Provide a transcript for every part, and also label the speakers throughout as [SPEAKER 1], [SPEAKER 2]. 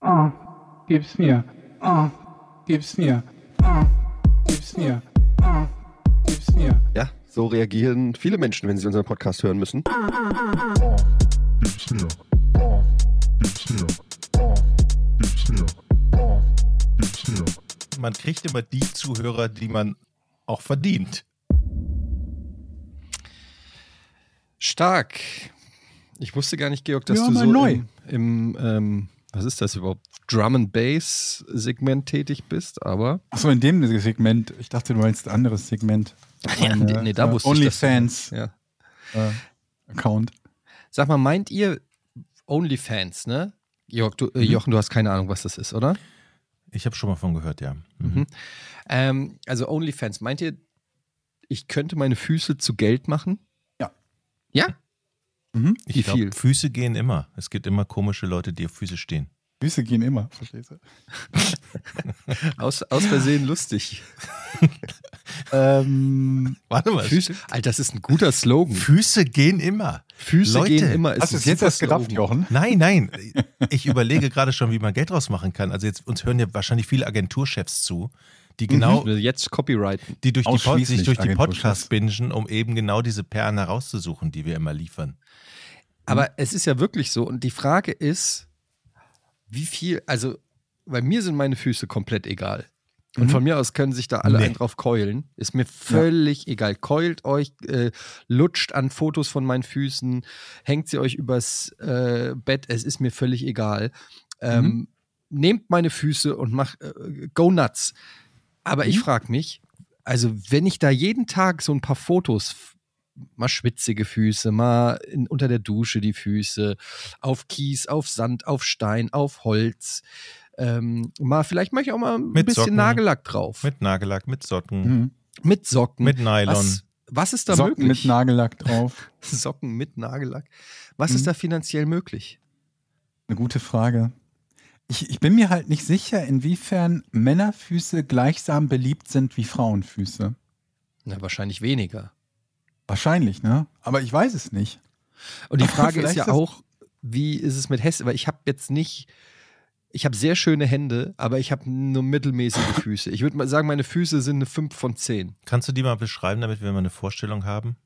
[SPEAKER 1] Ah, gib's mir. Ah, gib's mir. Ah, gib's mir. Ah, gib's mir.
[SPEAKER 2] Ja, so reagieren viele Menschen, wenn sie unseren Podcast hören müssen.
[SPEAKER 3] Gib's mir. Ah, Gib's mir. Ah, Gib's mir. Ah, Gib's mir.
[SPEAKER 4] Man kriegt immer die Zuhörer, die man auch verdient.
[SPEAKER 2] Stark. Ich wusste gar nicht, Georg, dass
[SPEAKER 1] Ja,
[SPEAKER 2] du
[SPEAKER 1] mal
[SPEAKER 2] so
[SPEAKER 1] neu.
[SPEAKER 2] im, im ähm, was ist das überhaupt, Drum and Bass Segment tätig bist, aber
[SPEAKER 1] Achso, in dem Segment. Ich dachte, du meinst ein anderes Segment.
[SPEAKER 2] Ja,
[SPEAKER 1] Ein,
[SPEAKER 2] nee,
[SPEAKER 1] äh,
[SPEAKER 2] nee, da
[SPEAKER 1] äh,
[SPEAKER 2] wusste ich das.
[SPEAKER 1] OnlyFans
[SPEAKER 2] ja.
[SPEAKER 1] äh, Account.
[SPEAKER 2] Sag mal, meint ihr OnlyFans, ne? Georg, du, äh, Jochen, du hast keine Ahnung, was das ist, oder?
[SPEAKER 4] Ich habe schon mal von gehört, ja.
[SPEAKER 2] Mhm. Ähm, also OnlyFans, meint ihr, ich könnte meine Füße zu Geld machen?
[SPEAKER 1] Ja.
[SPEAKER 2] Ja?
[SPEAKER 1] Mhm.
[SPEAKER 2] Wie
[SPEAKER 4] Ich
[SPEAKER 2] viel?
[SPEAKER 4] glaube, Füße gehen immer. Es gibt immer komische Leute, die auf Füße stehen.
[SPEAKER 1] Füße gehen immer, verstehst du?
[SPEAKER 2] Aus, aus Versehen lustig.
[SPEAKER 1] Ähm,
[SPEAKER 4] Warte mal.
[SPEAKER 2] Füße, Alter, das ist ein guter Slogan.
[SPEAKER 4] Füße gehen immer.
[SPEAKER 2] Füße
[SPEAKER 4] Leute,
[SPEAKER 2] gehen immer. ist
[SPEAKER 1] hast du
[SPEAKER 2] ein
[SPEAKER 1] es jetzt
[SPEAKER 2] super
[SPEAKER 1] erst gedacht,
[SPEAKER 2] Slogan.
[SPEAKER 1] Jochen?
[SPEAKER 4] Nein, nein. Ich überlege gerade schon, wie man Geld draus machen kann. Also jetzt uns hören ja wahrscheinlich viele Agenturchefs zu, die genau,
[SPEAKER 2] Ich will Jetzt copyrighten.
[SPEAKER 4] die durch die Pod, sich
[SPEAKER 1] Ausschließlich
[SPEAKER 4] durch die
[SPEAKER 1] Agenturchefs.
[SPEAKER 4] Podcasts bingen, um eben genau diese Perlen herauszusuchen, die wir immer liefern.
[SPEAKER 2] Aber es ist ja wirklich so. Und die Frage ist, wie viel, also bei mir sind meine Füße komplett egal. Und von mir aus können sich da alle
[SPEAKER 4] Nee.
[SPEAKER 2] einen drauf keulen. Ist mir völlig egal. Keult euch, äh, lutscht an Fotos von meinen Füßen, hängt sie euch übers äh, Bett. Es ist mir völlig egal. Ähm, Nehmt meine Füße und macht äh, go nuts. Aber ich frage mich, also wenn ich da jeden Tag so ein paar Fotos, f- mal schwitzige Füße, mal in, unter der Dusche die Füße, auf Kies, auf Sand, auf Stein, auf Holz, ähm, mal vielleicht mache ich auch mal ein
[SPEAKER 4] Mit
[SPEAKER 2] bisschen
[SPEAKER 4] Socken.
[SPEAKER 2] Nagellack drauf, mit,
[SPEAKER 4] Mit Nagellack, mit Socken,
[SPEAKER 1] Mhm.
[SPEAKER 2] Socken,
[SPEAKER 4] mit Nylon.
[SPEAKER 2] was, was ist da
[SPEAKER 1] Socken
[SPEAKER 2] möglich?
[SPEAKER 1] mit Nagellack drauf.
[SPEAKER 2] Socken mit Nagellack. Was
[SPEAKER 1] Mhm.
[SPEAKER 2] ist da finanziell möglich?
[SPEAKER 1] Eine gute Frage. Ich, ich bin mir halt nicht sicher, inwiefern Männerfüße gleichsam beliebt sind wie Frauenfüße.
[SPEAKER 2] Na, wahrscheinlich weniger.
[SPEAKER 1] Wahrscheinlich, ne? Aber ich weiß es nicht.
[SPEAKER 2] Und die Frage ist
[SPEAKER 1] Vielleicht
[SPEAKER 2] ja
[SPEAKER 1] ist-
[SPEAKER 2] auch, wie ist es mit Hässlichkeit? Weil ich habe jetzt nicht, ich habe sehr schöne Hände, aber ich habe nur mittelmäßige Füße. Ich würde mal sagen, meine Füße sind eine 5 von 10.
[SPEAKER 4] Kannst du die mal beschreiben, damit wir mal eine Vorstellung haben?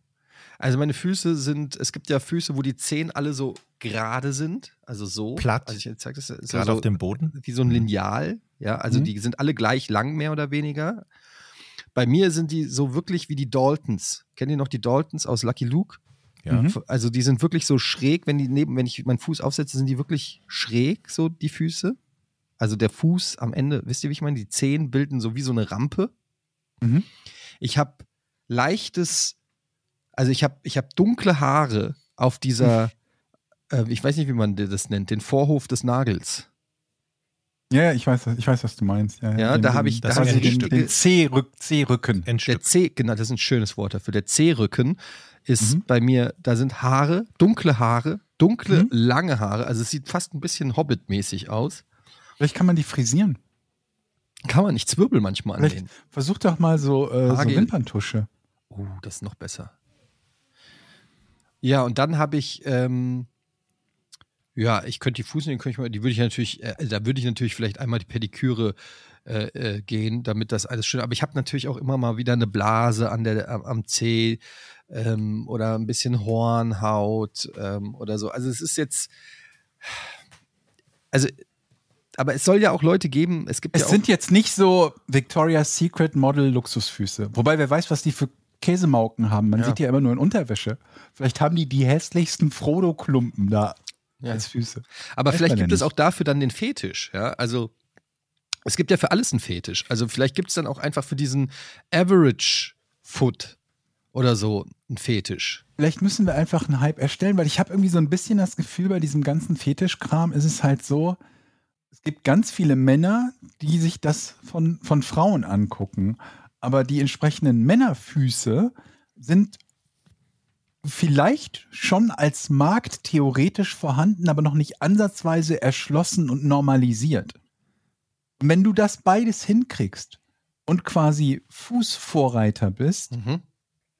[SPEAKER 2] Also meine Füße sind, es gibt ja Füße, wo die Zehen alle so gerade sind, also so.
[SPEAKER 4] Platt.
[SPEAKER 2] Also ich zeig das so,
[SPEAKER 4] Gerade
[SPEAKER 2] so
[SPEAKER 4] auf dem Mhm. Boden?
[SPEAKER 2] wie so ein Lineal. Ja, also
[SPEAKER 1] Mhm.
[SPEAKER 2] die sind alle gleich lang, mehr oder weniger. Bei mir sind die so wirklich wie die Daltons. Kennt ihr noch die Daltons aus Lucky Luke?
[SPEAKER 4] Ja.
[SPEAKER 1] Mhm.
[SPEAKER 2] F- Also die sind wirklich so schräg, wenn die neben, wenn ich meinen Fuß aufsetze, sind die wirklich schräg, so die Füße. Also der Fuß am Ende, wisst ihr, wie ich meine? Die Zehen bilden so wie so eine Rampe.
[SPEAKER 1] Mhm.
[SPEAKER 2] Ich habe leichtes, also ich habe ich hab dunkle Haare auf
[SPEAKER 1] Mhm.
[SPEAKER 2] dieser, äh, ich weiß nicht, wie man das nennt, den Vorhof des Nagels.
[SPEAKER 1] Ja, ja, ich weiß, ich weiß, was du meinst.
[SPEAKER 2] Ja, da hab ich-
[SPEAKER 4] da hab
[SPEAKER 1] den,
[SPEAKER 4] ich
[SPEAKER 1] den,
[SPEAKER 4] ein
[SPEAKER 1] den C-Rück- C-Rücken.
[SPEAKER 4] Ein
[SPEAKER 2] Der
[SPEAKER 4] Stück.
[SPEAKER 2] C, genau, das ist ein schönes Wort dafür. Der C-Rücken ist
[SPEAKER 1] Mhm.
[SPEAKER 2] bei mir, da sind Haare, dunkle Haare, dunkle,
[SPEAKER 1] Mhm.
[SPEAKER 2] lange Haare. Also es sieht fast ein bisschen Hobbit-mäßig aus.
[SPEAKER 1] Vielleicht kann man die frisieren.
[SPEAKER 2] Kann man nicht Zwirbel manchmal
[SPEAKER 1] Vielleicht-
[SPEAKER 2] annehmen.
[SPEAKER 1] Versuch doch mal so, äh, so
[SPEAKER 2] Hagel.
[SPEAKER 1] Wimperntusche.
[SPEAKER 2] Oh, das ist noch besser. Ja, und dann habe ich, ähm, ja, ich könnte die Fußnägel, könnte ich mal, die würde ich natürlich, äh, da würde ich natürlich vielleicht einmal die Pediküre äh, äh, gehen, damit das alles schön. Aber ich habe natürlich auch immer mal wieder eine Blase an der, am, am Zeh ähm, oder ein bisschen Hornhaut ähm, oder so. Also es ist jetzt, also, aber es soll ja auch Leute geben. Es gibt ja
[SPEAKER 1] Es
[SPEAKER 2] auch,
[SPEAKER 1] sind jetzt nicht so Victoria's Secret Model Luxusfüße. Wobei, wer weiß, was die für Käsemauken haben. Man
[SPEAKER 2] Ja.
[SPEAKER 1] sieht die ja immer nur in Unterwäsche. Vielleicht haben die die hässlichsten Frodo-Klumpen da
[SPEAKER 2] ja.
[SPEAKER 1] als Füße.
[SPEAKER 2] Aber
[SPEAKER 1] Weiß
[SPEAKER 2] vielleicht
[SPEAKER 1] man ja
[SPEAKER 2] gibt es
[SPEAKER 1] nicht.
[SPEAKER 2] auch dafür dann den Fetisch, ja. Also es gibt ja für alles einen Fetisch. Also vielleicht gibt es dann auch einfach für diesen Average Foot oder so einen Fetisch.
[SPEAKER 1] Vielleicht müssen wir einfach einen Hype erstellen, weil ich habe irgendwie so ein bisschen das Gefühl, bei diesem ganzen Fetischkram ist es halt so, es gibt ganz viele Männer, die sich das von, von Frauen angucken. Aber die entsprechenden Männerfüße sind vielleicht schon als Markt theoretisch vorhanden, aber noch nicht ansatzweise erschlossen und normalisiert. Und wenn du das beides hinkriegst und quasi Fußvorreiter bist,
[SPEAKER 2] Mhm.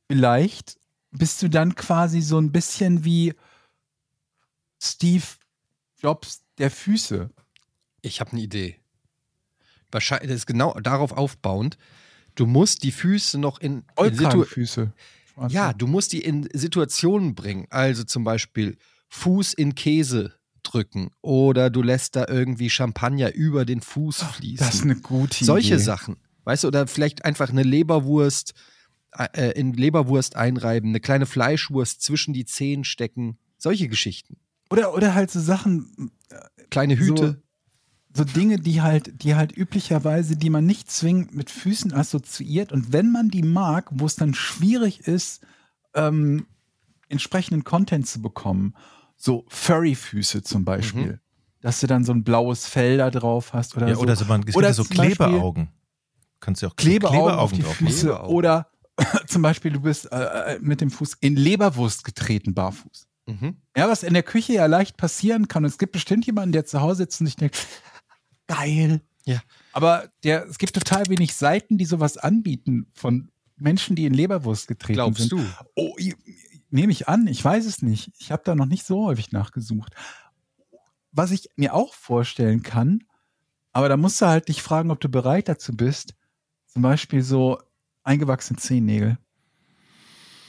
[SPEAKER 1] vielleicht bist du dann quasi so ein bisschen wie Steve Jobs der Füße.
[SPEAKER 2] Ich habe eine Idee. Wahrscheinlich das ist genau darauf aufbauend. Du musst die Füße noch in, in Situ
[SPEAKER 1] Füße.
[SPEAKER 2] ja, du musst die in Situationen bringen. Also zum Beispiel Fuß in Käse drücken oder du lässt da irgendwie Champagner über den Fuß fließen.
[SPEAKER 1] Oh, das ist eine gute
[SPEAKER 2] Solche
[SPEAKER 1] Idee.
[SPEAKER 2] Sachen. Weißt du, oder vielleicht einfach eine Leberwurst äh, in Leberwurst einreiben, eine kleine Fleischwurst zwischen die Zehen stecken. Solche Geschichten.
[SPEAKER 1] Oder, oder halt so Sachen,
[SPEAKER 2] Kleine Hüte.
[SPEAKER 1] so Dinge, die halt, die halt üblicherweise, die man nicht zwingend mit Füßen assoziiert. Und wenn man die mag, wo es dann schwierig ist, ähm, entsprechenden Content zu bekommen, so Furry-Füße zum Beispiel, dass du dann so ein blaues Fell da drauf hast oder
[SPEAKER 4] Ja,
[SPEAKER 1] so.
[SPEAKER 4] oder so, man, es gibt
[SPEAKER 1] Oder
[SPEAKER 4] ja so
[SPEAKER 1] zum Beispiel
[SPEAKER 4] Klebeaugen. Kannst du auch
[SPEAKER 1] Klebeaugen, auf die
[SPEAKER 4] drauf machen.
[SPEAKER 1] Füße
[SPEAKER 2] Klebeaugen.
[SPEAKER 1] oder zum Beispiel, du bist äh, äh, mit dem Fuß in Leberwurst getreten, barfuß.
[SPEAKER 2] Mhm.
[SPEAKER 1] Ja, was in der Küche ja leicht passieren kann. Und es gibt bestimmt jemanden, der zu Hause sitzt und sich denkt, geil.
[SPEAKER 2] Ja.
[SPEAKER 1] Aber der, es gibt total wenig Seiten, die sowas anbieten von Menschen, die in Leberwurst getreten
[SPEAKER 2] Glaubst
[SPEAKER 1] sind.
[SPEAKER 2] du?
[SPEAKER 1] Oh, i- i- nehme ich an, ich weiß es nicht. Ich habe da noch nicht so häufig nachgesucht. Was ich mir auch vorstellen kann, aber da musst du halt dich fragen, ob du bereit dazu bist. Zum Beispiel so eingewachsene Zehennägel.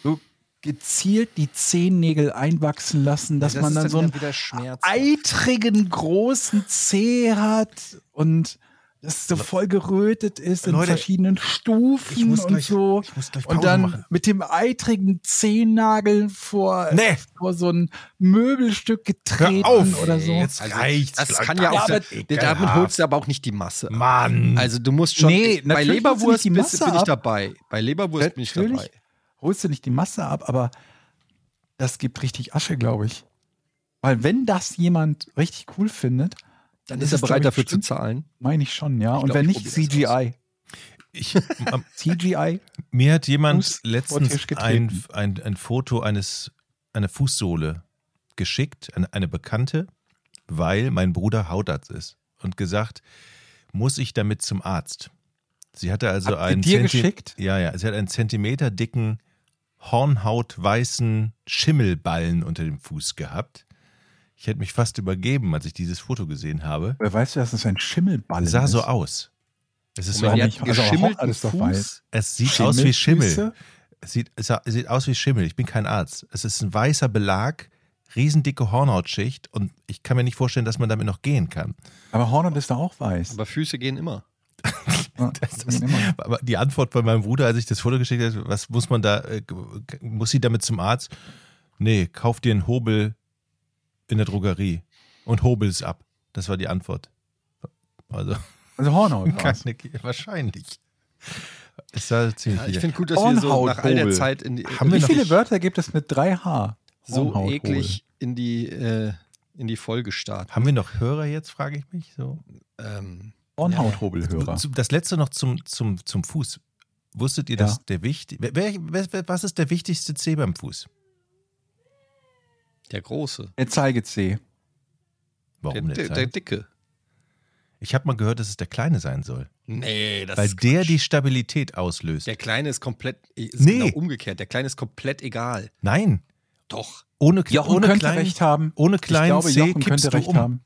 [SPEAKER 1] So gezielt die Zehennägel einwachsen lassen, dass
[SPEAKER 2] Ja,
[SPEAKER 1] man
[SPEAKER 2] ist
[SPEAKER 1] dann so einen
[SPEAKER 2] wieder- wieder Schmerz.
[SPEAKER 1] eitrigen großen Zeh hat und das so voll gerötet ist in
[SPEAKER 4] Leute,
[SPEAKER 1] verschiedenen
[SPEAKER 4] Ich
[SPEAKER 1] Stufen
[SPEAKER 4] muss
[SPEAKER 1] und
[SPEAKER 4] gleich,
[SPEAKER 1] so.
[SPEAKER 4] ich muss gleich Pause
[SPEAKER 1] Und dann
[SPEAKER 4] machen.
[SPEAKER 1] mit dem eitrigen Zehennagel vor,
[SPEAKER 4] Nee.
[SPEAKER 1] vor so ein Möbelstück getreten
[SPEAKER 4] Hör auf,
[SPEAKER 1] oder so.
[SPEAKER 4] jetzt
[SPEAKER 2] Also,
[SPEAKER 4] reicht's.
[SPEAKER 2] das
[SPEAKER 4] Leute.
[SPEAKER 2] kann ja
[SPEAKER 1] Ja,
[SPEAKER 2] auch
[SPEAKER 1] aber-
[SPEAKER 2] sein. Damit holst du aber auch nicht die Masse. ab.
[SPEAKER 4] Mann.
[SPEAKER 2] Also du musst schon.
[SPEAKER 1] Nee,
[SPEAKER 2] bei
[SPEAKER 1] natürlich holst du
[SPEAKER 2] Leberwurst
[SPEAKER 1] nicht die
[SPEAKER 2] bist-
[SPEAKER 1] Masse
[SPEAKER 2] bin ich
[SPEAKER 1] ab.
[SPEAKER 2] dabei. Bei Leberwurst bin ich
[SPEAKER 1] Natürlich
[SPEAKER 2] dabei.
[SPEAKER 1] holst du nicht die Masse ab, aber das gibt richtig Asche, glaube ich. Weil wenn das jemand richtig cool findet,
[SPEAKER 2] Dann
[SPEAKER 1] Das
[SPEAKER 2] ist er
[SPEAKER 1] ist, glaub
[SPEAKER 2] bereit
[SPEAKER 1] ich,
[SPEAKER 2] dafür zu
[SPEAKER 1] bestimmt-
[SPEAKER 2] zahlen.
[SPEAKER 1] meine ich schon, ja.
[SPEAKER 2] Ich
[SPEAKER 1] Und
[SPEAKER 2] glaub,
[SPEAKER 1] wenn
[SPEAKER 2] ich
[SPEAKER 1] nicht,
[SPEAKER 2] probier das
[SPEAKER 1] CGI.
[SPEAKER 4] ich, m-
[SPEAKER 1] CGI.
[SPEAKER 4] mir hat jemand
[SPEAKER 1] Fuß vor Tisch
[SPEAKER 4] letztens
[SPEAKER 1] getreten.
[SPEAKER 4] ein, ein, ein Foto eines, einer Fußsohle geschickt, eine, eine Bekannte, weil mein Bruder Hautarzt ist und gesagt, muss ich damit zum Arzt? Sie hatte also
[SPEAKER 1] Habt ihr
[SPEAKER 4] einen
[SPEAKER 1] dir
[SPEAKER 4] Zenti-
[SPEAKER 1] geschickt?
[SPEAKER 4] Ja, ja, sie hat einen Zentimeter dicken hornhautweißen Schimmelballen unter dem Fuß gehabt. Ich hätte mich fast übergeben, als ich dieses Foto gesehen habe.
[SPEAKER 1] Wer weiß, dass das ein Schimmelballen
[SPEAKER 4] sah
[SPEAKER 1] ist?
[SPEAKER 4] so aus. Es, ist so
[SPEAKER 1] Moment,
[SPEAKER 4] ein,
[SPEAKER 1] ja,
[SPEAKER 2] er
[SPEAKER 1] nicht. Also,
[SPEAKER 2] geschimmelten
[SPEAKER 1] alles doch
[SPEAKER 2] Fuß.
[SPEAKER 1] weiß.
[SPEAKER 4] es sieht aus wie Schimmel.
[SPEAKER 1] Schimmelfüße?
[SPEAKER 4] Es sieht, es sah- es sieht aus wie Schimmel. Ich bin kein Arzt. Es ist ein weißer Belag, riesendicke Hornhautschicht und ich kann mir nicht vorstellen, dass man damit noch gehen kann.
[SPEAKER 1] Aber Hornet ist da auch weiß.
[SPEAKER 2] Aber Füße gehen immer.
[SPEAKER 1] Ja,
[SPEAKER 4] das ist-
[SPEAKER 1] immer.
[SPEAKER 4] Aber die Antwort von meinem Bruder, als ich das Foto geschickt habe, was muss man da, äh, g- g- muss sie damit zum Arzt? Nee, kauf dir einen Hobel in der Drogerie und hobel es ab. Das war die Antwort. Also,
[SPEAKER 1] Also
[SPEAKER 2] Oh,
[SPEAKER 1] Hornhaut. war's.
[SPEAKER 4] keine, wahrscheinlich. Es sah ziemlich
[SPEAKER 2] ich finde gut, dass wir so
[SPEAKER 1] Hornhaut,
[SPEAKER 2] nach all der
[SPEAKER 1] Hobel.
[SPEAKER 2] Zeit in die,
[SPEAKER 4] Haben wir
[SPEAKER 1] Wie
[SPEAKER 4] noch
[SPEAKER 1] viele
[SPEAKER 4] nicht-
[SPEAKER 1] Wörter gibt es mit 3H?
[SPEAKER 2] so
[SPEAKER 1] Hornhaut,
[SPEAKER 2] eklig in die, äh, in die Folge starten.
[SPEAKER 4] Haben wir noch Hörer jetzt, frage ich mich. So.
[SPEAKER 2] Ähm,
[SPEAKER 1] Hornhauthobelhörer.
[SPEAKER 4] Zu- Das letzte noch zum, zum, zum Fuß. Wusstet ihr,
[SPEAKER 1] Ja.
[SPEAKER 4] dass der wichtig, wer, wer, wer, was ist der wichtigste Zeh beim Fuß?
[SPEAKER 2] der große.
[SPEAKER 1] Der Zeigezeh.
[SPEAKER 2] Der,
[SPEAKER 4] Warum
[SPEAKER 2] der,
[SPEAKER 4] nicht?
[SPEAKER 2] der
[SPEAKER 4] sein?
[SPEAKER 2] dicke.
[SPEAKER 4] Ich habe mal gehört, dass es der kleine sein soll,
[SPEAKER 2] Nee, das
[SPEAKER 4] weil
[SPEAKER 2] ist
[SPEAKER 4] der
[SPEAKER 2] Quatsch.
[SPEAKER 4] die Stabilität auslöst.
[SPEAKER 2] Der kleine ist komplett. Ist
[SPEAKER 4] Nee.
[SPEAKER 2] genau umgekehrt. Der kleine ist komplett egal.
[SPEAKER 4] Nein,
[SPEAKER 2] Doch.
[SPEAKER 4] ohne, Kle-
[SPEAKER 1] Jochen
[SPEAKER 4] ohne
[SPEAKER 1] könnte
[SPEAKER 4] kleinen,
[SPEAKER 1] recht haben.
[SPEAKER 4] ohne kleinen
[SPEAKER 1] ich glaube,
[SPEAKER 4] Zeh
[SPEAKER 1] Jochen
[SPEAKER 4] kippst
[SPEAKER 1] könnte
[SPEAKER 4] du
[SPEAKER 1] recht
[SPEAKER 4] um.
[SPEAKER 1] haben.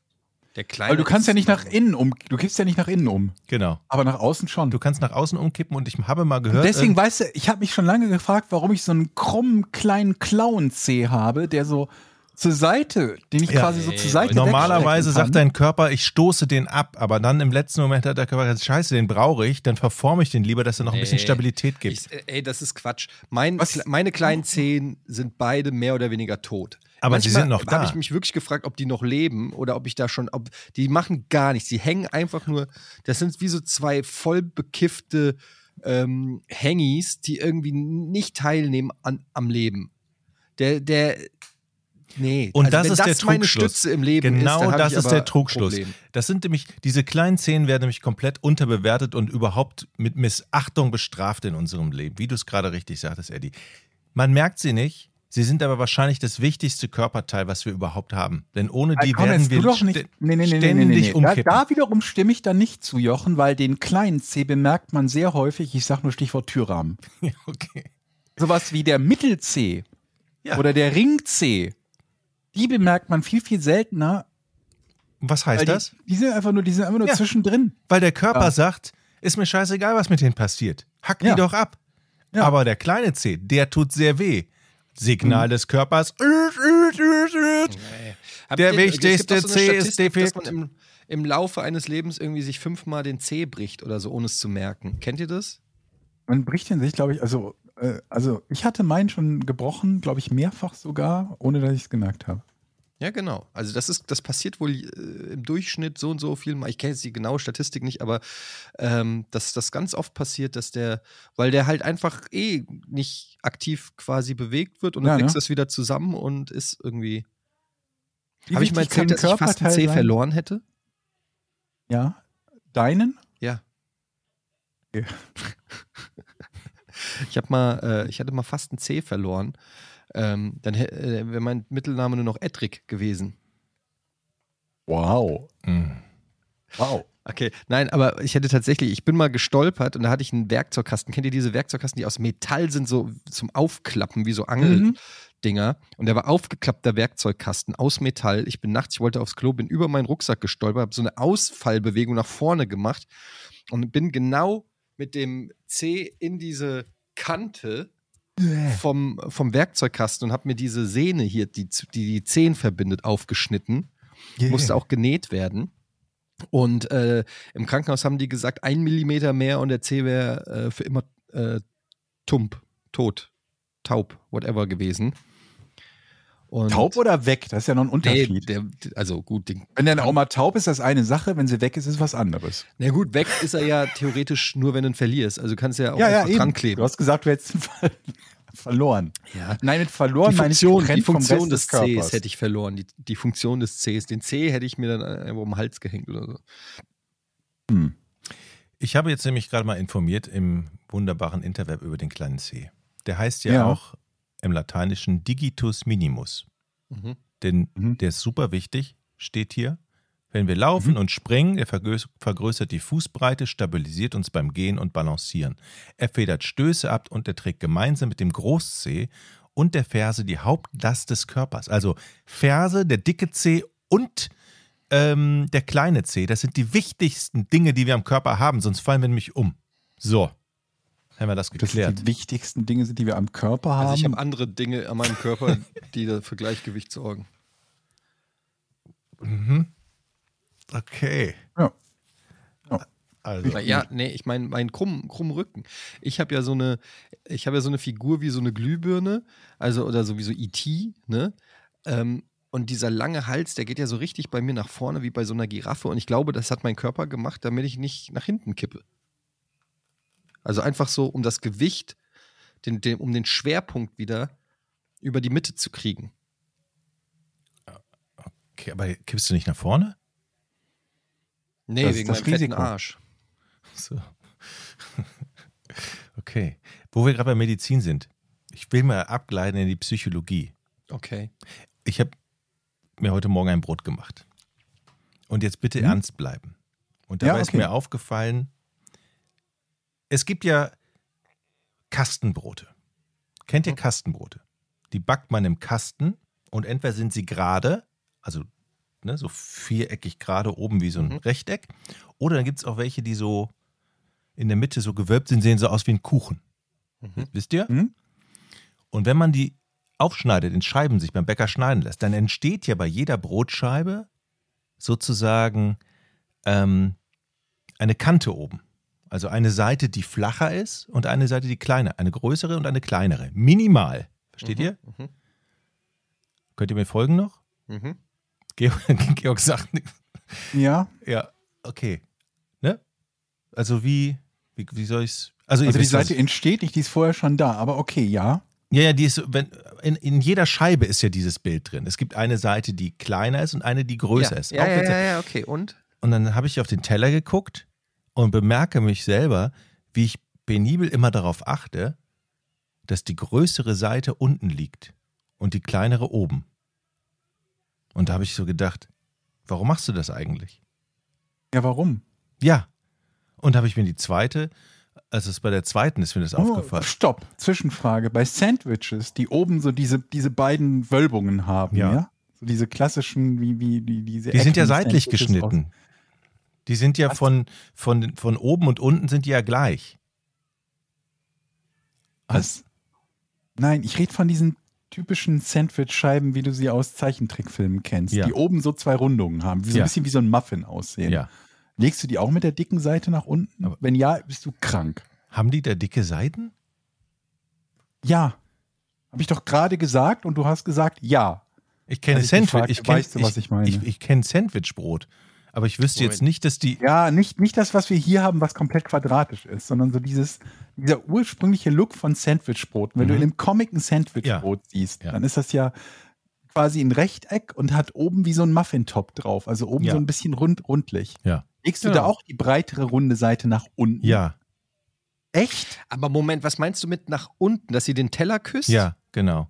[SPEAKER 2] Der kleine.
[SPEAKER 1] Weil du kannst ja
[SPEAKER 2] ist-
[SPEAKER 1] nicht nach innen um. Du kippst ja nicht nach innen um.
[SPEAKER 4] Genau.
[SPEAKER 1] Aber nach außen schon.
[SPEAKER 4] Du äh, kannst nach außen umkippen und ich habe mal gehört.
[SPEAKER 1] Deswegen weißt du, ich habe mich schon lange gefragt, warum ich so einen krummen kleinen Clown-Zeh habe, der so zur Seite, den ich
[SPEAKER 4] Ja.
[SPEAKER 1] quasi so zur Seite
[SPEAKER 4] Normalerweise
[SPEAKER 1] wegstecken
[SPEAKER 4] sagt
[SPEAKER 1] kann.
[SPEAKER 4] dein Körper, ich stoße den ab, aber dann im letzten Moment hat der Körper gesagt, scheiße, den brauche ich, dann verforme ich den lieber, dass er noch ein bisschen
[SPEAKER 2] Nee.
[SPEAKER 4] Stabilität gibt.
[SPEAKER 2] Ich, äh, ey, das ist Quatsch. Mein,
[SPEAKER 1] Was?
[SPEAKER 2] kle- meine kleinen Zehen sind beide mehr oder weniger tot.
[SPEAKER 4] Aber sie sind noch da.
[SPEAKER 2] habe ich mich wirklich gefragt, ob die noch leben oder ob ich da schon, ob die machen gar nichts. Die hängen einfach nur. Das sind wie so zwei voll bekiffte ähm, Hängies, die irgendwie nicht teilnehmen an, am Leben. Der, der, nee. also
[SPEAKER 4] Und das
[SPEAKER 2] wenn
[SPEAKER 4] ist
[SPEAKER 2] das
[SPEAKER 4] der
[SPEAKER 2] meine
[SPEAKER 4] Trugschluss.
[SPEAKER 2] Stütze im Leben. ist,
[SPEAKER 4] Genau
[SPEAKER 2] dann hab
[SPEAKER 4] das
[SPEAKER 2] ich
[SPEAKER 4] ist
[SPEAKER 2] aber
[SPEAKER 4] der Trugschluss.
[SPEAKER 2] Problem.
[SPEAKER 4] Das sind nämlich, diese kleinen Szenen werden nämlich komplett unterbewertet und überhaupt mit Missachtung bestraft in unserem Leben, wie du es gerade richtig sagtest, Eddie. Man merkt sie nicht, sie sind aber wahrscheinlich das wichtigste Körperteil, was wir überhaupt haben. Denn ohne die
[SPEAKER 1] Komm,
[SPEAKER 4] werden
[SPEAKER 1] jetzt
[SPEAKER 4] wir
[SPEAKER 1] du doch
[SPEAKER 4] stä-
[SPEAKER 1] nicht, nee, nee, nee, nee, nee,
[SPEAKER 4] ständig
[SPEAKER 1] nee. Da,
[SPEAKER 4] umkippen.
[SPEAKER 1] da wiederum stimme ich dann nicht zu Jochen, weil den kleinen Zeh bemerkt man sehr häufig, ich sage nur Stichwort Türrahmen.
[SPEAKER 4] Ja, okay.
[SPEAKER 1] Sowas wie der Mittelzeh
[SPEAKER 4] Ja.
[SPEAKER 1] oder der Ringzeh, die bemerkt man viel, viel seltener,
[SPEAKER 4] Und was heißt
[SPEAKER 1] Weil die,
[SPEAKER 4] das?
[SPEAKER 1] Die sind einfach nur, die sind einfach nur
[SPEAKER 4] Ja.
[SPEAKER 1] zwischendrin.
[SPEAKER 4] Weil der Körper
[SPEAKER 1] Ja.
[SPEAKER 4] sagt, ist mir scheißegal, was mit denen passiert. Hack die
[SPEAKER 1] Ja.
[SPEAKER 4] doch ab.
[SPEAKER 1] Ja.
[SPEAKER 4] Aber der kleine Zeh, der tut sehr weh.
[SPEAKER 1] Mhm.
[SPEAKER 4] Signal des Körpers.
[SPEAKER 2] Habt
[SPEAKER 4] Der
[SPEAKER 2] ihr- es
[SPEAKER 4] wichtigste
[SPEAKER 2] gibt doch so eine
[SPEAKER 4] Zeh ist
[SPEAKER 2] Statistik,
[SPEAKER 4] defekt.
[SPEAKER 2] Dass man im, im Laufe eines Lebens irgendwie sich fünfmal den Zeh bricht oder so, ohne es zu merken. Kennt ihr das?
[SPEAKER 1] Man bricht den sich, glaube ich, also, äh, also ich hatte meinen schon gebrochen, glaube ich, mehrfach sogar, ohne dass ich es gemerkt habe.
[SPEAKER 2] Ja, genau. Also das ist, das passiert wohl äh, im Durchschnitt so und so viel mal. Ich kenne jetzt die genaue Statistik nicht, aber ähm, dass das ganz oft passiert, dass der, weil der halt einfach eh nicht aktiv quasi bewegt wird und
[SPEAKER 1] Ja,
[SPEAKER 2] dann
[SPEAKER 1] ne?
[SPEAKER 2] wächst das wieder zusammen und ist irgendwie.
[SPEAKER 1] Wie
[SPEAKER 2] Habe ich mal
[SPEAKER 1] wichtig kann
[SPEAKER 2] erzählt, dass ich fast einen
[SPEAKER 1] Körperteil
[SPEAKER 2] Zeh
[SPEAKER 1] sein?
[SPEAKER 2] verloren hätte?
[SPEAKER 1] Ja. Deinen?
[SPEAKER 2] Ja.
[SPEAKER 1] Okay.
[SPEAKER 2] Ich habe mal, äh, ich hatte mal fast einen Zeh verloren. Ähm, dann hä- äh, wäre mein Mittelname nur noch Ettrick gewesen.
[SPEAKER 4] Oh.
[SPEAKER 1] Wow. Wow.
[SPEAKER 2] Okay, nein, aber ich hätte tatsächlich, ich bin mal gestolpert und da hatte ich einen Werkzeugkasten. Kennt ihr diese Werkzeugkasten, die aus Metall sind, so zum Aufklappen, wie so
[SPEAKER 1] Mhm.
[SPEAKER 2] Angeldinger? Und der war aufgeklappter Werkzeugkasten aus Metall. Ich bin nachts, ich wollte aufs Klo, bin über meinen Rucksack gestolpert, habe so eine Ausfallbewegung nach vorne gemacht und bin genau mit dem C in diese Kante Mhm. vom, vom Werkzeugkasten und habe mir diese Sehne hier, die zu- die, die Zehen verbindet, aufgeschnitten musste auch genäht werden. Und äh, im Krankenhaus haben die gesagt, ein Millimeter mehr und der Zeh wäre äh, für immer äh, tump, tot, taub, whatever gewesen. Und
[SPEAKER 1] Taub oder weg? Das ist ja noch ein
[SPEAKER 2] Nee,
[SPEAKER 1] Unterschied.
[SPEAKER 2] der, also gut, den,
[SPEAKER 1] wenn dann auch mal taub ist, das ist eine Sache. Wenn sie weg ist, ist was anderes.
[SPEAKER 2] na gut, weg ist er ja theoretisch nur, wenn du ihn verlierst. Also du kannst ja auch
[SPEAKER 1] Ja, ja,
[SPEAKER 2] einfach dran
[SPEAKER 1] eben. Du
[SPEAKER 2] kleben.
[SPEAKER 1] hast gesagt, du hättest ihn ver verloren.
[SPEAKER 2] Ja.
[SPEAKER 1] Nein, mit verloren
[SPEAKER 2] die
[SPEAKER 1] meine ich
[SPEAKER 2] Funktion, die
[SPEAKER 1] getrennt vom
[SPEAKER 2] Funktion
[SPEAKER 1] Rest
[SPEAKER 2] des,
[SPEAKER 1] Körpers.
[SPEAKER 2] Cs hätte ich verloren. Die, die Funktion des Cs. Den C hätte ich mir dann irgendwo um den Hals gehängt oder so.
[SPEAKER 1] Hm.
[SPEAKER 4] Ich habe jetzt nämlich gerade mal informiert im wunderbaren Interweb über den kleinen Zeh. Der heißt ja,
[SPEAKER 1] Ja.
[SPEAKER 4] auch im Lateinischen Digitus Minimus.
[SPEAKER 2] Mhm.
[SPEAKER 4] Denn
[SPEAKER 1] Mhm.
[SPEAKER 4] der ist super wichtig, steht hier. Wenn wir laufen und springen, er vergröß- vergrößert die Fußbreite, stabilisiert uns beim Gehen und Balancieren. Er federt Stöße ab und er trägt gemeinsam mit dem Großzeh und der Ferse die Hauptlast des Körpers. Also Ferse, der dicke Zeh und ähm, der kleine Zeh. Das sind die wichtigsten Dinge, die wir am Körper haben, sonst fallen wir nämlich um. So, haben wir das
[SPEAKER 1] Das sind
[SPEAKER 4] geklärt.
[SPEAKER 1] die wichtigsten Dinge, sind, die wir am Körper haben.
[SPEAKER 2] Also ich habe andere Dinge an meinem Körper, die da für Gleichgewicht sorgen.
[SPEAKER 4] Okay.
[SPEAKER 1] Ja. Ja.
[SPEAKER 4] Also.
[SPEAKER 2] Weil, ja, nee, ich meine, mein krumm, krumm Rücken. Ich habe ja so eine, ich habe ja so eine Figur wie so eine Glühbirne, also oder sowieso IT, ne? Ähm, und dieser lange Hals, der geht ja so richtig bei mir nach vorne, wie bei so einer Giraffe. Und ich glaube, das hat mein Körper gemacht, damit ich nicht nach hinten kippe. Also einfach so, um das Gewicht, den, den, um den Schwerpunkt wieder über die Mitte zu kriegen.
[SPEAKER 4] Okay, aber kippst du nicht nach vorne?
[SPEAKER 2] Nee,
[SPEAKER 1] Das ist
[SPEAKER 2] wegen
[SPEAKER 1] das
[SPEAKER 2] meinem fetten
[SPEAKER 1] Risiko.
[SPEAKER 2] Arsch.
[SPEAKER 4] So. Okay. Wo wir gerade bei Medizin sind. Ich will mal abgleiten in die Psychologie.
[SPEAKER 2] Okay.
[SPEAKER 4] Ich habe mir heute Morgen ein Brot gemacht. Und jetzt bitte ernst bleiben. Und
[SPEAKER 1] Hm? Ja,
[SPEAKER 4] dabei ist
[SPEAKER 1] okay.
[SPEAKER 4] mir aufgefallen, es gibt ja Kastenbrote. Kennt
[SPEAKER 1] Oh.
[SPEAKER 4] ihr Kastenbrote? Die backt man im Kasten und entweder sind sie gerade, also ne, so viereckig gerade oben wie so ein
[SPEAKER 2] Mhm.
[SPEAKER 4] Rechteck, oder dann gibt es auch welche, die so in der Mitte so gewölbt sind, sehen so aus wie ein Kuchen.
[SPEAKER 2] Mhm.
[SPEAKER 4] Wisst ihr?
[SPEAKER 1] Mhm.
[SPEAKER 4] Und wenn man die aufschneidet, in Scheiben sich beim Bäcker schneiden lässt, dann entsteht ja bei jeder Brotscheibe sozusagen ähm, eine Kante oben. Also eine Seite, die flacher ist und eine Seite, die kleiner. Eine größere und eine kleinere. Minimal. Versteht ihr?
[SPEAKER 2] Mhm.
[SPEAKER 4] Könnt ihr mir folgen noch?
[SPEAKER 2] Mhm.
[SPEAKER 4] Georg, Georg sagt nichts.
[SPEAKER 1] ja,
[SPEAKER 4] Ja, okay. Ne? Also wie, wie, wie soll ich's? Also, ihr
[SPEAKER 1] also die
[SPEAKER 4] wisst, was
[SPEAKER 1] Seite entsteht nicht, die ist vorher schon da, aber okay, ja.
[SPEAKER 4] Ja, ja, die ist, wenn, in, in jeder Scheibe ist ja dieses Bild drin. Es gibt eine Seite, die kleiner ist und eine, die größer
[SPEAKER 2] ja.
[SPEAKER 4] ist.
[SPEAKER 2] Ja,
[SPEAKER 4] Auch
[SPEAKER 2] ja,
[SPEAKER 4] wenn's-
[SPEAKER 2] ja, ja, okay. Und?
[SPEAKER 4] Und dann habe ich auf den Teller geguckt und bemerke mich selber, wie ich penibel immer darauf achte, dass die größere Seite unten liegt und die kleinere oben. Und da habe ich so gedacht, warum machst du das eigentlich?
[SPEAKER 1] Ja, warum?
[SPEAKER 4] Ja. Und habe ich mir die zweite, also es bei der zweiten ist mir
[SPEAKER 2] Oh.
[SPEAKER 4] das aufgefallen.
[SPEAKER 1] Stopp, Zwischenfrage. Bei Sandwiches, die oben so diese, diese beiden Wölbungen haben,
[SPEAKER 4] Ja.
[SPEAKER 1] ja. So diese klassischen, wie, wie, die, diese
[SPEAKER 4] Die sind ja
[SPEAKER 1] Acting-Sandwiches
[SPEAKER 4] seitlich
[SPEAKER 1] aus-
[SPEAKER 4] geschnitten. Die sind ja
[SPEAKER 1] Was?
[SPEAKER 4] von, von, von oben und unten sind die ja gleich. Also-
[SPEAKER 1] Was? Nein, ich rede von diesen typischen Sandwich-Scheiben, wie du sie aus Zeichentrickfilmen kennst,
[SPEAKER 4] Ja.
[SPEAKER 1] die oben so zwei Rundungen haben, die so
[SPEAKER 4] Ja.
[SPEAKER 1] ein bisschen wie so ein Muffin aussehen. Legst du die auch mit der dicken Seite nach unten?
[SPEAKER 4] Aber-
[SPEAKER 1] Wenn ja, bist du krank.
[SPEAKER 4] Haben die da dicke Seiten?
[SPEAKER 1] Ja. Habe ich doch gerade gesagt und du hast gesagt, ja.
[SPEAKER 4] Ich kenne
[SPEAKER 1] Als ich dich
[SPEAKER 4] Sandwich.
[SPEAKER 1] fragte,
[SPEAKER 4] Ich kenne
[SPEAKER 1] Also weißt du, was ich meine?
[SPEAKER 4] Ich, ich kenne Sandwichbrot. Aber ich wüsste
[SPEAKER 2] Moment.
[SPEAKER 4] jetzt nicht, dass die.
[SPEAKER 1] Ja, nicht, nicht das, was wir hier haben, was komplett quadratisch ist, sondern so dieses, dieser ursprüngliche Look von Sandwichbrot. Wenn du
[SPEAKER 4] Mhm.
[SPEAKER 1] in einem Comic ein Sandwichbrot siehst,
[SPEAKER 4] Ja.
[SPEAKER 1] dann ist das ja quasi ein Rechteck und hat oben wie so ein Muffintop drauf, also oben
[SPEAKER 4] Ja.
[SPEAKER 1] so ein bisschen rund, rundlich.
[SPEAKER 4] Ja.
[SPEAKER 1] Legst du
[SPEAKER 2] Genau.
[SPEAKER 1] da auch die breitere runde Seite nach unten?
[SPEAKER 4] Ja,
[SPEAKER 1] Echt?
[SPEAKER 2] Aber Moment, was meinst du mit nach unten, dass sie den Teller küsst?
[SPEAKER 4] ja, genau.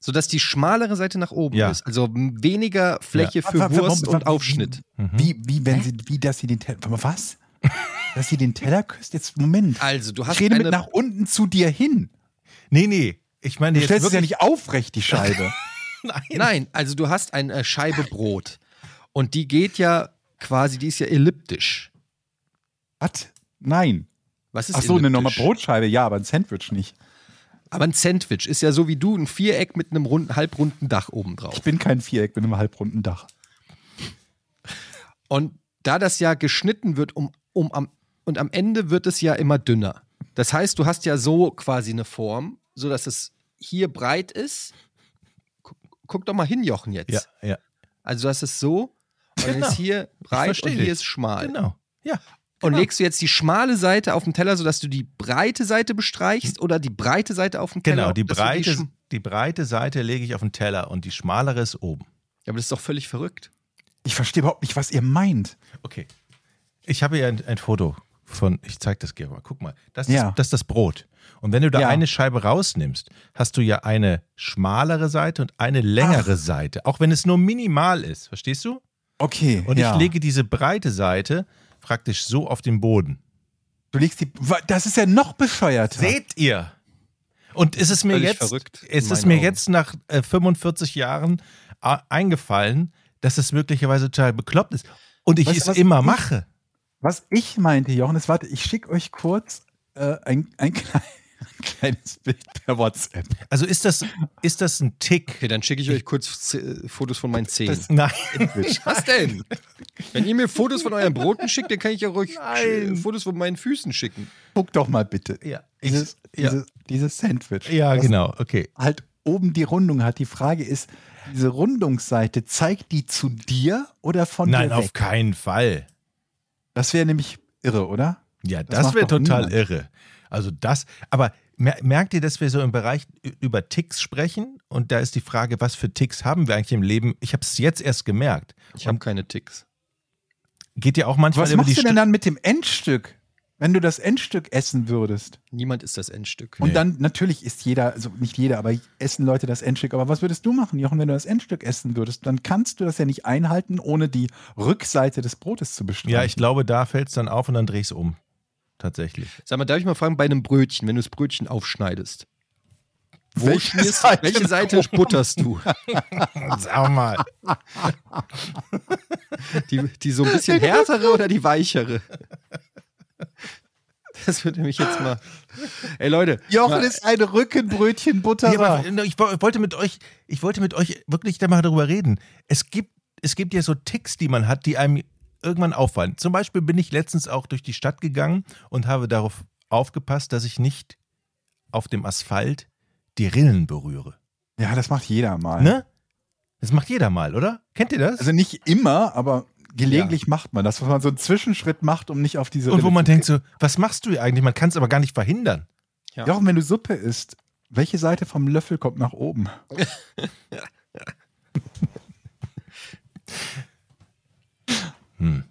[SPEAKER 2] Sodass die schmalere Seite nach oben
[SPEAKER 4] Ja.
[SPEAKER 2] ist. Also m- weniger Fläche für
[SPEAKER 1] Wa- wa- wa-
[SPEAKER 2] Wurst
[SPEAKER 1] wa-
[SPEAKER 2] und
[SPEAKER 1] wa-
[SPEAKER 2] Aufschnitt.
[SPEAKER 4] Mhm.
[SPEAKER 1] Wie, wie, wenn sie, wie, dass sie den Teller, Warte mal, was? dass sie den Teller küsst? Jetzt, Moment.
[SPEAKER 2] Also, du hast
[SPEAKER 1] ich rede
[SPEAKER 2] eine,
[SPEAKER 1] mit nach unten zu dir hin.
[SPEAKER 4] Nee, nee. Ich meine
[SPEAKER 1] Du
[SPEAKER 4] jetzt
[SPEAKER 1] stellst es ja
[SPEAKER 4] wirklich.
[SPEAKER 1] nicht aufrecht, die Scheibe.
[SPEAKER 2] Nein, also du hast eine äh, Scheibe Brot. Und die geht ja quasi, die ist ja elliptisch.
[SPEAKER 1] Was? Nein.
[SPEAKER 2] Was ist
[SPEAKER 1] Ach so, eine normale
[SPEAKER 2] elliptisch?
[SPEAKER 1] Brotscheibe, ja, aber ein Sandwich nicht.
[SPEAKER 2] Aber ein Sandwich ist ja so wie du, ein Viereck mit einem runden, halbrunden Dach oben drauf.
[SPEAKER 1] Ich bin kein Viereck mit einem halbrunden Dach.
[SPEAKER 2] Und da das ja geschnitten wird, um, um am, und am Ende wird es ja immer dünner. Das heißt, du hast ja so quasi eine Form, sodass es hier breit ist. Guck, guck doch mal hin, Jochen, jetzt.
[SPEAKER 4] Ja, ja.
[SPEAKER 2] Also, das ist so. Und dann
[SPEAKER 4] Genau.
[SPEAKER 2] ist hier breit
[SPEAKER 4] versteh
[SPEAKER 2] und hier
[SPEAKER 4] dich.
[SPEAKER 2] ist schmal.
[SPEAKER 4] Genau. Ja.
[SPEAKER 2] Und
[SPEAKER 4] genau.
[SPEAKER 2] legst du jetzt die schmale Seite auf den Teller, sodass du die breite Seite bestreichst oder die breite Seite auf den Teller?
[SPEAKER 4] Genau, die
[SPEAKER 2] dass du
[SPEAKER 4] breite,
[SPEAKER 2] schm-
[SPEAKER 4] die breite Seite lege ich auf den Teller und die schmalere ist oben.
[SPEAKER 2] ja, aber das ist doch völlig verrückt.
[SPEAKER 1] Ich verstehe überhaupt nicht, was ihr meint.
[SPEAKER 4] Okay. Ich habe hier ein, ein Foto von, ich zeige das gerne mal. Guck mal, das ist,
[SPEAKER 1] Ja.
[SPEAKER 4] das ist das Brot. Und wenn du da
[SPEAKER 1] Ja.
[SPEAKER 4] eine Scheibe rausnimmst, hast du ja eine schmalere Seite und eine längere Seite, auch wenn es nur minimal ist, verstehst du?
[SPEAKER 1] Okay.
[SPEAKER 4] Und
[SPEAKER 1] ja.
[SPEAKER 4] ich lege diese breite Seite praktisch so auf den Boden.
[SPEAKER 1] Du legst die. Wa- Das ist ja noch bescheuerter.
[SPEAKER 4] Seht ihr? Und ist es ist mir
[SPEAKER 2] völlig
[SPEAKER 4] jetzt,
[SPEAKER 2] verrückt, in
[SPEAKER 4] es ist
[SPEAKER 2] meinen
[SPEAKER 4] mir
[SPEAKER 2] Augen.
[SPEAKER 4] jetzt nach äh, 45 Jahren a- eingefallen, dass es möglicherweise total bekloppt ist. Und ich
[SPEAKER 1] Weißt du,
[SPEAKER 4] es
[SPEAKER 1] was
[SPEAKER 4] immer
[SPEAKER 1] ich-
[SPEAKER 4] mache.
[SPEAKER 1] Was ich meinte, Jochen, ist, warte, ich schicke euch kurz äh, ein, ein, klein, ein kleines Bild per WhatsApp.
[SPEAKER 4] Also ist das, ist das ein Tick?
[SPEAKER 2] Okay, dann schicke ich euch kurz äh, Fotos von meinen Zehen.
[SPEAKER 4] Nein.
[SPEAKER 2] Was denn? Wenn ihr mir Fotos von euren Broten schickt, dann kann ich ja ruhig
[SPEAKER 4] Nein.
[SPEAKER 2] sch- äh, Fotos von meinen Füßen schicken.
[SPEAKER 1] Guck doch mal bitte.
[SPEAKER 4] Ja, ich,
[SPEAKER 1] Dieses,
[SPEAKER 4] ja,
[SPEAKER 1] dieses, dieses Sandwich.
[SPEAKER 4] ja
[SPEAKER 1] das
[SPEAKER 4] genau, okay.
[SPEAKER 1] Halt oben die Rundung hat. Die Frage ist, diese Rundungsseite, zeigt die zu dir oder von
[SPEAKER 4] Nein,
[SPEAKER 1] dir
[SPEAKER 4] auf
[SPEAKER 1] weg?
[SPEAKER 4] keinen Fall.
[SPEAKER 1] Das wäre nämlich irre, oder?
[SPEAKER 4] Ja,
[SPEAKER 1] Das
[SPEAKER 4] das,
[SPEAKER 1] macht
[SPEAKER 4] wäre
[SPEAKER 1] doch
[SPEAKER 4] total
[SPEAKER 1] niemand.
[SPEAKER 4] irre. Also das, aber mer- merkt ihr, dass wir so im Bereich ü- über Ticks sprechen? Und da ist die Frage, was für Ticks haben wir eigentlich im Leben? Ich habe es jetzt erst gemerkt.
[SPEAKER 2] Ich habe keine Ticks.
[SPEAKER 4] Geht ihr auch manchmal
[SPEAKER 1] Was
[SPEAKER 4] über die
[SPEAKER 1] machst du denn
[SPEAKER 4] Stu-
[SPEAKER 1] dann mit dem Endstück, wenn du das Endstück essen würdest?
[SPEAKER 2] Niemand ist das Endstück.
[SPEAKER 1] Und dann, natürlich ist jeder, also nicht jeder, aber essen Leute das Endstück. Aber was würdest du machen, Jochen, wenn du das Endstück essen würdest? Dann kannst du das ja nicht einhalten, ohne die Rückseite des Brotes zu bestreiten.
[SPEAKER 4] Ja, ich glaube, da fällt es dann auf und dann drehe ich es um. Tatsächlich.
[SPEAKER 2] Sag mal, darf ich mal fragen, bei einem Brötchen, wenn du das Brötchen aufschneidest, wo
[SPEAKER 1] Welche
[SPEAKER 2] welche schmierst,
[SPEAKER 1] Seite
[SPEAKER 2] Seite welche
[SPEAKER 1] nach
[SPEAKER 2] Seite butterst du?
[SPEAKER 4] Sag mal.
[SPEAKER 2] Die, die so ein bisschen härtere oder die weichere? Das würde mich jetzt mal. Ey Leute,
[SPEAKER 1] Jochen
[SPEAKER 2] mal-
[SPEAKER 1] ist ein Rückenbrötchen-Butter.
[SPEAKER 4] Nee, aber ich wo- wollte mit euch, ich wollte mit euch wirklich da mal darüber reden. Es gibt, es gibt ja so Ticks, die man hat, die einem irgendwann auffallen. Zum Beispiel bin ich letztens auch durch die Stadt gegangen und habe darauf aufgepasst, dass ich nicht auf dem Asphalt die Rillen berühre.
[SPEAKER 1] ja, das macht jeder mal.
[SPEAKER 4] Ne? Das macht jeder mal, oder? Kennt ihr das?
[SPEAKER 1] Also nicht immer, aber gelegentlich macht man das, wenn man so einen Zwischenschritt macht, um nicht auf diese.
[SPEAKER 4] und wo
[SPEAKER 1] Rille
[SPEAKER 4] man
[SPEAKER 1] zu
[SPEAKER 4] denkt so, was machst du hier eigentlich? Man kann es aber gar nicht verhindern.
[SPEAKER 1] Ja. Jochen, wenn du Suppe isst, welche Seite vom Löffel kommt nach oben?
[SPEAKER 4] Hm.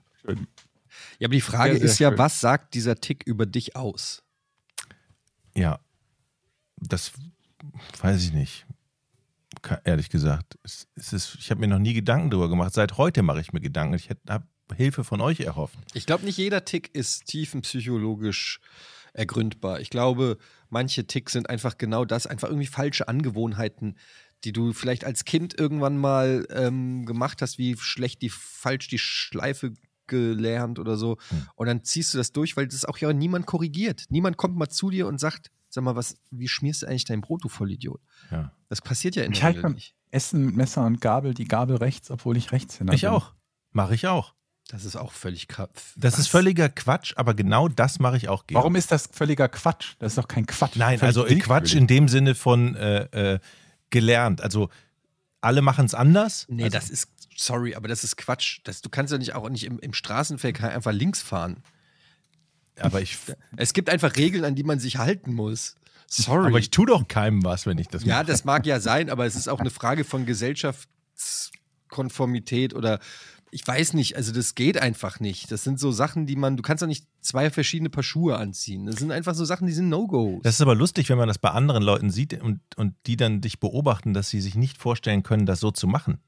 [SPEAKER 2] ja, aber die Frage
[SPEAKER 1] Sehr, sehr
[SPEAKER 2] ist ja,
[SPEAKER 1] schön.
[SPEAKER 2] was sagt dieser Tick über dich aus?
[SPEAKER 4] Ja. Das weiß ich nicht. Ke- Ehrlich gesagt. Es, es ist, ich habe mir noch nie Gedanken darüber gemacht. Seit heute mache ich mir Gedanken. Ich habe Hilfe von euch erhofft.
[SPEAKER 2] Ich glaube, nicht jeder Tick ist tiefenpsychologisch ergründbar. Ich glaube, manche Ticks sind einfach genau das, einfach irgendwie falsche Gewohnheiten, die du vielleicht als Kind irgendwann mal ähm, gemacht hast, wie schlecht die falsch die Schleife gelernt oder so. Und dann ziehst du das durch, weil das auch ja niemand korrigiert. Niemand kommt mal zu dir und sagt, sag mal, was, wie schmierst du eigentlich dein Brot, du Vollidiot?
[SPEAKER 4] Ja.
[SPEAKER 2] Das passiert ja in
[SPEAKER 1] Ich
[SPEAKER 2] der
[SPEAKER 1] halte
[SPEAKER 2] Regel
[SPEAKER 1] beim
[SPEAKER 2] nicht.
[SPEAKER 1] Essen mit Messer und Gabel die Gabel rechts, obwohl ich Rechtshänder
[SPEAKER 4] Ich
[SPEAKER 1] bin.
[SPEAKER 4] auch. Mache ich auch.
[SPEAKER 2] Das ist auch völlig krass.
[SPEAKER 4] Das ist völliger Quatsch, aber genau das mache ich auch gerne.
[SPEAKER 1] Warum ist das völliger Quatsch? Das ist doch kein Quatsch.
[SPEAKER 4] Nein,
[SPEAKER 1] Völlig
[SPEAKER 4] also äh, Quatsch in dem Sinne von äh, äh, gelernt. Also alle machen es anders.
[SPEAKER 2] Nee,
[SPEAKER 4] also,
[SPEAKER 2] das ist, sorry, aber das ist Quatsch. Das, du kannst ja nicht auch nicht im, im Straßenverkehr einfach links fahren.
[SPEAKER 4] aber ich,
[SPEAKER 2] Es gibt einfach Regeln, an die man sich halten muss. Sorry.
[SPEAKER 4] aber ich tue doch keinem was, wenn ich das
[SPEAKER 2] ja,
[SPEAKER 4] mache.
[SPEAKER 2] das mag ja sein, aber es ist auch eine Frage von Gesellschaftskonformität oder ich weiß nicht, also das geht einfach nicht. Das sind so Sachen, die man, du kannst doch nicht zwei verschiedene Paar Schuhe anziehen. Das sind einfach so Sachen, die sind No-Gos.
[SPEAKER 4] Das ist aber lustig, wenn man das bei anderen Leuten sieht und, und die dann dich beobachten, dass sie sich nicht vorstellen können, das so zu machen.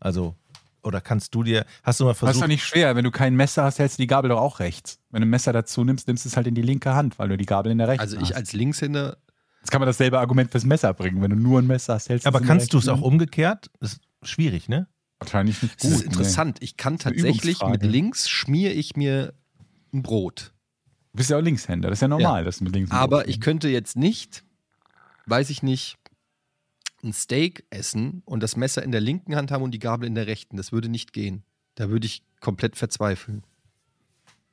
[SPEAKER 4] Also, oder kannst du dir, hast du mal
[SPEAKER 1] Das ist
[SPEAKER 4] versucht,
[SPEAKER 1] doch nicht schwer. Wenn du kein Messer hast, hältst du die Gabel doch auch rechts. Wenn du ein Messer dazu nimmst, nimmst du es halt in die linke Hand, weil du die Gabel in der rechten
[SPEAKER 2] Also ich
[SPEAKER 1] hast.
[SPEAKER 2] als Linkshänder,
[SPEAKER 1] Jetzt kann man dasselbe Argument fürs Messer bringen. Wenn du nur ein Messer hast, hältst du
[SPEAKER 4] aber
[SPEAKER 1] es in
[SPEAKER 4] kannst du
[SPEAKER 1] der
[SPEAKER 4] es auch
[SPEAKER 1] rechten Hand.
[SPEAKER 4] umgekehrt? Das ist schwierig, ne?
[SPEAKER 1] Wahrscheinlich nicht
[SPEAKER 2] das
[SPEAKER 1] gut.
[SPEAKER 2] ist interessant. Ich kann
[SPEAKER 1] Eine
[SPEAKER 2] tatsächlich mit
[SPEAKER 1] Übungsfrage.
[SPEAKER 2] links schmier ich mir ein Brot.
[SPEAKER 1] Nee. Du bist ja auch Linkshänder. Das ist ja normal, dass du mit links und
[SPEAKER 2] Aber
[SPEAKER 1] rechts
[SPEAKER 2] ich könnte jetzt nicht, weiß ich nicht, ein Steak essen und das Messer in der linken Hand haben und die Gabel in der rechten. Das würde nicht gehen. Da würde ich komplett verzweifeln.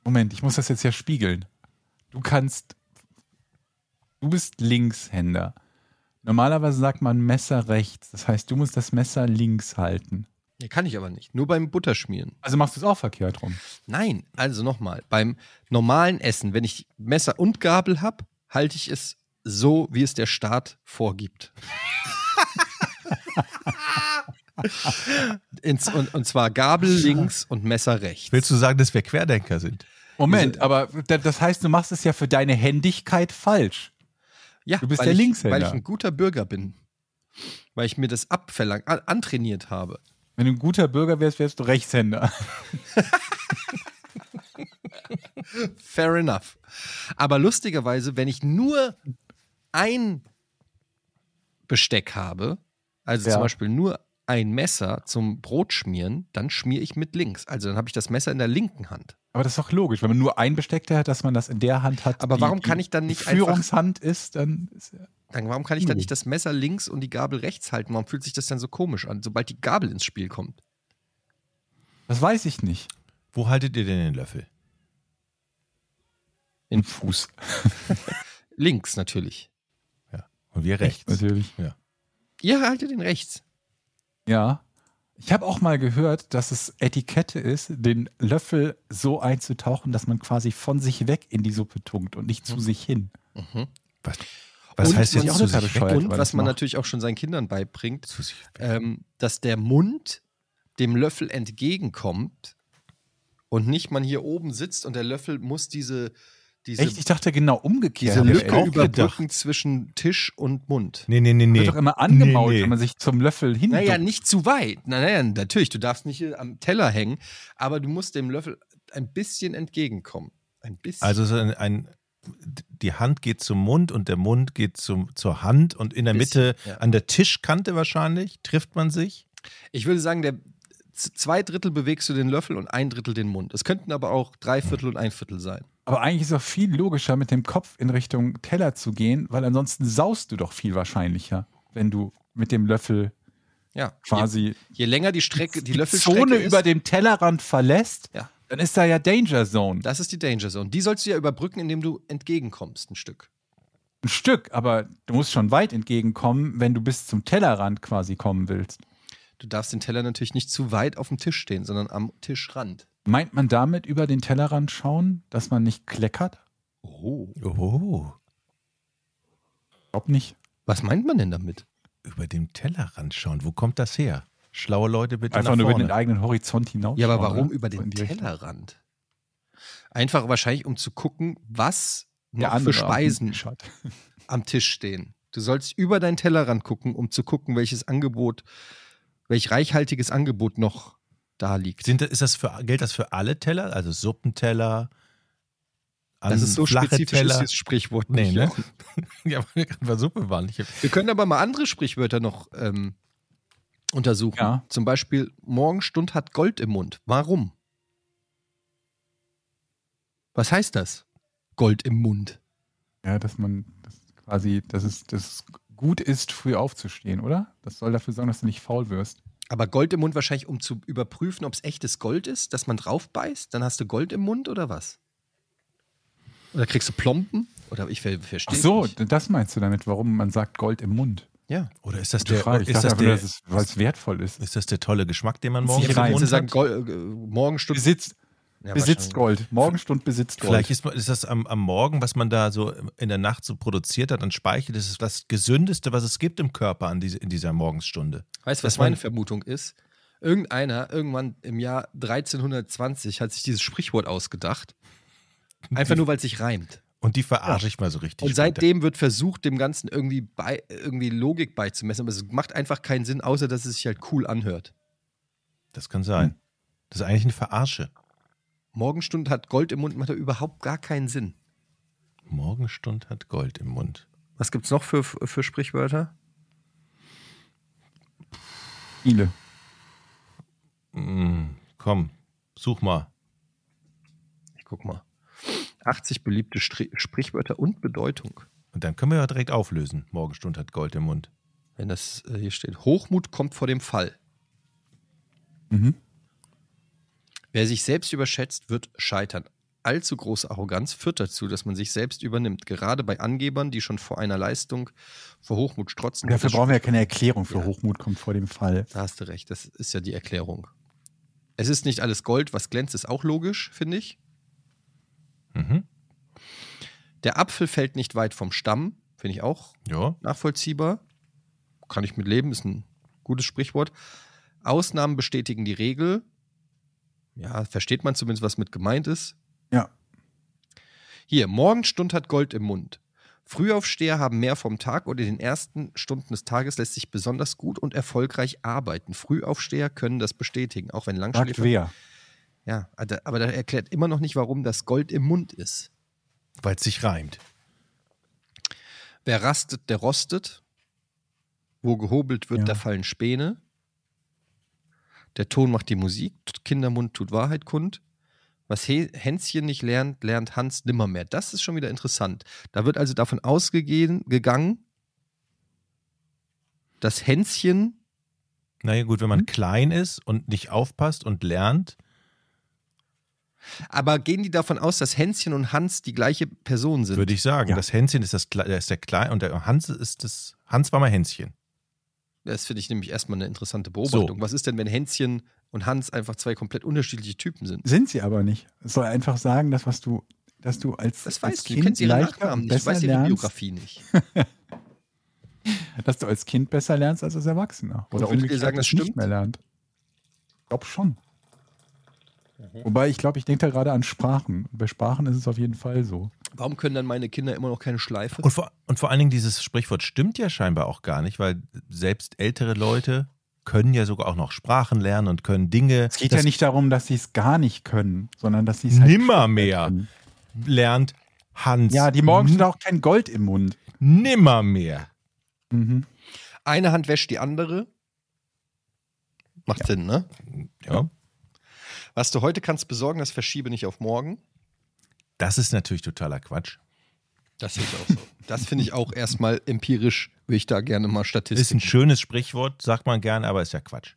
[SPEAKER 1] Moment, ich muss das jetzt ja spiegeln. Du kannst. Du bist Linkshänder. Normalerweise sagt man Messer rechts. Das heißt, du musst das Messer links halten.
[SPEAKER 2] Ja, kann ich aber nicht. Nur beim Butterschmieren.
[SPEAKER 1] Also machst du es auch verkehrt rum.
[SPEAKER 2] Nein, also nochmal. Beim normalen Essen, wenn ich Messer und Gabel habe, halte ich es so, wie es der Staat vorgibt. Ins, und, und zwar Gabel links und Messer rechts.
[SPEAKER 4] Willst du sagen, dass wir Querdenker sind?
[SPEAKER 1] Moment, aber da- das heißt, du machst es ja für deine Händigkeit falsch.
[SPEAKER 2] Ja,
[SPEAKER 1] Du bist
[SPEAKER 2] weil
[SPEAKER 1] der
[SPEAKER 2] ich,
[SPEAKER 1] Linkshänder.
[SPEAKER 2] Weil ich ein guter Bürger bin. Weil ich mir das abverlangt, an, antrainiert habe.
[SPEAKER 1] Wenn du ein guter Bürger wärst, wärst du Rechtshänder.
[SPEAKER 2] Fair enough. Aber lustigerweise, wenn ich nur ein Besteck habe, also
[SPEAKER 1] Ja.
[SPEAKER 2] zum Beispiel nur ein Messer zum Brot schmieren, dann schmiere ich mit links. Also dann habe ich das Messer in der linken Hand.
[SPEAKER 1] Aber das ist doch logisch, wenn man nur ein Besteck hat, dass man das in der Hand hat.
[SPEAKER 2] Aber warum kann ich dann nicht einfach-
[SPEAKER 1] Führungshand ist, dann ist ja
[SPEAKER 2] Dann, warum kann ich dann
[SPEAKER 1] Mhm.
[SPEAKER 2] nicht das Messer links und die Gabel rechts halten? Warum fühlt sich das dann so komisch an, sobald die Gabel ins Spiel kommt?
[SPEAKER 1] Das weiß ich nicht.
[SPEAKER 4] Wo haltet ihr denn den Löffel?
[SPEAKER 1] In Fuß.
[SPEAKER 2] Links natürlich.
[SPEAKER 4] Und wir rechts.
[SPEAKER 1] Natürlich.
[SPEAKER 2] Ihr haltet den rechts.
[SPEAKER 1] Ja. Ich habe auch mal gehört, dass es Etikette ist, den Löffel so einzutauchen, dass man quasi von sich weg in die Suppe tunkt und nicht zu sich hin.
[SPEAKER 2] Mhm.
[SPEAKER 4] Was, was
[SPEAKER 2] Und
[SPEAKER 4] heißt
[SPEAKER 2] man-
[SPEAKER 4] jetzt
[SPEAKER 1] auch
[SPEAKER 4] zu
[SPEAKER 1] total
[SPEAKER 4] sich, weg?
[SPEAKER 1] bescheuert. Halt,
[SPEAKER 2] Und
[SPEAKER 1] weil
[SPEAKER 2] was
[SPEAKER 1] das
[SPEAKER 2] man
[SPEAKER 1] macht-
[SPEAKER 2] natürlich auch schon seinen Kindern beibringt,
[SPEAKER 4] zu sich weg?
[SPEAKER 2] ähm, dass der Mund dem Löffel entgegenkommt und nicht man hier oben sitzt und der Löffel muss diese, diese,
[SPEAKER 1] Echt? Ich dachte genau umgekehrt.
[SPEAKER 2] diese
[SPEAKER 1] Hab ich
[SPEAKER 2] Lücke
[SPEAKER 1] auch
[SPEAKER 2] überbrücken
[SPEAKER 1] gedacht.
[SPEAKER 2] zwischen Tisch und Mund.
[SPEAKER 4] Nee, nee, nee,
[SPEAKER 1] Wird
[SPEAKER 4] nee.
[SPEAKER 1] doch immer angemault,
[SPEAKER 4] Nee, nee.
[SPEAKER 1] wenn man sich zum Löffel hin.
[SPEAKER 2] Naja, nicht zu weit. Na- Naja, natürlich, du darfst nicht hier am Teller hängen, aber du musst dem Löffel ein bisschen entgegenkommen. Ein bisschen.
[SPEAKER 4] Also so ein, ein, die Hand geht zum Mund und der Mund geht zum, zur Hand und in der
[SPEAKER 2] Bisschen,
[SPEAKER 4] Mitte,
[SPEAKER 2] ja.
[SPEAKER 4] an der Tischkante wahrscheinlich, trifft man sich.
[SPEAKER 2] ich würde sagen, der, z- zwei Drittel bewegst du den Löffel und ein Drittel den Mund. Es könnten aber auch drei Viertel und ein Viertel sein.
[SPEAKER 1] Aber eigentlich ist es auch viel logischer, mit dem Kopf in Richtung Teller zu gehen, weil ansonsten saust du doch viel wahrscheinlicher, wenn du mit dem Löffel
[SPEAKER 2] Ja.
[SPEAKER 1] quasi
[SPEAKER 2] Je, je länger die Strecke, die Löffelstrecke
[SPEAKER 1] Zone
[SPEAKER 2] ist,
[SPEAKER 1] über dem Tellerrand verlässt,
[SPEAKER 2] Ja.
[SPEAKER 1] dann ist da ja Danger Zone.
[SPEAKER 2] Das ist die Danger Zone. Die sollst du ja überbrücken, indem du entgegenkommst ein Stück.
[SPEAKER 1] ein Stück, aber du musst schon weit entgegenkommen, wenn du bis zum Tellerrand quasi kommen willst.
[SPEAKER 2] Du darfst den Teller natürlich nicht zu weit auf dem Tisch stehen, sondern am Tischrand.
[SPEAKER 1] Meint man damit über den Tellerrand schauen, dass man nicht kleckert?
[SPEAKER 2] Oh.
[SPEAKER 4] Oh,
[SPEAKER 1] Glaub nicht.
[SPEAKER 2] Was meint man denn damit?
[SPEAKER 4] über dem Tellerrand schauen. Wo kommt das her? Schlaue Leute bitte
[SPEAKER 1] Einfach
[SPEAKER 4] nach
[SPEAKER 1] nur über
[SPEAKER 4] vorne.
[SPEAKER 1] den eigenen Horizont hinaus.
[SPEAKER 2] Ja, aber
[SPEAKER 1] schauen,
[SPEAKER 2] warum
[SPEAKER 1] oder?
[SPEAKER 2] über
[SPEAKER 1] So in
[SPEAKER 2] den
[SPEAKER 1] die Richtung.
[SPEAKER 2] Tellerrand? Einfach wahrscheinlich, um zu gucken, was
[SPEAKER 1] Der
[SPEAKER 2] noch
[SPEAKER 1] andere
[SPEAKER 2] für
[SPEAKER 1] auf dem
[SPEAKER 2] Speisen
[SPEAKER 1] Tisch hat.
[SPEAKER 2] am Tisch stehen. Du sollst über deinen Tellerrand gucken, um zu gucken, welches Angebot, welch reichhaltiges Angebot noch da liegt.
[SPEAKER 4] Sind, das- ist das für, gilt das für alle Teller? Also Suppenteller, an
[SPEAKER 2] das ist so
[SPEAKER 4] flache
[SPEAKER 2] spezifisch ist
[SPEAKER 4] Teller.
[SPEAKER 2] dieses Sprichwort
[SPEAKER 4] Nee,
[SPEAKER 2] nicht.
[SPEAKER 4] ne?
[SPEAKER 2] ja.
[SPEAKER 4] ja, weil wir gerade bei Suppe waren. Ich hab,
[SPEAKER 2] Wir können aber mal andere Sprichwörter noch ähm, untersuchen.
[SPEAKER 1] Ja.
[SPEAKER 2] Zum Beispiel, Morgenstund hat Gold im Mund. Warum? Was heißt das? Gold im Mund.
[SPEAKER 1] Ja, dass man dass quasi, dass es, dass es gut ist, früh aufzustehen, oder? Das soll dafür sorgen, dass du nicht faul wirst.
[SPEAKER 2] Aber Gold im Mund wahrscheinlich, um zu überprüfen, ob es echtes Gold ist, dass man drauf beißt, dann hast du Gold im Mund oder was? Oder kriegst du Plomben? Oder ich ver verstehe
[SPEAKER 1] Ach so,
[SPEAKER 2] nicht.
[SPEAKER 1] das meinst du damit, warum man sagt Gold im Mund?
[SPEAKER 2] Ja.
[SPEAKER 4] oder ist das,
[SPEAKER 1] Gute
[SPEAKER 4] der,
[SPEAKER 1] Frage. Ich
[SPEAKER 4] ist,
[SPEAKER 1] dachte
[SPEAKER 4] das
[SPEAKER 1] einfach nur,
[SPEAKER 4] der,
[SPEAKER 1] dass es- weil es wertvoll ist.
[SPEAKER 4] ist das der tolle Geschmack, den man morgens
[SPEAKER 1] nicht
[SPEAKER 4] im
[SPEAKER 1] rein.
[SPEAKER 2] Sie
[SPEAKER 4] Mund
[SPEAKER 2] sagen
[SPEAKER 4] hat?
[SPEAKER 2] Gold, äh, Morgenstund.
[SPEAKER 1] Besitzt,
[SPEAKER 2] Ja, wahrscheinlich.
[SPEAKER 1] besitzt Gold. Morgenstund besitzt Gold.
[SPEAKER 4] Vielleicht ist, man- ist das am, am Morgen, was man da so in der Nacht so produziert hat an Speichel, das ist das Gesündeste, was es gibt im Körper an diese, in dieser Morgenstunde.
[SPEAKER 2] Weißt du, was
[SPEAKER 4] Dass man-
[SPEAKER 2] meine Vermutung ist? Irgendeiner, irgendwann im Jahr 1320, hat sich dieses Sprichwort ausgedacht. Einfach nur, weil es sich reimt.
[SPEAKER 4] Und die verarsche ich mal so richtig.
[SPEAKER 2] Und seitdem wird versucht, dem Ganzen irgendwie, bei, irgendwie Logik beizumessen. Aber es macht einfach keinen Sinn, außer dass es sich halt cool anhört.
[SPEAKER 4] später. Das kann sein. Das ist eigentlich eine Verarsche.
[SPEAKER 2] Morgenstund hat Gold im Mund, macht ja überhaupt gar keinen Sinn.
[SPEAKER 4] Morgenstund hat Gold im Mund.
[SPEAKER 2] Was gibt es noch für, für Sprichwörter?
[SPEAKER 1] viele.
[SPEAKER 4] Mm, komm, such mal.
[SPEAKER 2] Ich guck mal. 80 beliebte Stri Sprichwörter und Bedeutung.
[SPEAKER 4] Und dann können wir ja direkt auflösen. Morgenstund hat Gold im Mund.
[SPEAKER 2] Wenn das äh, hier steht. Hochmut kommt vor dem Fall.
[SPEAKER 1] Mhm.
[SPEAKER 2] Wer sich selbst überschätzt, wird scheitern. Allzu große Arroganz führt dazu, dass man sich selbst übernimmt. Gerade bei Angebern, die schon vor einer Leistung vor Hochmut strotzen.
[SPEAKER 1] Dafür
[SPEAKER 2] Das-
[SPEAKER 1] brauchen wir ja keine Erklärung für
[SPEAKER 2] Ja.
[SPEAKER 1] Hochmut kommt vor dem Fall.
[SPEAKER 2] Da hast du recht, das ist ja die Erklärung. Es ist nicht alles Gold, was glänzt, ist auch logisch, finde ich.
[SPEAKER 4] Mhm.
[SPEAKER 2] Der Apfel fällt nicht weit vom Stamm, finde ich auch
[SPEAKER 4] Ja.
[SPEAKER 2] nachvollziehbar. Kann ich mit leben, ist ein gutes Sprichwort. Ausnahmen bestätigen die Regel. Ja, versteht man zumindest, was mit gemeint ist.
[SPEAKER 1] Ja.
[SPEAKER 2] Hier, Morgenstund hat Gold im Mund. Frühaufsteher haben mehr vom Tag und in den ersten Stunden des Tages lässt sich besonders gut und erfolgreich arbeiten. Frühaufsteher können das bestätigen, auch wenn
[SPEAKER 1] Sagt
[SPEAKER 2] Langschläfer.
[SPEAKER 1] wer?
[SPEAKER 2] Ja, da- aber da erklärt immer noch nicht, warum das Gold im Mund ist.
[SPEAKER 4] Weil es sich reimt.
[SPEAKER 2] Wer rastet, der rostet. Wo gehobelt wird,
[SPEAKER 1] Ja.
[SPEAKER 2] da fallen Späne. Der Ton macht die Musik. T- Kindermund tut Wahrheit kund. Was He Hänschen nicht lernt, lernt Hans nimmermehr. Das ist schon wieder interessant. Da wird also davon ausgegangen, gegangen, dass Hänschen
[SPEAKER 4] Naja, gut, wenn man
[SPEAKER 1] Mhm.
[SPEAKER 4] klein ist und nicht aufpasst und lernt.
[SPEAKER 2] aber gehen die davon aus, dass Hänschen und Hans die gleiche Person sind?
[SPEAKER 4] Würde ich sagen.
[SPEAKER 1] Ja.
[SPEAKER 4] Das Hänschen ist, das, Kle- der ist der Klein und der Hans ist das. Hans war mal Hänschen.
[SPEAKER 2] Das finde ich nämlich erstmal eine interessante Beobachtung. Was ist denn, wenn Hänschen und Hans einfach zwei komplett unterschiedliche Typen sind?
[SPEAKER 1] Sind sie aber nicht. Es soll einfach sagen, dass was du, dass du als,
[SPEAKER 2] Das
[SPEAKER 1] als
[SPEAKER 2] weißt du, du kennst ihre
[SPEAKER 1] leichter
[SPEAKER 2] Nachnamen
[SPEAKER 1] und
[SPEAKER 2] nicht, du
[SPEAKER 1] besser
[SPEAKER 2] weißt ihre
[SPEAKER 1] lernst,
[SPEAKER 2] Biografie nicht.
[SPEAKER 1] dass du als Kind besser lernst als als Erwachsener.
[SPEAKER 2] Und würdet ihr sagen, das
[SPEAKER 1] dass
[SPEAKER 2] stimmt?
[SPEAKER 1] nicht mehr lernt. Ich glaube schon. Wobei, ich glaube, ich denke da gerade an Sprachen. Bei Sprachen ist es auf jeden Fall so.
[SPEAKER 2] Warum können dann meine Kinder immer noch keine Schleife?
[SPEAKER 4] Und vor, und vor allen Dingen, dieses Sprichwort stimmt ja scheinbar auch gar nicht, weil selbst ältere Leute können ja sogar auch noch Sprachen lernen und können Dinge.
[SPEAKER 1] Es geht
[SPEAKER 4] das
[SPEAKER 1] ja nicht darum, dass sie es gar nicht können, sondern dass sie es halt
[SPEAKER 4] Nimmermehr.
[SPEAKER 1] können.
[SPEAKER 4] Lernt Hans.
[SPEAKER 1] Ja, die morgens sind auch kein Gold im Mund.
[SPEAKER 4] Nimmermehr.
[SPEAKER 1] Mhm.
[SPEAKER 2] Eine Hand wäscht die andere. Macht Sinn, ne?
[SPEAKER 4] Ja.
[SPEAKER 2] Was du heute kannst besorgen, das verschiebe nicht auf morgen.
[SPEAKER 4] Das ist natürlich totaler Quatsch.
[SPEAKER 2] Das ist auch so. Das finde ich auch erstmal empirisch, will ich da gerne mal
[SPEAKER 4] Ist ein
[SPEAKER 2] Statistiken.
[SPEAKER 4] schönes Sprichwort, sagt man gern, aber ist ja Quatsch.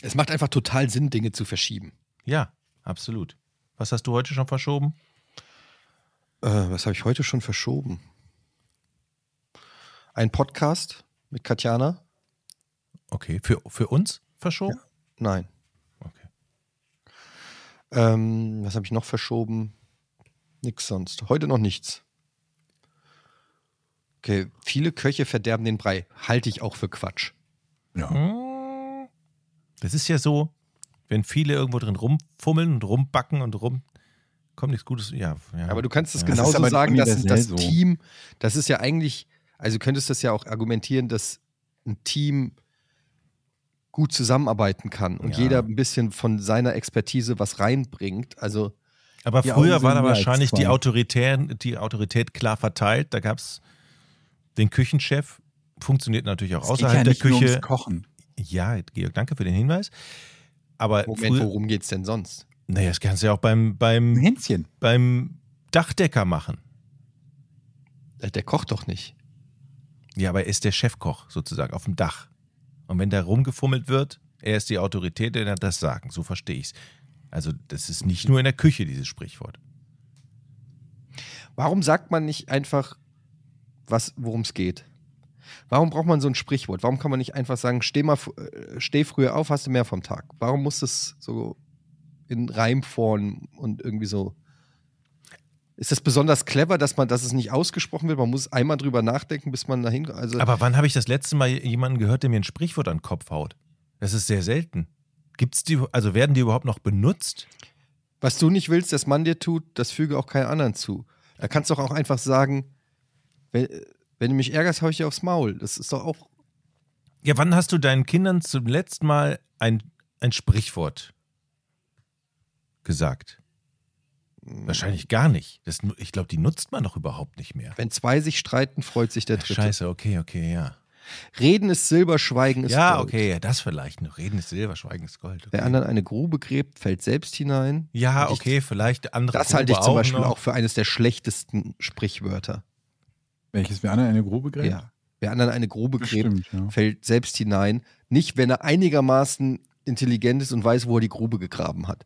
[SPEAKER 2] Es macht einfach total Sinn, Dinge zu verschieben.
[SPEAKER 4] Ja, absolut. Was hast du heute schon verschoben?
[SPEAKER 2] Äh, was habe ich heute schon verschoben? Ein Podcast mit Katjana?
[SPEAKER 4] Okay, für, für uns verschoben?
[SPEAKER 2] Nein.
[SPEAKER 4] Okay.
[SPEAKER 2] Ähm, was habe ich noch verschoben? Nix sonst. Heute noch nichts. Okay, viele Köche verderben den Brei. Halte ich auch für Quatsch.
[SPEAKER 4] Hm. Das ist ja so, wenn viele irgendwo drin rumfummeln und rumbacken und rum, kommt nichts Gutes. Ja, ja.
[SPEAKER 2] Aber du kannst es
[SPEAKER 4] Ja.
[SPEAKER 1] Das ist
[SPEAKER 2] genauso
[SPEAKER 1] aber
[SPEAKER 2] sagen, dass
[SPEAKER 1] universell
[SPEAKER 2] das
[SPEAKER 1] so.
[SPEAKER 2] Team, das ist ja eigentlich, also du könntest das ja auch argumentieren, dass ein Team gut zusammenarbeiten kann und
[SPEAKER 4] Ja.
[SPEAKER 2] jeder ein bisschen von seiner Expertise was reinbringt. Also
[SPEAKER 4] Aber
[SPEAKER 1] Die Augen
[SPEAKER 4] früher
[SPEAKER 1] sehen
[SPEAKER 4] war da
[SPEAKER 1] mehr als
[SPEAKER 4] wahrscheinlich die,
[SPEAKER 1] zwei.
[SPEAKER 4] Autoritären, die Autorität klar verteilt. Da gab es den Küchenchef. Funktioniert natürlich auch
[SPEAKER 1] Es geht
[SPEAKER 4] außerhalb
[SPEAKER 1] ja
[SPEAKER 4] der
[SPEAKER 1] nicht nur
[SPEAKER 4] Küche.
[SPEAKER 1] ums Kochen.
[SPEAKER 4] Ja, Georg, danke für den Hinweis. Aber
[SPEAKER 2] Moment,
[SPEAKER 4] früher,
[SPEAKER 2] worum geht's denn sonst?
[SPEAKER 4] naja, das kannst du ja auch beim,
[SPEAKER 1] Ein
[SPEAKER 4] beim,
[SPEAKER 1] Händchen.
[SPEAKER 4] beim Dachdecker machen.
[SPEAKER 2] Äh, Der kocht doch nicht.
[SPEAKER 4] Ja, aber er ist der Chefkoch sozusagen auf dem Dach. Und wenn da rumgefummelt wird, er ist die Autorität, der hat das Sagen. So verstehe ich's. Also, das ist nicht nur in der Küche, dieses Sprichwort.
[SPEAKER 2] Warum sagt man nicht einfach, was, worum es geht? Warum braucht man so ein Sprichwort? Warum kann man nicht einfach sagen, steh, mal, fr- äh, steh früher auf, hast du mehr vom Tag? Warum muss das so in Reimform und irgendwie so? Ist das besonders clever, dass man, dass es nicht ausgesprochen wird? Man muss einmal drüber nachdenken, bis man dahin. Also
[SPEAKER 4] Aber wann habe ich das letzte Mal jemanden gehört, der mir ein Sprichwort an den Kopf haut? Das ist sehr selten. Gibt's die, also werden die überhaupt noch benutzt?
[SPEAKER 2] was du nicht willst, dass man dir tut, das füge auch keinen anderen zu. Da kannst du doch auch einfach sagen, wenn, wenn du mich ärgerst, hau ich dir aufs Maul. Das ist doch auch
[SPEAKER 4] Ja, wann hast du deinen Kindern zum letzten Mal ein, ein Sprichwort gesagt?
[SPEAKER 2] Hm.
[SPEAKER 4] Wahrscheinlich gar nicht. Das, nu- ich glaube, die nutzt man doch überhaupt nicht mehr.
[SPEAKER 2] Wenn zwei sich streiten, freut sich der
[SPEAKER 4] Ja,
[SPEAKER 2] Dritte.
[SPEAKER 4] Scheiße, okay, okay, ja.
[SPEAKER 2] Reden ist Silber, Schweigen ist
[SPEAKER 4] Ja,
[SPEAKER 2] Gold.
[SPEAKER 4] okay, ja, das vielleicht noch. Reden ist Silber, Schweigen ist Gold.
[SPEAKER 2] Wer
[SPEAKER 4] Okay.
[SPEAKER 2] anderen eine Grube gräbt, fällt selbst hinein.
[SPEAKER 4] Ja,
[SPEAKER 2] Halte ich-
[SPEAKER 4] okay, vielleicht andere.
[SPEAKER 2] Das halte ich
[SPEAKER 4] Gruppe
[SPEAKER 2] zum Beispiel
[SPEAKER 4] noch.
[SPEAKER 2] auch für eines der schlechtesten Sprichwörter.
[SPEAKER 1] Welches wir an eine Grube gräbt?
[SPEAKER 2] Ja. Wer anderen eine Grube
[SPEAKER 1] Das
[SPEAKER 2] gräbt,
[SPEAKER 1] stimmt, ja.
[SPEAKER 2] fällt selbst hinein. Nicht, wenn er einigermaßen intelligent ist und weiß, wo er die Grube gegraben hat.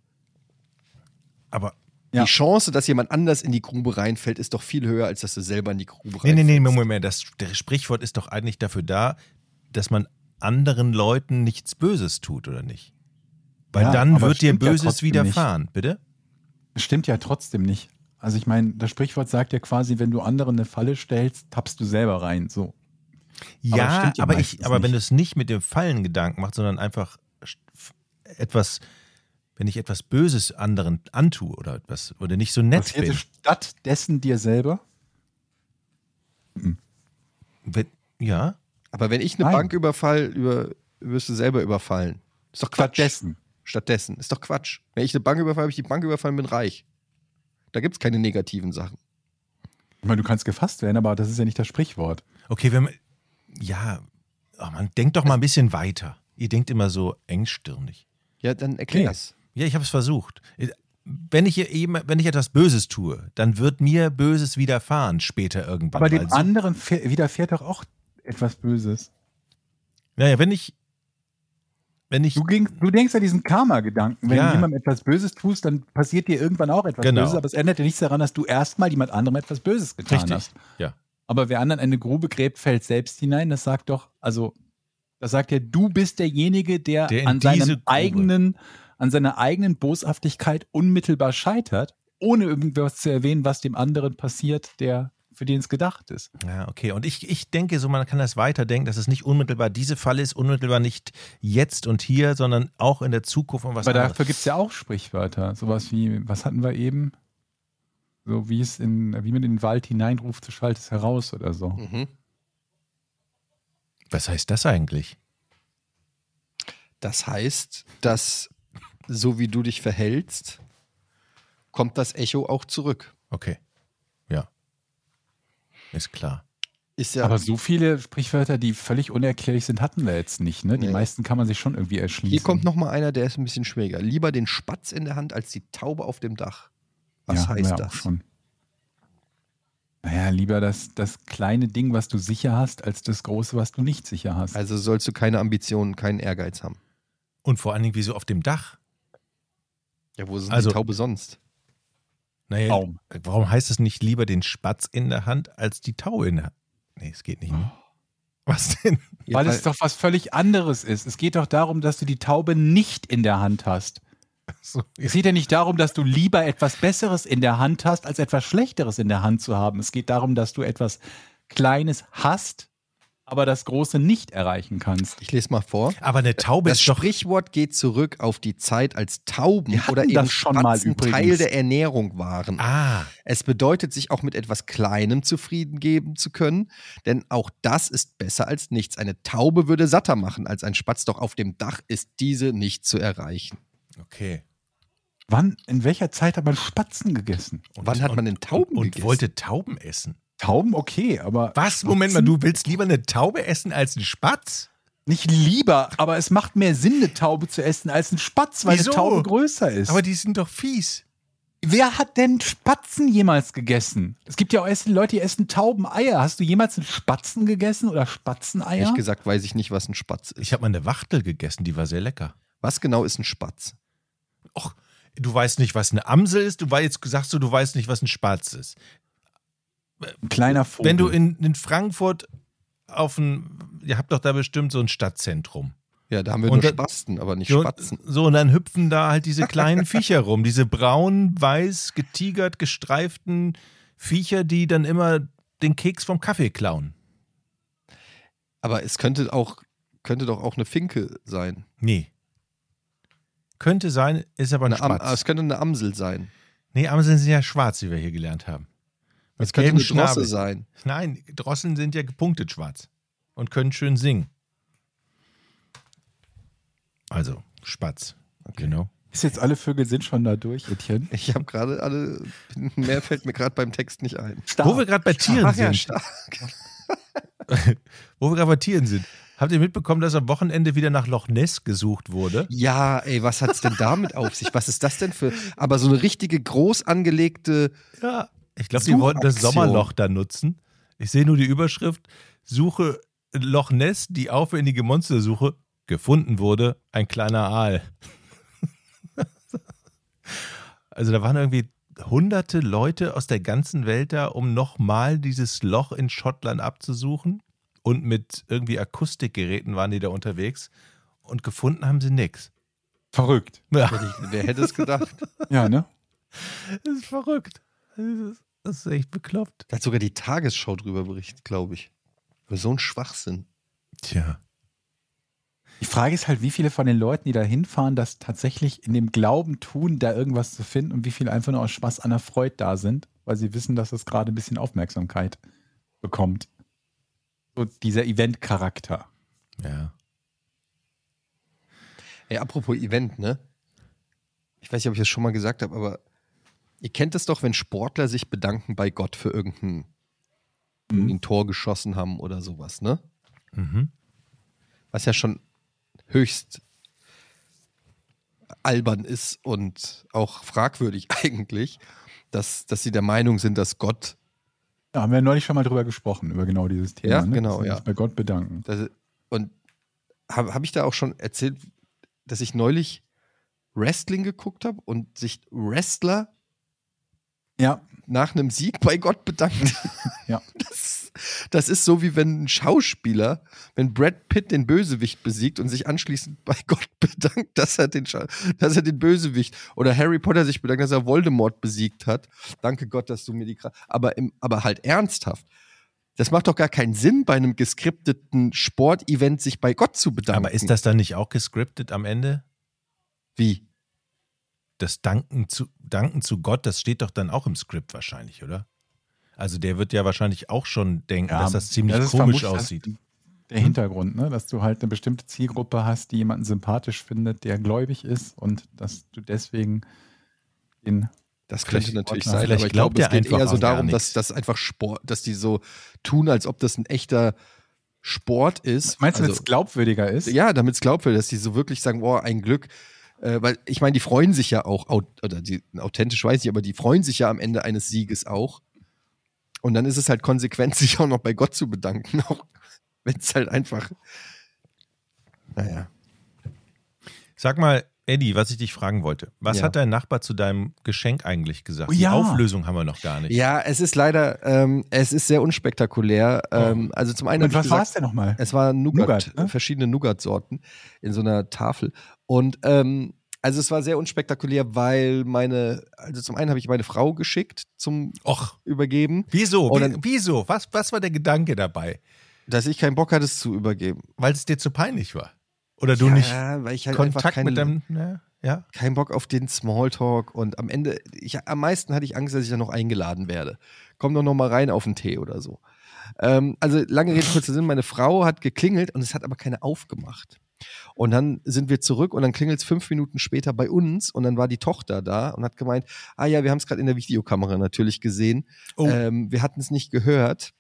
[SPEAKER 4] Aber
[SPEAKER 1] Ja.
[SPEAKER 2] Die Chance, dass jemand anders in die Grube reinfällt, ist doch viel höher, als dass du selber in die Grube
[SPEAKER 4] nee,
[SPEAKER 2] reinfällst.
[SPEAKER 4] nee, nee, Moment, Moment. Das der Sprichwort ist doch eigentlich dafür da, dass man anderen Leuten nichts Böses tut, oder nicht? Weil
[SPEAKER 1] Ja,
[SPEAKER 4] dann
[SPEAKER 1] aber
[SPEAKER 4] wird dir
[SPEAKER 1] stimmt ja
[SPEAKER 4] Böses
[SPEAKER 1] trotzdem
[SPEAKER 4] widerfahren, bitte?
[SPEAKER 1] Stimmt ja trotzdem nicht. Also ich meine, das Sprichwort sagt ja quasi, wenn du anderen eine Falle stellst, tappst du selber rein. So. Aber das
[SPEAKER 4] Ja,
[SPEAKER 1] stimmt ja
[SPEAKER 4] aber, ich,
[SPEAKER 1] meistens
[SPEAKER 4] aber wenn
[SPEAKER 1] nicht.
[SPEAKER 4] du es nicht mit dem Fallengedanken machst, sondern einfach st- f- etwas, wenn ich etwas Böses anderen antue oder etwas, oder nicht so nett
[SPEAKER 1] Passierte
[SPEAKER 4] bin.
[SPEAKER 1] stattdessen dir selber.
[SPEAKER 4] Wenn, ja,
[SPEAKER 2] Aber wenn ich eine
[SPEAKER 1] Nein.
[SPEAKER 2] Bank überfall, über, wirst du selber überfallen. Ist doch Quatsch.
[SPEAKER 1] Stattdessen.
[SPEAKER 2] Stattdessen. Ist doch Quatsch. Wenn ich eine Bank überfalle, habe ich die Bank überfallen, bin reich. Da gibt es keine negativen Sachen.
[SPEAKER 1] Ich meine, du kannst gefasst werden, aber das ist ja nicht das Sprichwort.
[SPEAKER 4] okay, wenn man, ja, oh man denkt doch mal ein bisschen weiter. Ihr denkt immer so engstirnig.
[SPEAKER 2] Ja, dann erklär
[SPEAKER 1] Nee.
[SPEAKER 2] es.
[SPEAKER 4] Ja, ich habe es versucht. Äh, Wenn ich, eben, wenn ich etwas Böses tue, dann wird mir Böses widerfahren später irgendwann.
[SPEAKER 1] Aber dem
[SPEAKER 4] Also-
[SPEAKER 1] anderen fe- widerfährt doch auch etwas Böses.
[SPEAKER 4] naja, wenn ich, wenn ich,
[SPEAKER 1] Du, ging, du denkst ja diesen Karma-Gedanken. Wenn
[SPEAKER 4] Ja.
[SPEAKER 1] du jemandem etwas Böses tust, dann passiert dir irgendwann auch etwas
[SPEAKER 4] Genau.
[SPEAKER 1] Böses. Aber es ändert ja nichts daran, dass du erstmal jemand anderem etwas Böses getan
[SPEAKER 4] Richtig,
[SPEAKER 1] hast.
[SPEAKER 4] ja.
[SPEAKER 1] Aber wer anderen eine Grube gräbt, fällt selbst hinein. Das sagt doch, also, das sagt ja, du bist derjenige, der,
[SPEAKER 4] Der in
[SPEAKER 1] an,
[SPEAKER 4] diese
[SPEAKER 1] seinem
[SPEAKER 4] Grube-
[SPEAKER 1] eigenen, an seiner eigenen Boshaftigkeit unmittelbar scheitert, ohne irgendwas zu erwähnen, was dem anderen passiert, der für den es gedacht ist.
[SPEAKER 4] Ja, okay. Und ich, ich denke so, man kann das weiterdenken, dass es nicht unmittelbar diese Falle ist, unmittelbar nicht jetzt und hier, sondern auch in der Zukunft und was
[SPEAKER 1] Aber
[SPEAKER 4] anderes.
[SPEAKER 1] dafür gibt es ja auch Sprichwörter. Sowas wie, was hatten wir eben? So wie es in, wie man in den Wald hineinruft, so schallt es heraus oder so.
[SPEAKER 2] Mhm.
[SPEAKER 4] Was heißt das eigentlich?
[SPEAKER 2] Das heißt, dass so wie du dich verhältst, kommt das Echo auch zurück.
[SPEAKER 4] Okay. Ja. Ist klar.
[SPEAKER 2] Ist ja
[SPEAKER 1] Aber so viele Sprichwörter, die völlig unerklärlich sind, hatten wir jetzt nicht. Ne? Die
[SPEAKER 2] Nee.
[SPEAKER 1] meisten kann man sich schon irgendwie erschließen.
[SPEAKER 2] hier kommt noch mal einer, der ist ein bisschen schwieriger. Lieber den Spatz in der Hand als die Taube auf dem Dach. Was
[SPEAKER 1] Ja, haben wir
[SPEAKER 2] heißt
[SPEAKER 1] auch
[SPEAKER 2] das?
[SPEAKER 1] Schon. Naja, lieber das, das kleine Ding, was du sicher hast, als das große, was du nicht sicher hast.
[SPEAKER 2] Also sollst du keine Ambitionen, keinen Ehrgeiz haben.
[SPEAKER 4] Und vor allen Dingen, wieso auf dem Dach?
[SPEAKER 2] Ja, wo sind
[SPEAKER 4] Also-
[SPEAKER 2] die Taube sonst?
[SPEAKER 4] Naja,
[SPEAKER 1] Baum.
[SPEAKER 4] warum heißt es nicht lieber den Spatz in der Hand als die Tau in der Hand? Nee, es geht nicht. Ne?
[SPEAKER 2] Oh.
[SPEAKER 4] Was denn?
[SPEAKER 2] Ja,
[SPEAKER 1] weil es doch was völlig anderes ist. Es geht doch darum, dass du die Taube nicht in der Hand hast.
[SPEAKER 4] So,
[SPEAKER 1] Es
[SPEAKER 4] jetzt-
[SPEAKER 1] geht ja nicht darum, dass du lieber etwas Besseres in der Hand hast, als etwas Schlechteres in der Hand zu haben. Es geht darum, dass du etwas Kleines hast, aber das Große nicht erreichen kannst.
[SPEAKER 2] ich lese mal vor.
[SPEAKER 4] Aber eine
[SPEAKER 2] Oh,
[SPEAKER 4] Taube
[SPEAKER 2] Das
[SPEAKER 4] ist doch.
[SPEAKER 2] Sprichwort geht zurück auf die Zeit, als Tauben
[SPEAKER 1] Wir hatten
[SPEAKER 2] oder eben
[SPEAKER 1] das schon mal
[SPEAKER 2] Spatzen
[SPEAKER 1] übrigens.
[SPEAKER 2] Teil der Ernährung waren.
[SPEAKER 4] Ah,
[SPEAKER 2] Es bedeutet, sich auch mit etwas Kleinem zufrieden geben zu können, denn auch das ist besser als nichts. Eine Taube würde satter machen als ein Spatz, doch auf dem Dach ist diese nicht zu erreichen.
[SPEAKER 4] okay.
[SPEAKER 1] Wann, in welcher Zeit hat man Spatzen gegessen?
[SPEAKER 4] Und,
[SPEAKER 2] Wann hat man denn Tauben
[SPEAKER 4] und, und
[SPEAKER 2] gegessen?
[SPEAKER 4] wollte Tauben essen.
[SPEAKER 1] Tauben, okay, aber
[SPEAKER 4] Was? Moment mal, du willst lieber eine Taube essen als einen Spatz?
[SPEAKER 1] nicht lieber, aber es macht mehr Sinn, eine Taube zu essen als einen Spatz, weil
[SPEAKER 4] Wieso?
[SPEAKER 1] eine Taube größer ist.
[SPEAKER 4] Aber die sind doch fies.
[SPEAKER 1] Wer hat denn Spatzen jemals gegessen? Es gibt ja auch Essen, Leute, die essen Taubeneier. Hast du jemals einen Spatzen gegessen oder Spatzeneier?
[SPEAKER 2] Ehrlich gesagt weiß ich nicht, was ein Spatz ist.
[SPEAKER 4] Ich habe mal eine Wachtel gegessen, die war sehr lecker.
[SPEAKER 2] Was genau ist ein Spatz?
[SPEAKER 4] Och, du weißt nicht, was eine Amsel ist. Du weißt, jetzt sagst du, du weißt nicht, was ein Spatz ist.
[SPEAKER 1] Ein kleiner Vogel.
[SPEAKER 4] Wenn Oh, du in, in Frankfurt auf ein, ihr habt doch da bestimmt so ein Stadtzentrum.
[SPEAKER 2] Ja, da haben wir
[SPEAKER 4] Und
[SPEAKER 2] nur
[SPEAKER 4] da-
[SPEAKER 2] Spasten, aber nicht
[SPEAKER 4] So,
[SPEAKER 2] Spatzen.
[SPEAKER 4] so, und dann hüpfen da halt diese kleinen Viecher rum, diese braun, weiß, getigert, gestreiften Viecher, die dann immer den Keks vom Kaffee klauen.
[SPEAKER 2] Aber es könnte auch, könnte doch auch eine Finke sein.
[SPEAKER 4] Nee. Könnte sein, ist aber ein
[SPEAKER 2] Eine Am,
[SPEAKER 4] Spatz.
[SPEAKER 2] ah, es könnte eine Amsel sein.
[SPEAKER 4] nee, Amseln sind ja schwarz, wie wir hier gelernt haben. Mit
[SPEAKER 2] Es könnte
[SPEAKER 4] gelbem
[SPEAKER 2] eine Drosse
[SPEAKER 4] Schnabel.
[SPEAKER 2] sein.
[SPEAKER 4] Nein, Drosseln sind ja gepunktet schwarz und können schön singen. Also, Spatz. Genau.
[SPEAKER 1] ist jetzt alle Vögel sind schon da durch, Etienne.
[SPEAKER 2] Ich habe gerade alle, mehr fällt mir gerade beim Text nicht ein.
[SPEAKER 4] Wo wir gerade bei Tieren
[SPEAKER 2] Ach ja,
[SPEAKER 4] sind. Wo wir gerade bei Tieren sind. Habt ihr mitbekommen, dass am Wochenende wieder nach Loch Ness gesucht wurde?
[SPEAKER 2] Ja, ey, was hat's denn damit auf sich? Was ist das denn für. Aber so eine richtige groß angelegte.
[SPEAKER 4] Ja. Ich glaube, die wollten das
[SPEAKER 2] Suchaktion.
[SPEAKER 4] Sommerloch da nutzen. Ich sehe nur die Überschrift: Suche Loch Ness, die aufwendige Monstersuche. Gefunden wurde ein kleiner Aal. Also, da waren irgendwie hunderte Leute aus der ganzen Welt da, um nochmal dieses Loch in Schottland abzusuchen. Und mit irgendwie Akustikgeräten waren die da unterwegs. Und gefunden haben sie nichts.
[SPEAKER 1] Verrückt.
[SPEAKER 4] Ja.
[SPEAKER 2] Wer hätte es gedacht?
[SPEAKER 1] Ja, ne?
[SPEAKER 4] Das ist verrückt. Das ist, das ist echt bekloppt.
[SPEAKER 2] Da hat sogar die Tagesschau drüber berichtet, glaube ich. Über so einen Schwachsinn.
[SPEAKER 4] Tja.
[SPEAKER 1] Die Frage ist halt, wie viele von den Leuten, die da hinfahren, das tatsächlich in dem Glauben tun, da irgendwas zu finden und wie viele einfach nur aus Spaß an der Freude da sind, weil sie wissen, dass das gerade ein bisschen Aufmerksamkeit bekommt. So dieser Event-Charakter.
[SPEAKER 4] Ja.
[SPEAKER 2] Ey, apropos Event, ne? Ich weiß nicht, ob ich das schon mal gesagt habe, aber ihr kennt es doch, wenn Sportler sich bedanken bei Gott für irgendein ein Tor geschossen haben oder sowas, ne?
[SPEAKER 4] Mhm.
[SPEAKER 2] Was ja schon höchst albern ist und auch fragwürdig eigentlich, dass, dass sie der Meinung sind, dass Gott,
[SPEAKER 1] Da haben wir neulich schon mal drüber gesprochen, über genau dieses Thema.
[SPEAKER 2] Ja,
[SPEAKER 1] ne?
[SPEAKER 2] genau,
[SPEAKER 1] Dass wir
[SPEAKER 2] ja.
[SPEAKER 1] uns bei Gott bedanken.
[SPEAKER 2] dass, und habe hab ich da auch schon erzählt, dass ich neulich Wrestling geguckt habe und sich Wrestler
[SPEAKER 1] Ja,
[SPEAKER 2] nach einem Sieg bei Gott bedankt.
[SPEAKER 1] Ja.
[SPEAKER 2] Das, das ist so, wie wenn ein Schauspieler, wenn Brad Pitt den Bösewicht besiegt und sich anschließend bei Gott bedankt, dass er den, Scha- dass er den Bösewicht oder Harry Potter sich bedankt, dass er Voldemort besiegt hat. Danke Gott, dass du mir die Kraft. Aber, im, aber halt ernsthaft. Das macht doch gar keinen Sinn, bei einem geskripteten Sportevent sich bei Gott zu bedanken.
[SPEAKER 4] Aber ist das dann nicht auch gescriptet am Ende?
[SPEAKER 2] wie?
[SPEAKER 4] Das Danken zu, Danken zu Gott, das steht doch dann auch im Skript wahrscheinlich, oder? Also der wird ja wahrscheinlich auch schon denken,
[SPEAKER 1] Ja,
[SPEAKER 4] dass das ziemlich
[SPEAKER 1] das ist
[SPEAKER 4] komisch
[SPEAKER 1] vermutlich
[SPEAKER 4] aussieht.
[SPEAKER 1] das- Der Hintergrund, ne? dass du halt eine bestimmte Zielgruppe hast, die jemanden sympathisch findet, der gläubig ist und dass du deswegen den.
[SPEAKER 2] Das
[SPEAKER 4] Vielleicht-
[SPEAKER 2] könnte natürlich
[SPEAKER 1] Vielleicht
[SPEAKER 2] sein, aber ich
[SPEAKER 4] glaubt
[SPEAKER 2] glaube, es
[SPEAKER 4] der
[SPEAKER 2] geht eher
[SPEAKER 4] einfach
[SPEAKER 2] so
[SPEAKER 4] an gar
[SPEAKER 2] darum, dass
[SPEAKER 4] nichts.
[SPEAKER 2] das einfach Sport, dass die so tun, als ob das ein echter Sport ist.
[SPEAKER 1] Meinst du,
[SPEAKER 2] also,
[SPEAKER 1] dass es glaubwürdiger ist?
[SPEAKER 2] Ja, damit es glaubwürdig, dass die so wirklich sagen, boah, ein Glück. Äh, weil ich meine, die freuen sich ja auch, au- oder die, authentisch weiß ich, aber die freuen sich ja am Ende eines Sieges auch. Und dann ist es halt konsequent, sich auch noch bei Gott zu bedanken, auch wenn es halt einfach. Naja.
[SPEAKER 4] Sag mal, Eddie, was ich dich fragen wollte. Was
[SPEAKER 2] Ja.
[SPEAKER 4] hat dein Nachbar zu deinem Geschenk eigentlich gesagt?
[SPEAKER 1] Oh
[SPEAKER 4] Die
[SPEAKER 1] ja.
[SPEAKER 4] Auflösung haben wir noch gar nicht.
[SPEAKER 2] Ja, es ist leider, ähm, es ist sehr unspektakulär. Ähm, also zum einen hab
[SPEAKER 1] und
[SPEAKER 2] ich
[SPEAKER 1] was
[SPEAKER 2] gesagt-
[SPEAKER 1] war es denn nochmal?
[SPEAKER 2] Es war Nougat,
[SPEAKER 1] Nougat, ne?
[SPEAKER 2] verschiedene Nougat-Sorten in so einer Tafel. Und ähm, also es war sehr unspektakulär, weil meine, also zum einen habe ich meine Frau geschickt zum
[SPEAKER 4] Och,
[SPEAKER 2] Übergeben,
[SPEAKER 4] wieso?
[SPEAKER 2] Und
[SPEAKER 4] Wie,
[SPEAKER 2] dann-
[SPEAKER 4] wieso? Was, was war der Gedanke dabei?
[SPEAKER 2] dass ich keinen Bock hatte, es zu übergeben.
[SPEAKER 4] Weil es dir zu peinlich war? Oder du
[SPEAKER 2] ja,
[SPEAKER 4] nicht
[SPEAKER 2] weil ich halt einfach
[SPEAKER 4] Kontakt
[SPEAKER 2] keine,
[SPEAKER 4] mit deinem... Ja, ja?
[SPEAKER 2] keinen Bock auf den Smalltalk und am Ende, ich, am meisten hatte ich Angst, dass ich dann noch eingeladen werde. Komm doch noch mal rein auf einen Tee oder so. Ähm, also lange Rede, kurzer Sinn, meine Frau hat geklingelt und es hat aber keine aufgemacht. Und dann sind wir zurück und dann klingelt es fünf Minuten später bei uns und dann war die Tochter da und hat gemeint, ah ja, wir haben es gerade in der Videokamera natürlich gesehen.
[SPEAKER 4] Oh.
[SPEAKER 2] Ähm, wir hatten es nicht gehört.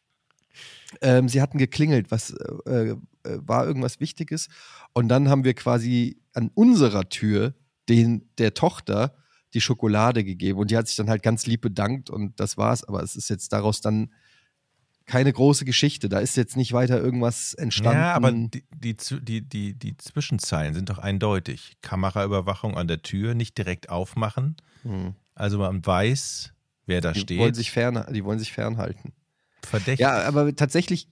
[SPEAKER 2] Ähm, sie hatten geklingelt, was äh, äh, war irgendwas Wichtiges. Und dann haben wir quasi an unserer Tür den der Tochter die Schokolade gegeben und die hat sich dann halt ganz lieb bedankt und das war's. Aber es ist jetzt daraus dann keine große Geschichte. Da ist jetzt nicht weiter irgendwas entstanden. Hm.
[SPEAKER 4] Ja, aber die, die, Zw- die, die, die Zwischenzeilen sind doch eindeutig. Kameraüberwachung an der Tür, nicht direkt aufmachen.
[SPEAKER 2] Hm.
[SPEAKER 4] Also man weiß, wer da
[SPEAKER 2] die,
[SPEAKER 4] steht.
[SPEAKER 2] wollen sich fern, die wollen sich fernhalten.
[SPEAKER 4] Verdächtig.
[SPEAKER 2] Ja, ähm, aber tatsächlich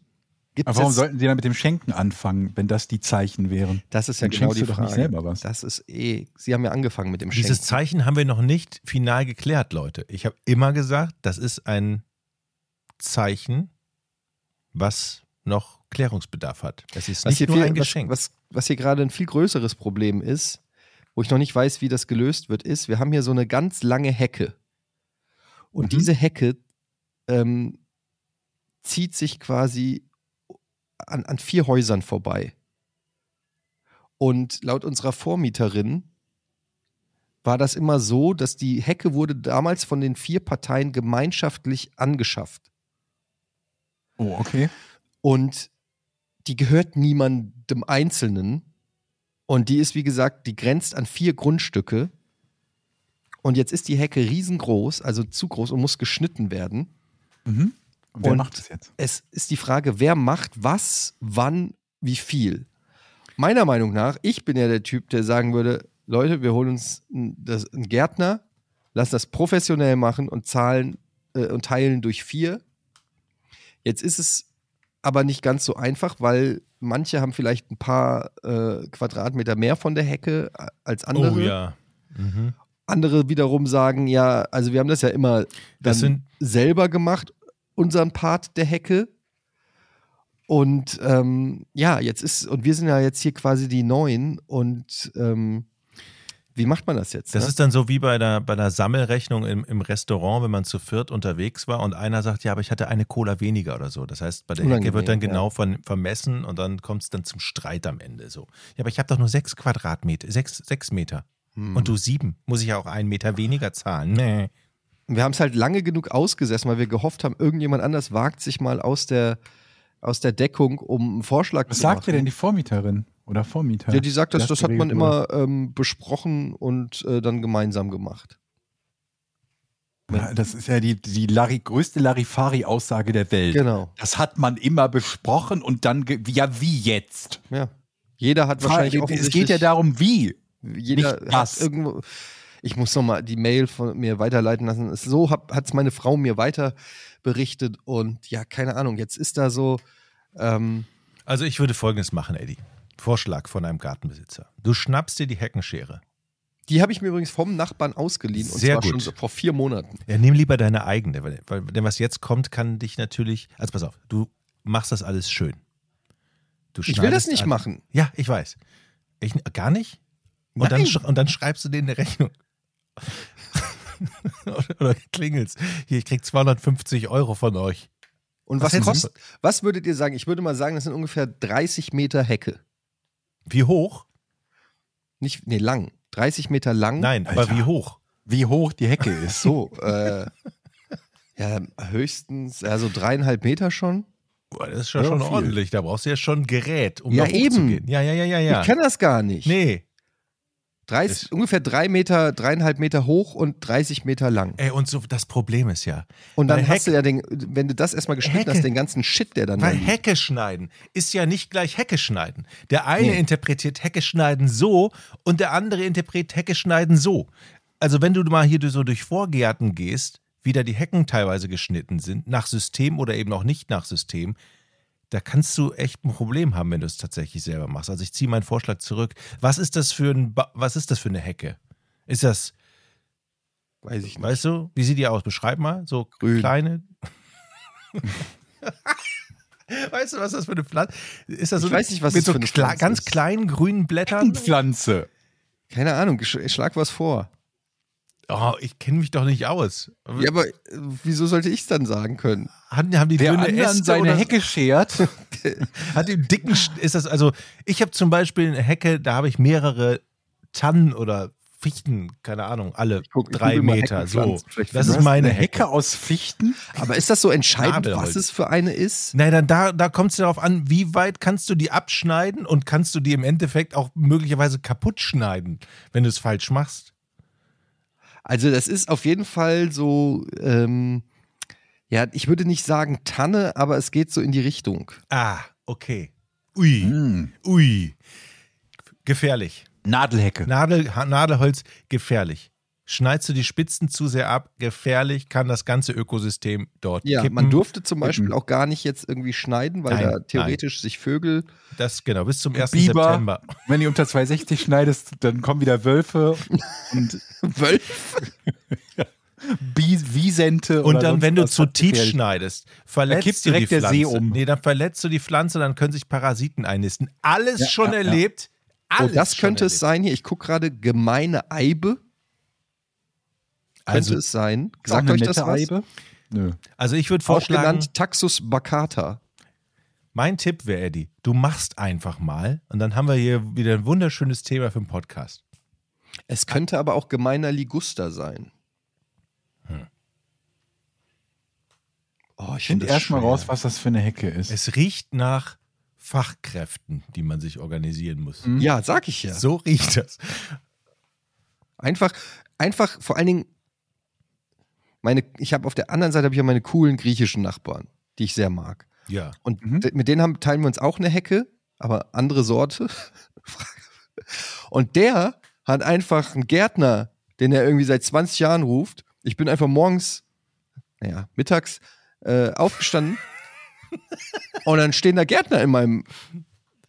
[SPEAKER 2] gibt
[SPEAKER 1] Aber warum
[SPEAKER 2] es.
[SPEAKER 1] sollten sie dann mit dem Schenken anfangen, wenn das die Zeichen wären?
[SPEAKER 2] Das ist ja
[SPEAKER 1] Dann
[SPEAKER 2] genau
[SPEAKER 1] schenkst
[SPEAKER 2] die
[SPEAKER 1] du doch
[SPEAKER 2] Frage.
[SPEAKER 1] nicht selber was.
[SPEAKER 2] Das ist eh. Sie haben ja angefangen mit dem Schenken.
[SPEAKER 4] Dieses Zeichen haben wir noch nicht final geklärt, Leute. Ich habe immer gesagt, das ist ein Zeichen, was noch Klärungsbedarf hat. Das ist
[SPEAKER 2] was
[SPEAKER 4] nicht
[SPEAKER 2] hier,
[SPEAKER 4] nur
[SPEAKER 2] viel,
[SPEAKER 4] ein Geschenk.
[SPEAKER 2] Was, was, was hier gerade ein viel größeres Problem ist, wo ich noch nicht weiß, wie das gelöst wird, ist, wir haben hier so eine ganz lange Hecke. Und
[SPEAKER 1] Mhm.
[SPEAKER 2] diese Hecke ähm, zieht sich quasi an, an vier Häusern vorbei. Und laut unserer Vormieterin war das immer so, dass die Hecke wurde damals von den vier Parteien gemeinschaftlich angeschafft.
[SPEAKER 1] Oh, okay.
[SPEAKER 2] Und die gehört niemandem Einzelnen. Und die ist, wie gesagt, die grenzt an vier Grundstücke. Und jetzt ist die Hecke riesengroß, also zu groß und muss geschnitten werden.
[SPEAKER 1] Mhm. Und wer
[SPEAKER 2] Und-
[SPEAKER 1] macht das jetzt?
[SPEAKER 2] Es ist die Frage, wer macht was, wann, wie viel. Meiner Meinung nach, ich bin ja der Typ, der sagen würde, Leute, wir holen uns einen, das, einen Gärtner, lassen das professionell machen und zahlen äh, und teilen durch vier. Jetzt ist es aber nicht ganz so einfach, weil manche haben vielleicht ein paar äh, Quadratmeter mehr von der Hecke äh, als andere.
[SPEAKER 4] oh ja. Mhm.
[SPEAKER 2] Andere wiederum sagen, ja, also wir haben das ja immer dann
[SPEAKER 4] Das sind
[SPEAKER 2] selber gemacht, unseren Part der Hecke. Und ähm, ja, jetzt ist, und wir sind ja jetzt hier quasi die Neuen und ähm, wie macht man das jetzt?
[SPEAKER 4] Das
[SPEAKER 2] ne?
[SPEAKER 4] ist dann so wie bei der, bei der Sammelrechnung im, im Restaurant, wenn man zu viert unterwegs war und einer sagt, ja, aber ich hatte eine Cola weniger oder so. Das heißt, bei der Hecke
[SPEAKER 2] Unangenehm,
[SPEAKER 4] wird dann
[SPEAKER 2] ja.
[SPEAKER 4] genau von, vermessen und dann kommt es dann zum Streit am Ende. So. Ja, aber ich habe doch nur sechs Quadratmeter, sechs, sechs Meter.
[SPEAKER 2] Hm.
[SPEAKER 4] Und du sieben. Muss ich ja auch einen Meter weniger zahlen. Nee.
[SPEAKER 2] wir haben es halt lange genug ausgesessen, weil wir gehofft haben, irgendjemand anders wagt sich mal aus der, aus der Deckung, um einen Vorschlag
[SPEAKER 1] Was
[SPEAKER 2] zu
[SPEAKER 1] sagt dir
[SPEAKER 2] machen.
[SPEAKER 1] denn die Vormieterin oder Vormieter?
[SPEAKER 2] Ja, die sagt, das,
[SPEAKER 1] Wie
[SPEAKER 2] das
[SPEAKER 1] das
[SPEAKER 2] hat man
[SPEAKER 1] geregelt wurde?
[SPEAKER 2] immer ähm, besprochen und äh, dann gemeinsam gemacht.
[SPEAKER 1] Ja, Das ist ja die, die Larry, größte Larifari-Aussage der Welt.
[SPEAKER 2] Genau.
[SPEAKER 1] Das hat man immer besprochen und dann, ge ja, wie jetzt?
[SPEAKER 2] Ja. Jeder hat wahrscheinlich
[SPEAKER 1] Es geht ja
[SPEAKER 2] offensichtlich-
[SPEAKER 1] darum, wie.
[SPEAKER 2] Jeder
[SPEAKER 1] Nicht
[SPEAKER 2] hat
[SPEAKER 1] das.
[SPEAKER 2] irgendwo. Ich muss nochmal die Mail von mir weiterleiten lassen. Es- So hat es meine Frau mir weiter berichtet und ja, keine Ahnung, jetzt ist da so. Ähm,
[SPEAKER 4] Also ich würde Folgendes machen, Eddie. Vorschlag von einem Gartenbesitzer. Du schnappst dir die Heckenschere.
[SPEAKER 2] die habe ich mir übrigens vom Nachbarn ausgeliehen und
[SPEAKER 4] Sehr
[SPEAKER 2] zwar
[SPEAKER 4] gut.
[SPEAKER 2] schon so vor vier Monaten.
[SPEAKER 4] Ja, nimm lieber deine eigene, weil, weil denn was jetzt kommt, kann dich natürlich. Also pass auf, du machst das alles schön. Du
[SPEAKER 2] Ich will das
[SPEAKER 4] schneidest
[SPEAKER 2] nicht
[SPEAKER 4] an-
[SPEAKER 2] machen.
[SPEAKER 4] Ja, ich weiß. Ich, gar nicht? Und, Dann,
[SPEAKER 2] Nein.
[SPEAKER 4] sch- und dann schreibst du denen eine Rechnung. oder, oder klingelst. Hier, ich krieg 250 Euro von euch.
[SPEAKER 2] Und
[SPEAKER 4] Was
[SPEAKER 2] was,
[SPEAKER 4] hättest du-
[SPEAKER 2] kostet? Was würdet ihr sagen? Ich würde mal sagen, das sind ungefähr 30 Meter Hecke.
[SPEAKER 4] Wie hoch?
[SPEAKER 2] Nicht, nee, lang. 30 Meter lang.
[SPEAKER 4] Nein, aber
[SPEAKER 1] Alter.
[SPEAKER 4] wie hoch?
[SPEAKER 1] Wie hoch die Hecke ist.
[SPEAKER 2] So, äh, ja, höchstens, also dreieinhalb Meter schon.
[SPEAKER 4] Boah, das ist ja
[SPEAKER 1] Ja,
[SPEAKER 4] schon
[SPEAKER 1] viel.
[SPEAKER 4] ordentlich. Da brauchst du ja schon ein Gerät, um
[SPEAKER 2] Ja,
[SPEAKER 4] da hochzugehen.
[SPEAKER 2] eben.
[SPEAKER 4] Ja, ja, ja, ja, ja.
[SPEAKER 2] Ich kann das gar nicht.
[SPEAKER 4] nee.
[SPEAKER 2] 30,
[SPEAKER 4] Das-
[SPEAKER 2] ungefähr drei Meter, dreieinhalb Meter hoch und 30 Meter lang.
[SPEAKER 4] Ey, und so, das Problem ist ja,
[SPEAKER 2] Und dann
[SPEAKER 4] Weil
[SPEAKER 2] hast du
[SPEAKER 4] Hecke-
[SPEAKER 2] ja den, wenn du das erstmal geschnitten
[SPEAKER 4] Hecke-
[SPEAKER 2] hast, den ganzen Shit, der dann.
[SPEAKER 4] Weil
[SPEAKER 2] dann-
[SPEAKER 4] Hecke schneiden ist ja nicht gleich Hecke schneiden. Der eine
[SPEAKER 2] Nee.
[SPEAKER 4] interpretiert Hecke schneiden so und der andere interpretiert Hecke schneiden so. Also wenn du mal hier so durch Vorgärten gehst, wie da die Hecken teilweise geschnitten sind, nach System oder eben auch nicht nach System, da kannst du echt ein Problem haben, wenn du es tatsächlich selber machst. Also ich ziehe meinen Vorschlag zurück. Was ist das für ein ba was ist das für eine Hecke? Ist das,
[SPEAKER 2] weiß ich nicht.
[SPEAKER 4] weißt du, wie sieht die aus? Beschreib mal, so
[SPEAKER 2] Grün.
[SPEAKER 4] kleine Weißt du, was das für eine Pflanze ist? Das so
[SPEAKER 2] Ich
[SPEAKER 4] eine-
[SPEAKER 2] weiß nicht, was
[SPEAKER 4] mit
[SPEAKER 2] das
[SPEAKER 4] so
[SPEAKER 2] für eine
[SPEAKER 4] kla-
[SPEAKER 2] Pflanze
[SPEAKER 4] ganz
[SPEAKER 2] ist.
[SPEAKER 4] kleinen grünen Blättern.
[SPEAKER 1] Pflanze.
[SPEAKER 2] Keine Ahnung, sch schlag was vor.
[SPEAKER 4] Oh, ich kenne mich doch nicht aus.
[SPEAKER 2] Ja, aber äh, wieso sollte ich es dann sagen können?
[SPEAKER 4] haben, haben die
[SPEAKER 1] Der
[SPEAKER 4] dünne
[SPEAKER 1] anderen
[SPEAKER 4] Äste
[SPEAKER 1] seine
[SPEAKER 4] oder
[SPEAKER 1] Hecke schert,
[SPEAKER 4] Hat den dicken, St- ist das also, ich habe zum Beispiel eine Hecke, da habe ich mehrere Tannen oder Fichten, keine Ahnung, alle
[SPEAKER 2] guck- ich
[SPEAKER 4] drei
[SPEAKER 2] google mal
[SPEAKER 4] Meter. So,
[SPEAKER 2] Heckenpflanzen. Vielleicht
[SPEAKER 4] das
[SPEAKER 1] Du
[SPEAKER 4] ist
[SPEAKER 1] hast
[SPEAKER 4] meine
[SPEAKER 1] eine
[SPEAKER 4] Hecke.
[SPEAKER 1] Hecke aus Fichten.
[SPEAKER 2] Aber ist das so entscheidend,
[SPEAKER 4] Nabelholz.
[SPEAKER 2] was es für eine ist?
[SPEAKER 4] Nein, dann da, da kommt es darauf an, wie weit kannst du die abschneiden und kannst du die im Endeffekt auch möglicherweise kaputt schneiden, wenn du es falsch machst.
[SPEAKER 2] Also das ist auf jeden Fall so, ähm, ja, ich würde nicht sagen Tanne, aber es geht so in die Richtung.
[SPEAKER 4] Ah, okay. Ui,
[SPEAKER 2] Mhm.
[SPEAKER 4] ui. Gefährlich.
[SPEAKER 1] Nadelhecke.
[SPEAKER 4] Nadel, Ha- Nadelholz, gefährlich. Schneidest du die Spitzen zu sehr ab, gefährlich kann das ganze Ökosystem dort
[SPEAKER 2] Ja,
[SPEAKER 4] kippen.
[SPEAKER 2] man durfte zum Beispiel
[SPEAKER 1] Kippen.
[SPEAKER 2] auch gar nicht jetzt irgendwie schneiden, weil
[SPEAKER 4] Nein,
[SPEAKER 2] da theoretisch sich Vögel.
[SPEAKER 4] das genau, bis zum 1.
[SPEAKER 1] Biber.
[SPEAKER 4] September.
[SPEAKER 1] Wenn du unter 260 schneidest, dann kommen wieder Wölfe und
[SPEAKER 2] Wölfe?
[SPEAKER 1] Bi Wiesente.
[SPEAKER 4] Und
[SPEAKER 1] oder
[SPEAKER 4] dann,
[SPEAKER 1] sonst
[SPEAKER 4] wenn du
[SPEAKER 1] was.
[SPEAKER 4] zu tief
[SPEAKER 1] Gefährlich.
[SPEAKER 4] schneidest,
[SPEAKER 1] kippt
[SPEAKER 4] verletzt du die
[SPEAKER 1] direkt der
[SPEAKER 4] Pflanze.
[SPEAKER 1] See um.
[SPEAKER 4] Nee, dann verletzt du die Pflanze, dann können sich Parasiten einnisten. Alles schon
[SPEAKER 1] ja, ja.
[SPEAKER 4] erlebt.
[SPEAKER 2] Oh,
[SPEAKER 4] Alles
[SPEAKER 2] das
[SPEAKER 4] schon
[SPEAKER 2] könnte es
[SPEAKER 4] erlebt.
[SPEAKER 2] sein hier. Ich gucke gerade gemeine Eibe. Könnte
[SPEAKER 4] Also,
[SPEAKER 2] es sein.
[SPEAKER 1] Ist auch
[SPEAKER 2] Sagt
[SPEAKER 1] eine
[SPEAKER 2] euch
[SPEAKER 1] nette
[SPEAKER 2] das was?
[SPEAKER 1] Eibe? Nö.
[SPEAKER 4] also ich würde
[SPEAKER 2] Auch
[SPEAKER 4] vorschlagen,
[SPEAKER 2] genannt Taxus baccata.
[SPEAKER 4] mein Tipp wäre, Eddie, du machst einfach mal und dann haben wir hier wieder ein wunderschönes Thema für den Podcast.
[SPEAKER 2] Es
[SPEAKER 4] Ah.
[SPEAKER 2] könnte aber auch gemeiner Liguster sein.
[SPEAKER 4] Hm.
[SPEAKER 2] Oh, ich
[SPEAKER 1] Find
[SPEAKER 2] finde
[SPEAKER 1] erst mal raus, was das für eine Hecke ist.
[SPEAKER 4] Es riecht nach Fachkräften, die man sich organisieren muss.
[SPEAKER 1] Mhm.
[SPEAKER 2] Ja, sag ich ja.
[SPEAKER 4] So riecht das.
[SPEAKER 2] Einfach, einfach vor allen Dingen, meine, ich habe auf der anderen Seite habe ich ja meine coolen griechischen Nachbarn, die ich sehr mag.
[SPEAKER 4] Ja.
[SPEAKER 2] Und
[SPEAKER 1] Mhm.
[SPEAKER 2] de- mit denen haben, teilen wir uns auch eine Hecke, aber andere Sorte. Und der hat einfach einen Gärtner, den er irgendwie seit 20 Jahren ruft. Ich bin einfach morgens, naja, mittags äh, aufgestanden. und dann stehen da Gärtner in meinem,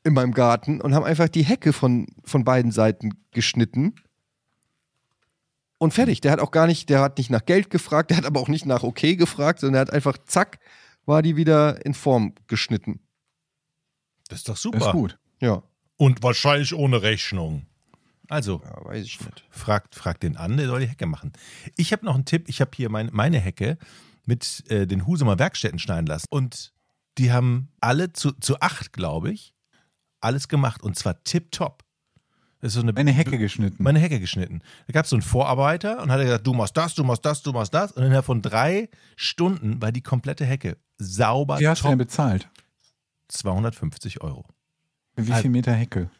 [SPEAKER 2] in meinem Garten und haben einfach die Hecke von, von beiden Seiten geschnitten. Und fertig. Der hat auch gar nicht, der hat nicht nach Geld gefragt, der hat aber auch nicht nach okay gefragt, sondern er hat einfach zack, war die wieder in Form geschnitten.
[SPEAKER 4] Das ist doch
[SPEAKER 1] Das ist
[SPEAKER 4] super.
[SPEAKER 1] gut.
[SPEAKER 2] Ja.
[SPEAKER 4] Und wahrscheinlich ohne Rechnung. Also,
[SPEAKER 2] ja weiß ich nicht.
[SPEAKER 4] fragt, fragt den an, der soll die Hecke machen. Ich habe noch einen Tipp. Ich habe hier mein, meine Hecke mit äh, den Husumer Werkstätten schneiden lassen. Und die haben alle zu, zu acht, glaube ich, alles gemacht. Und zwar tipptopp. Das ist so eine
[SPEAKER 1] Eine Hecke geschnitten.
[SPEAKER 4] meine Hecke geschnitten. Da gab es so einen Vorarbeiter und hat er gesagt, du machst das, du machst das, du machst das. Und innerhalb von drei Stunden war die komplette Hecke sauber
[SPEAKER 1] Wie hast du denn
[SPEAKER 4] top.
[SPEAKER 1] bezahlt?
[SPEAKER 4] 250 Euro.
[SPEAKER 1] Für wie
[SPEAKER 4] Also-
[SPEAKER 1] viel Meter Hecke?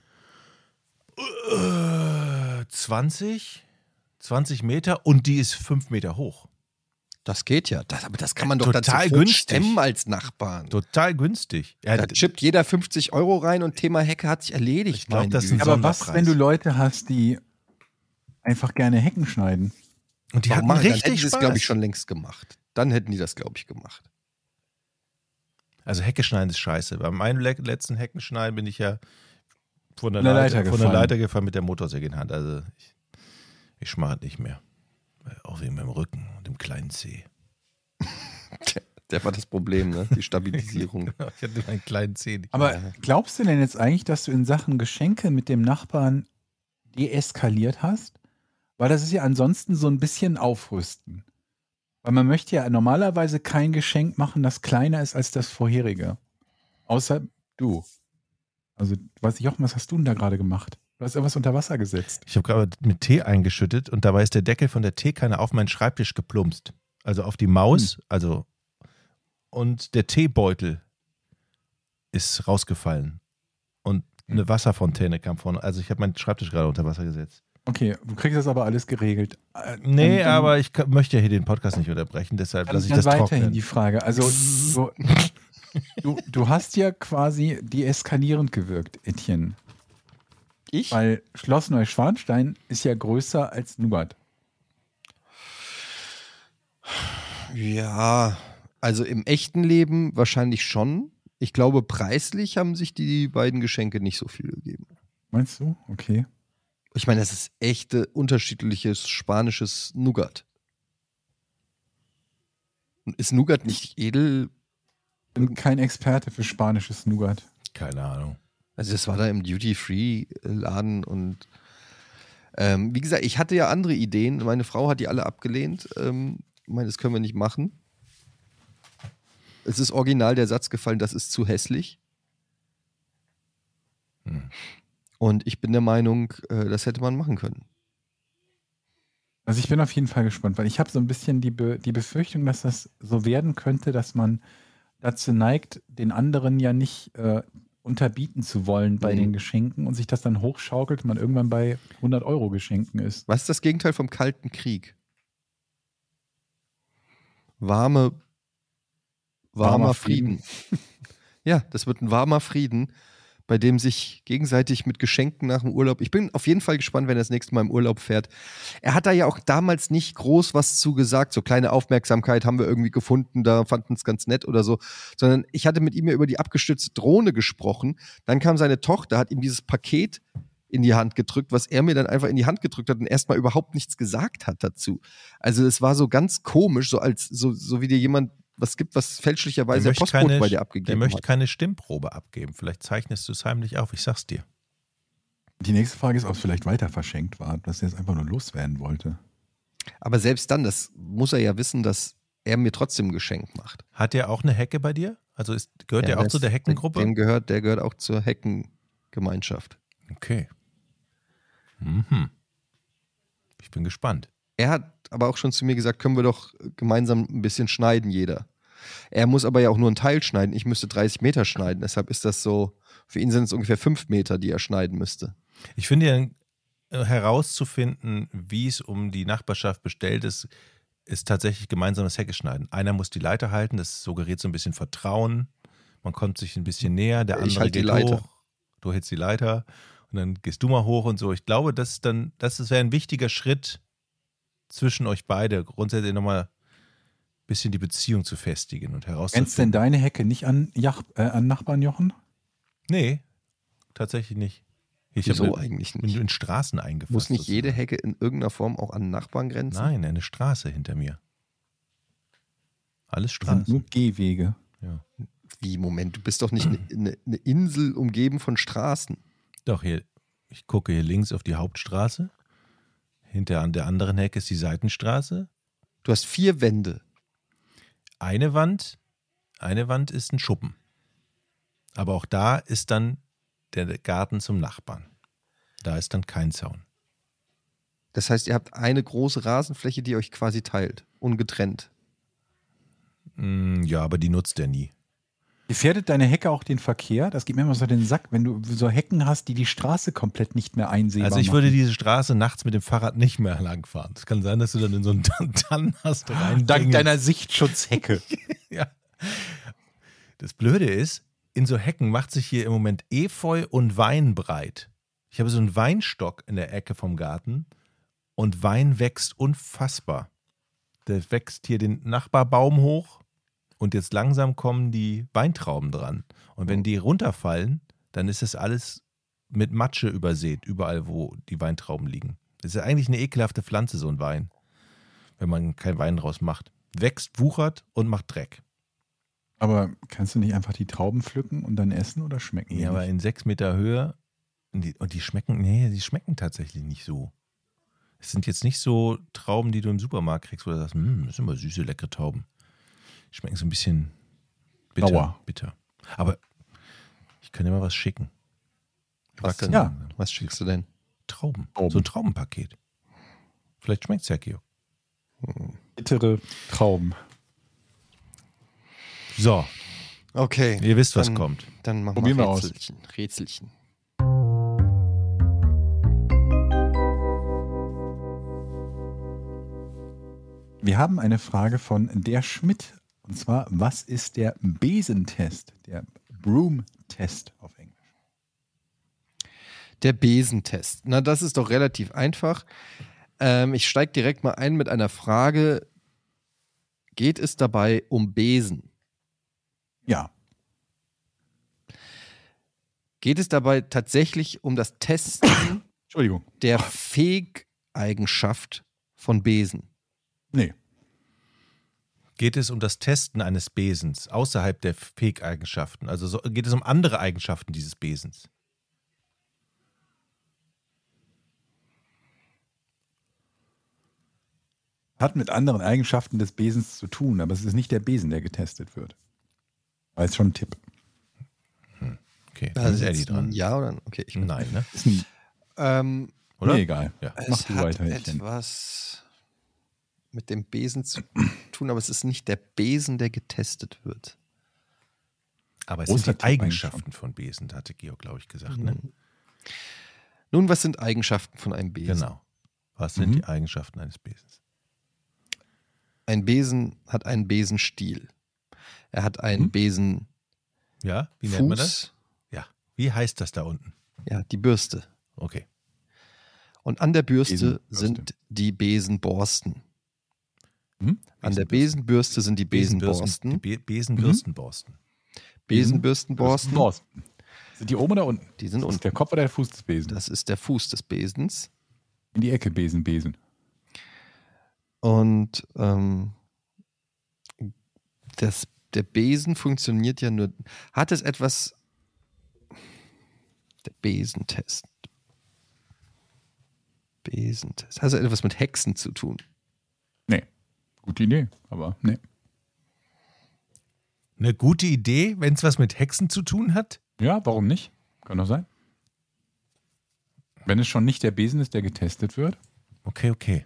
[SPEAKER 4] Äh, 20, 20 Meter und die ist fünf Meter hoch.
[SPEAKER 2] Das geht ja. Das, aber das kann man doch
[SPEAKER 4] Total
[SPEAKER 2] dann sofort
[SPEAKER 4] günstig.
[SPEAKER 2] stemmen als Nachbarn.
[SPEAKER 4] Total günstig. Ja,
[SPEAKER 2] Da chippt jeder 50 Euro rein und Thema Hecke hat sich erledigt.
[SPEAKER 4] Ich glaub,
[SPEAKER 2] meine
[SPEAKER 4] das ist
[SPEAKER 2] Güte.
[SPEAKER 4] ein
[SPEAKER 1] Aber was,
[SPEAKER 4] Sonderpreis.
[SPEAKER 1] wenn du Leute hast, die einfach gerne Hecken schneiden?
[SPEAKER 4] und die
[SPEAKER 2] Warum
[SPEAKER 4] hatten
[SPEAKER 2] machen? Dann hätten
[SPEAKER 4] richtig
[SPEAKER 2] die das,
[SPEAKER 4] Spaß.
[SPEAKER 2] glaube ich, schon längst gemacht. Dann hätten die das, glaube ich, gemacht.
[SPEAKER 4] Also Hecke schneiden ist scheiße. Bei meinem le letzten Heckenschneiden bin ich ja von der,
[SPEAKER 1] Von der
[SPEAKER 4] Leiter,
[SPEAKER 1] Leiter
[SPEAKER 4] von der
[SPEAKER 1] gefallen.
[SPEAKER 4] Leiter gefallen mit der Motorsäge in der Hand. Also ich, ich schmarr nicht mehr. Äh, Auch wegen meinem Rücken und dem kleinen Zeh.
[SPEAKER 2] Der, der war das Problem, ne? Die Stabilisierung.
[SPEAKER 4] Ich hatte meinen kleinen Zeh. nicht.
[SPEAKER 1] Aber glaubst du denn jetzt eigentlich, dass du in Sachen Geschenke mit dem Nachbarn deeskaliert hast? Weil das ist ja ansonsten so ein bisschen Aufrüsten. Weil man möchte ja normalerweise kein Geschenk machen, das kleiner ist als das vorherige. Außer du. Also, weiß ich auch, was hast du denn da gerade gemacht? Du hast irgendwas unter Wasser gesetzt.
[SPEAKER 4] Ich habe gerade mit Tee eingeschüttet und dabei ist der Deckel von der Teekanne auf meinen Schreibtisch geplumpst. Also auf die Maus, also und der Teebeutel ist rausgefallen. Und eine Wasserfontäne kam vorne. Also ich habe meinen Schreibtisch gerade unter Wasser gesetzt.
[SPEAKER 1] Okay, du kriegst das aber alles geregelt. Äh,
[SPEAKER 4] Nee,
[SPEAKER 1] dann- dann-
[SPEAKER 4] aber ich ka- möchte ja hier den Podcast nicht unterbrechen, deshalb lasse ich
[SPEAKER 1] Dann
[SPEAKER 4] das
[SPEAKER 1] weiterhin
[SPEAKER 4] trocknen.
[SPEAKER 1] die Frage. Also so, du, du hast ja quasi deeskalierend gewirkt, Etienne.
[SPEAKER 2] Ich?
[SPEAKER 1] Weil Schloss Neuschwanstein ist ja größer als Nugat.
[SPEAKER 2] Ja, also im echten Leben wahrscheinlich schon. Ich glaube, preislich haben sich die beiden Geschenke nicht so viel gegeben.
[SPEAKER 1] Meinst du? Okay.
[SPEAKER 2] Ich meine, das ist echte unterschiedliches spanisches Nougat. Ist Nougat nicht edel?
[SPEAKER 1] Bin kein Experte für spanisches Nugat.
[SPEAKER 4] Keine Ahnung.
[SPEAKER 2] Also das war da im Duty-Free-Laden und ähm, wie gesagt, ich hatte ja andere Ideen. Meine Frau hat die alle abgelehnt. Ähm, ich meine, das können wir nicht machen. Es ist original der Satz gefallen, das ist zu hässlich.
[SPEAKER 4] Hm.
[SPEAKER 2] Und ich bin der Meinung, äh, das hätte man machen können.
[SPEAKER 1] Also ich bin auf jeden Fall gespannt, weil ich habe so ein bisschen die, Be die Befürchtung, dass das so werden könnte, dass man dazu neigt, den anderen ja nicht äh, unterbieten zu wollen bei
[SPEAKER 2] Mhm.
[SPEAKER 1] den Geschenken und sich das dann hochschaukelt und man irgendwann bei 100 Euro Geschenken ist.
[SPEAKER 2] Was ist das Gegenteil vom Kalten Krieg? Warme, warmer,
[SPEAKER 1] Warmer
[SPEAKER 2] Frieden.
[SPEAKER 1] Frieden.
[SPEAKER 2] ja, das wird ein warmer Frieden, bei dem sich gegenseitig mit Geschenken nach dem Urlaub. Ich bin auf jeden Fall gespannt, wenn er das nächste Mal im Urlaub fährt. Er hat da ja auch damals nicht groß was zu gesagt. So kleine Aufmerksamkeit haben wir irgendwie gefunden, da fanden es ganz nett oder so. Sondern ich hatte mit ihm ja über die abgestürzte Drohne gesprochen. Dann kam seine Tochter, hat ihm dieses Paket in die Hand gedrückt, was er mir dann einfach in die Hand gedrückt hat und erstmal überhaupt nichts gesagt hat dazu. Also es war so ganz komisch, so als so, so wie dir jemand was gibt, was fälschlicherweise der
[SPEAKER 4] möchte
[SPEAKER 2] Postbote
[SPEAKER 4] keine-
[SPEAKER 2] bei dir
[SPEAKER 4] Der
[SPEAKER 2] abgegeben
[SPEAKER 4] möchte
[SPEAKER 2] hat.
[SPEAKER 4] keine Stimmprobe abgeben. Vielleicht zeichnest du es heimlich auf, ich sag's dir.
[SPEAKER 1] Die nächste Frage ist, ob es vielleicht weiter verschenkt war, dass er es einfach nur loswerden wollte.
[SPEAKER 2] Aber selbst dann, das muss er ja wissen, dass er mir trotzdem ein Geschenk macht.
[SPEAKER 4] Hat der auch eine Hecke bei dir? Also ist, gehört
[SPEAKER 2] Ja,
[SPEAKER 4] der auch
[SPEAKER 2] das-
[SPEAKER 4] zu der Heckengruppe?
[SPEAKER 2] Dem gehört, der gehört auch zur Heckengemeinschaft.
[SPEAKER 4] Okay. Mhm. Ich bin gespannt.
[SPEAKER 2] Er hat aber auch schon zu mir gesagt, können wir doch gemeinsam ein bisschen schneiden, jeder. Er muss aber ja auch nur einen Teil schneiden. Ich müsste 30 Meter schneiden. Deshalb ist das so, für ihn sind es ungefähr 5 Meter, die er schneiden müsste.
[SPEAKER 4] Ich finde ja, äh, herauszufinden, wie es um die Nachbarschaft bestellt ist, ist tatsächlich gemeinsames Heckeschneiden. Einer muss die Leiter halten, das suggeriert so ein bisschen Vertrauen. Man kommt sich ein bisschen näher, der
[SPEAKER 2] Ich
[SPEAKER 4] andere
[SPEAKER 2] halt die
[SPEAKER 4] geht
[SPEAKER 2] Leiter.
[SPEAKER 4] hoch, du hältst die Leiter und dann gehst du mal hoch und so. Ich glaube, das ist dann, das ist- wäre ein wichtiger Schritt zwischen euch beide, grundsätzlich nochmal ein bisschen die Beziehung zu festigen und
[SPEAKER 1] Grenzt
[SPEAKER 4] herauszufinden.
[SPEAKER 1] denn deine Hecke nicht an, Jach äh, an Nachbarn, Jochen?
[SPEAKER 4] Nee, tatsächlich nicht. Ich ne- habe
[SPEAKER 2] Wieso
[SPEAKER 4] in,
[SPEAKER 2] eigentlich
[SPEAKER 4] in,
[SPEAKER 2] nicht?
[SPEAKER 4] in Straßen eingefasst.
[SPEAKER 2] Muss nicht jede
[SPEAKER 4] sozusagen.
[SPEAKER 2] Hecke in irgendeiner Form auch an Nachbarn grenzen?
[SPEAKER 4] Nein, eine Straße hinter mir. Alles
[SPEAKER 1] Das sind nur
[SPEAKER 4] Straßen.
[SPEAKER 1] Gehwege.
[SPEAKER 2] Wie, Moment, du bist doch nicht eine eine- eine Insel umgeben von Straßen.
[SPEAKER 4] Doch, hier, ich gucke hier links auf die Hauptstraße. Hinter an der anderen Hecke ist die Seitenstraße.
[SPEAKER 2] Du hast vier Wände.
[SPEAKER 4] Eine Wand, eine Wand ist ein Schuppen. Aber auch da ist dann der Garten zum Nachbarn. Da ist dann kein Zaun.
[SPEAKER 2] Das heißt, ihr habt eine große Rasenfläche, die ihr euch quasi teilt, ungetrennt.
[SPEAKER 4] Mm, ja, aber die nutzt er nie.
[SPEAKER 1] Gefährdet deine Hecke auch den Verkehr? Das geht mir immer so den Sack, wenn du so Hecken hast, die die Straße komplett nicht mehr einsehbar
[SPEAKER 4] Also ich würde
[SPEAKER 1] machen.
[SPEAKER 4] diese Straße nachts mit dem Fahrrad nicht mehr langfahren. Es kann sein, dass du dann in so einen Tan- Tannenast rein
[SPEAKER 1] Dank deiner Sichtschutzhecke.
[SPEAKER 4] Ja. Das Blöde ist, in so Hecken macht sich hier im Moment Efeu und Wein breit. Ich habe so einen Weinstock in der Ecke vom Garten und Wein wächst unfassbar. Der wächst hier den Nachbarbaum hoch und jetzt langsam kommen die Weintrauben dran. Und wenn die runterfallen, dann ist das alles mit Matsche übersät, überall, wo die Weintrauben liegen. Das ist eigentlich eine ekelhafte Pflanze, so ein Wein, wenn man keinen Wein draus macht. Wächst, wuchert und macht Dreck.
[SPEAKER 1] Aber kannst du nicht einfach die Trauben pflücken und dann essen oder schmecken? die
[SPEAKER 4] Ja, aber
[SPEAKER 1] nicht?
[SPEAKER 4] in sechs Meter Höhe. Und die, und die schmecken, nee, die schmecken tatsächlich nicht so. Es sind jetzt nicht so Trauben, die du im Supermarkt kriegst, wo du sagst, "Hm, das sind immer süße, leckere Tauben. Die Schmecken so ein bisschen bitter.
[SPEAKER 1] Sauer.
[SPEAKER 4] bitter. Aber ich könnte dir mal was schicken. Ich
[SPEAKER 2] Was
[SPEAKER 4] wackel
[SPEAKER 2] denn?
[SPEAKER 1] Ja.
[SPEAKER 4] langsam.
[SPEAKER 2] Was schickst du denn?
[SPEAKER 4] Trauben.
[SPEAKER 1] Trauben.
[SPEAKER 4] So ein Traubenpaket. Vielleicht schmeckt es ja, Kio.
[SPEAKER 1] bittere Trauben.
[SPEAKER 4] So,
[SPEAKER 2] Okay.
[SPEAKER 4] ihr wisst, was
[SPEAKER 2] Dann-
[SPEAKER 4] kommt.
[SPEAKER 2] Dann machen
[SPEAKER 1] Probieren
[SPEAKER 2] wir
[SPEAKER 1] wir aus.
[SPEAKER 2] Rätselchen. Rätselchen.
[SPEAKER 1] Wir haben eine Frage von der Schmidt. Und zwar, was ist der Besentest? Der Broom-Test auf Englisch.
[SPEAKER 2] Der Besentest. Na, das ist doch relativ einfach. Ähm, ich steige direkt mal ein mit einer Frage. Geht es dabei um Besen?
[SPEAKER 1] Ja,
[SPEAKER 2] Geht es dabei tatsächlich um das Testen
[SPEAKER 1] Entschuldigung.
[SPEAKER 2] der Fegeigenschaft von Besen?
[SPEAKER 1] Nee,
[SPEAKER 4] Geht es um das Testen eines Besens außerhalb der Fähigeigenschaften? Also so, geht es um andere Eigenschaften dieses Besens?
[SPEAKER 1] hat mit anderen Eigenschaften des Besens zu tun, aber es ist nicht der Besen, der getestet wird. War jetzt schon ein Tipp.
[SPEAKER 4] Okay,
[SPEAKER 2] Da
[SPEAKER 4] dann ist
[SPEAKER 2] sitzt
[SPEAKER 4] Eddie
[SPEAKER 2] ein
[SPEAKER 4] dran.
[SPEAKER 2] Ja oder ein- okay. Ich,
[SPEAKER 4] Nein, ne?
[SPEAKER 1] Ist ein,
[SPEAKER 2] ähm,
[SPEAKER 4] Oder?
[SPEAKER 1] Nee, egal.
[SPEAKER 4] Ja.
[SPEAKER 1] Mach
[SPEAKER 2] es
[SPEAKER 1] du
[SPEAKER 2] hat
[SPEAKER 1] weiter, Hähnchen.
[SPEAKER 2] etwas mit dem Besen zu tun, aber es ist nicht der Besen, der getestet wird.
[SPEAKER 4] Aber es sind
[SPEAKER 1] Großer
[SPEAKER 4] die
[SPEAKER 1] Tipp eigentlich
[SPEAKER 4] Eigenschaften von Besen, hatte Georg, glaube ich, gesagt. Ne?
[SPEAKER 2] Mhm. Nun, was sind Eigenschaften von einem Besen?
[SPEAKER 4] Genau. Was sind
[SPEAKER 1] Mhm.
[SPEAKER 4] die Eigenschaften eines Besens?
[SPEAKER 2] Ein Besen hat einen Besenstiel. Er hat einen
[SPEAKER 4] Hm?
[SPEAKER 2] Besen.
[SPEAKER 4] Ja, wie
[SPEAKER 2] Fuß.
[SPEAKER 4] nennt man das? Ja. Wie heißt das da unten?
[SPEAKER 2] Ja, die Bürste.
[SPEAKER 4] Okay.
[SPEAKER 2] Und an der Bürste
[SPEAKER 1] Besenbürste.
[SPEAKER 2] sind die Besenborsten.
[SPEAKER 1] Hm?
[SPEAKER 2] An der
[SPEAKER 4] Besenbürsten.
[SPEAKER 2] Besenbürste sind die
[SPEAKER 4] Die
[SPEAKER 2] Besenborsten.
[SPEAKER 4] Be Besenbürstenborsten.
[SPEAKER 2] Besenbürstenborsten,
[SPEAKER 1] Borsten. Sind die oben oder unten?
[SPEAKER 2] die sind
[SPEAKER 1] Ist
[SPEAKER 2] unten.
[SPEAKER 1] der Kopf oder der Fuß des Besen?
[SPEAKER 2] Das ist der Fuß des Besens.
[SPEAKER 1] In die Ecke Besen, Besen.
[SPEAKER 2] Und ähm, das, der Besen funktioniert ja nur. Hat es etwas. Der Besentest. Besentest. Hat es etwas mit Hexen zu tun?
[SPEAKER 1] Nee. Gute Idee, aber nee.
[SPEAKER 4] Mhm. Eine gute Idee, wenn es was mit Hexen zu tun hat?
[SPEAKER 1] Ja, warum nicht? Kann doch sein. Wenn es schon nicht der Besen ist, der getestet wird.
[SPEAKER 4] Okay, okay.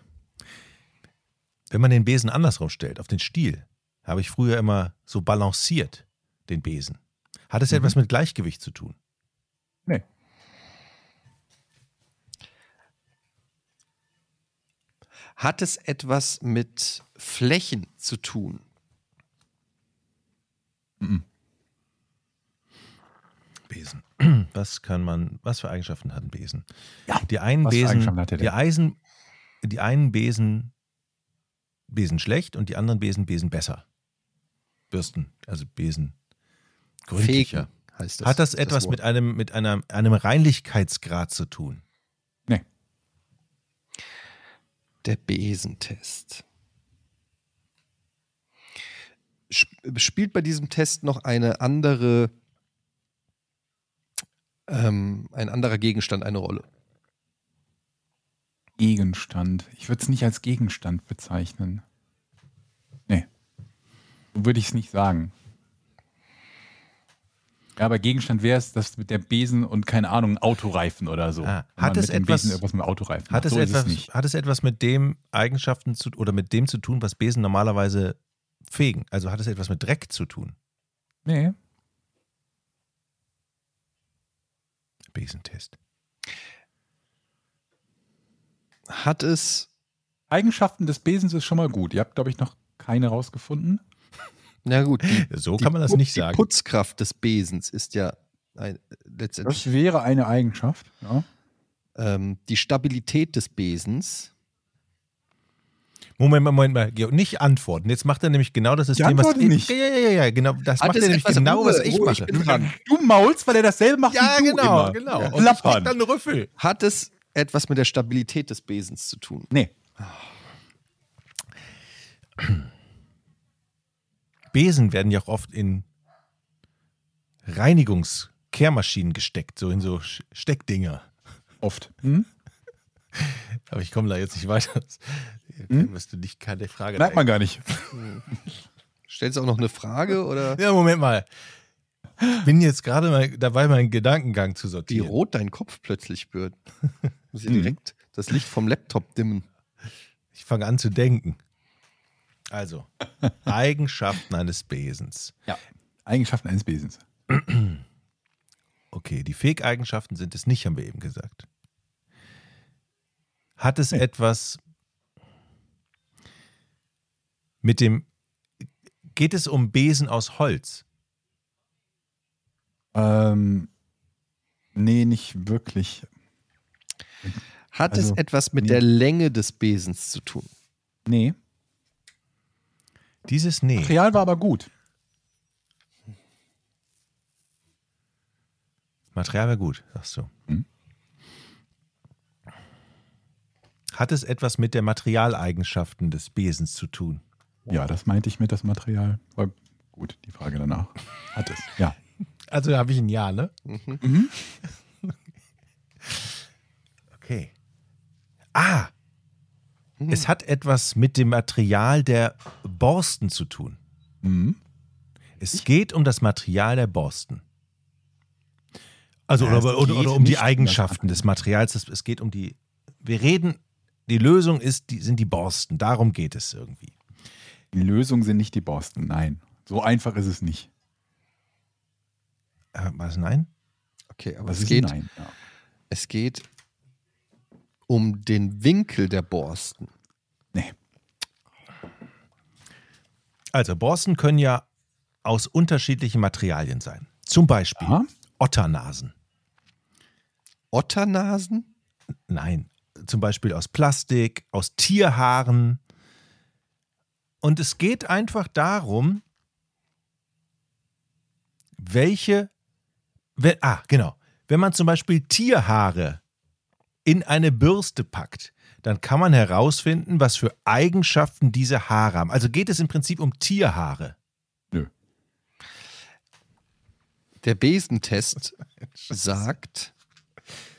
[SPEAKER 4] Wenn man den Besen andersrum stellt, auf den Stiel, habe ich früher immer so balanciert, den Besen. Hat es etwas mit Gleichgewicht zu tun?
[SPEAKER 1] Nee.
[SPEAKER 2] Hat es etwas mit Flächen zu tun?
[SPEAKER 4] Besen. Was kann man, was für Eigenschaften hat ein Besen?
[SPEAKER 1] Ja,
[SPEAKER 4] Die einen
[SPEAKER 1] was für
[SPEAKER 4] Besen,
[SPEAKER 1] Eigenschaften hat er denn?
[SPEAKER 4] die Eisen, die einen Besen, Besen schlecht und die anderen Besen, Besen besser. Bürsten, also Besen gründlicher.
[SPEAKER 2] Fegen heißt das.
[SPEAKER 4] Hat das etwas
[SPEAKER 2] Wort.
[SPEAKER 4] mit einem, mit einer, einem Reinlichkeitsgrad zu tun?
[SPEAKER 1] Nee.
[SPEAKER 2] Der Besentest. Sp- Spielt bei diesem Test noch eine andere, ähm, ein anderer Gegenstand eine Rolle?
[SPEAKER 1] Gegenstand. Ich würde es nicht als Gegenstand bezeichnen. Nee. So würde ich es nicht sagen. Ja, aber Gegenstand wäre es, das mit der Besen und keine Ahnung, Autoreifen oder so.
[SPEAKER 4] Ah,
[SPEAKER 1] Wenn
[SPEAKER 4] hat
[SPEAKER 1] man
[SPEAKER 4] es
[SPEAKER 1] mit dem
[SPEAKER 4] etwas-
[SPEAKER 1] Besen irgendwas mit dem Autoreifen?
[SPEAKER 4] Hat
[SPEAKER 1] macht.
[SPEAKER 4] es,
[SPEAKER 1] so ist
[SPEAKER 4] etwas,
[SPEAKER 1] nicht.
[SPEAKER 4] hat es etwas mit dem Eigenschaften zu oder mit dem zu tun, was Besen normalerweise fegen? Also hat es etwas mit Dreck zu tun?
[SPEAKER 1] Nee.
[SPEAKER 4] Besentest.
[SPEAKER 2] Hat es,
[SPEAKER 1] Eigenschaften des Besens ist schon mal gut. Ihr habt, glaube ich, noch keine rausgefunden.
[SPEAKER 2] na gut, die,
[SPEAKER 4] So
[SPEAKER 2] die
[SPEAKER 4] kann man das
[SPEAKER 2] Put-
[SPEAKER 4] nicht
[SPEAKER 2] die
[SPEAKER 4] sagen.
[SPEAKER 2] Putzkraft des Besens ist ja ein, letztendlich
[SPEAKER 1] Das wäre eine Eigenschaft. Ja.
[SPEAKER 2] ähm, die Stabilität des Besens.
[SPEAKER 4] Moment mal, Moment mal, Georg, nicht antworten. Jetzt macht er nämlich genau das System, was
[SPEAKER 1] antworten
[SPEAKER 4] ich.
[SPEAKER 1] nicht.
[SPEAKER 4] Ja, ja, ja, ja, genau. Das
[SPEAKER 2] Hat
[SPEAKER 4] macht
[SPEAKER 2] es
[SPEAKER 4] er nämlich
[SPEAKER 2] Ah, etwas-
[SPEAKER 4] genau, was
[SPEAKER 2] Ruhe,
[SPEAKER 4] ich
[SPEAKER 2] Ruhe,
[SPEAKER 4] mache.
[SPEAKER 2] ich bin dran.
[SPEAKER 1] Du maulst, weil er dasselbe macht
[SPEAKER 4] ja,
[SPEAKER 1] wie du
[SPEAKER 4] genau,
[SPEAKER 1] immer.
[SPEAKER 4] genau. Und
[SPEAKER 1] Ja.
[SPEAKER 4] ich krieg
[SPEAKER 1] Lappern.
[SPEAKER 4] dann einen Rüffel.
[SPEAKER 2] Hat es etwas mit der Stabilität des Besens zu tun?
[SPEAKER 1] Nee.
[SPEAKER 4] Besen werden ja auch oft in Reinigungskehrmaschinen gesteckt, so in so Sch- Steckdinger.
[SPEAKER 1] Oft. Hm?
[SPEAKER 4] Aber ich komme da jetzt nicht weiter.
[SPEAKER 1] Hm?
[SPEAKER 4] Wirst du dich keine Frage
[SPEAKER 1] Merkt man gar nicht.
[SPEAKER 2] Stellst du auch noch eine Frage oder
[SPEAKER 4] Ja, Moment mal. Ich bin jetzt gerade mal dabei, meinen Gedankengang zu
[SPEAKER 2] wie
[SPEAKER 4] sortieren.
[SPEAKER 2] rot dein Kopf plötzlich wird? Muss ich
[SPEAKER 1] Mhm.
[SPEAKER 2] direkt das Licht vom Laptop dimmen.
[SPEAKER 4] Ich fange an zu denken. Also, Eigenschaften eines Besens.
[SPEAKER 1] Eigenschaften eines Besens.
[SPEAKER 4] Okay, die Fake-Eigenschaften sind es nicht, haben wir eben gesagt. Hat es etwas mit dem. Geht es um Besen aus Holz?
[SPEAKER 1] Ähm, nee, nicht wirklich.
[SPEAKER 2] Hat
[SPEAKER 1] Also,
[SPEAKER 2] es etwas mit
[SPEAKER 1] nee.
[SPEAKER 2] der Länge des Besens zu tun?
[SPEAKER 1] Nee.
[SPEAKER 4] Dieses Nee.
[SPEAKER 1] Material war aber gut.
[SPEAKER 4] Material wäre gut, sagst du.
[SPEAKER 1] Mhm.
[SPEAKER 4] Hat es etwas mit der Materialeigenschaften des Besens zu tun?
[SPEAKER 1] Ja, das meinte ich mit, das Material war gut. Die Frage danach. Hat es. Ja.
[SPEAKER 4] Also da habe ich ein Ja, ne?
[SPEAKER 2] Mhm.
[SPEAKER 4] Okay. Ah, es hat etwas mit dem Material der Borsten zu tun.
[SPEAKER 1] Mhm.
[SPEAKER 4] Es geht um das Material der Borsten. Also, oder,
[SPEAKER 1] Ja, es
[SPEAKER 4] oder,
[SPEAKER 1] geht
[SPEAKER 4] oder um die
[SPEAKER 1] nicht
[SPEAKER 4] Eigenschaften des Materials. Es- Es geht um die. Wir reden, die Lösung ist, die, sind die Borsten. Darum geht es irgendwie.
[SPEAKER 1] Die Lösung sind nicht die Borsten. Nein. So einfach ist es nicht.
[SPEAKER 4] Äh, was? Nein?
[SPEAKER 2] Okay, aber
[SPEAKER 1] Das
[SPEAKER 2] es
[SPEAKER 1] ist
[SPEAKER 2] geht,
[SPEAKER 1] ein Nein. Ja.
[SPEAKER 2] es geht um den Winkel der Borsten.
[SPEAKER 1] Nee.
[SPEAKER 4] Also, Borsten können ja aus unterschiedlichen Materialien sein. Zum Beispiel
[SPEAKER 1] Ja.
[SPEAKER 4] Otternasen.
[SPEAKER 2] Otternasen?
[SPEAKER 4] Nein. Zum Beispiel aus Plastik, aus Tierhaaren. Und es geht einfach darum, welche. we- ah, genau. Wenn man zum Beispiel Tierhaare in eine Bürste packt, dann kann man herausfinden, was für Eigenschaften diese Haare haben. Also geht es im Prinzip um Tierhaare.
[SPEAKER 2] Der
[SPEAKER 1] Oh,
[SPEAKER 2] Besentest sagt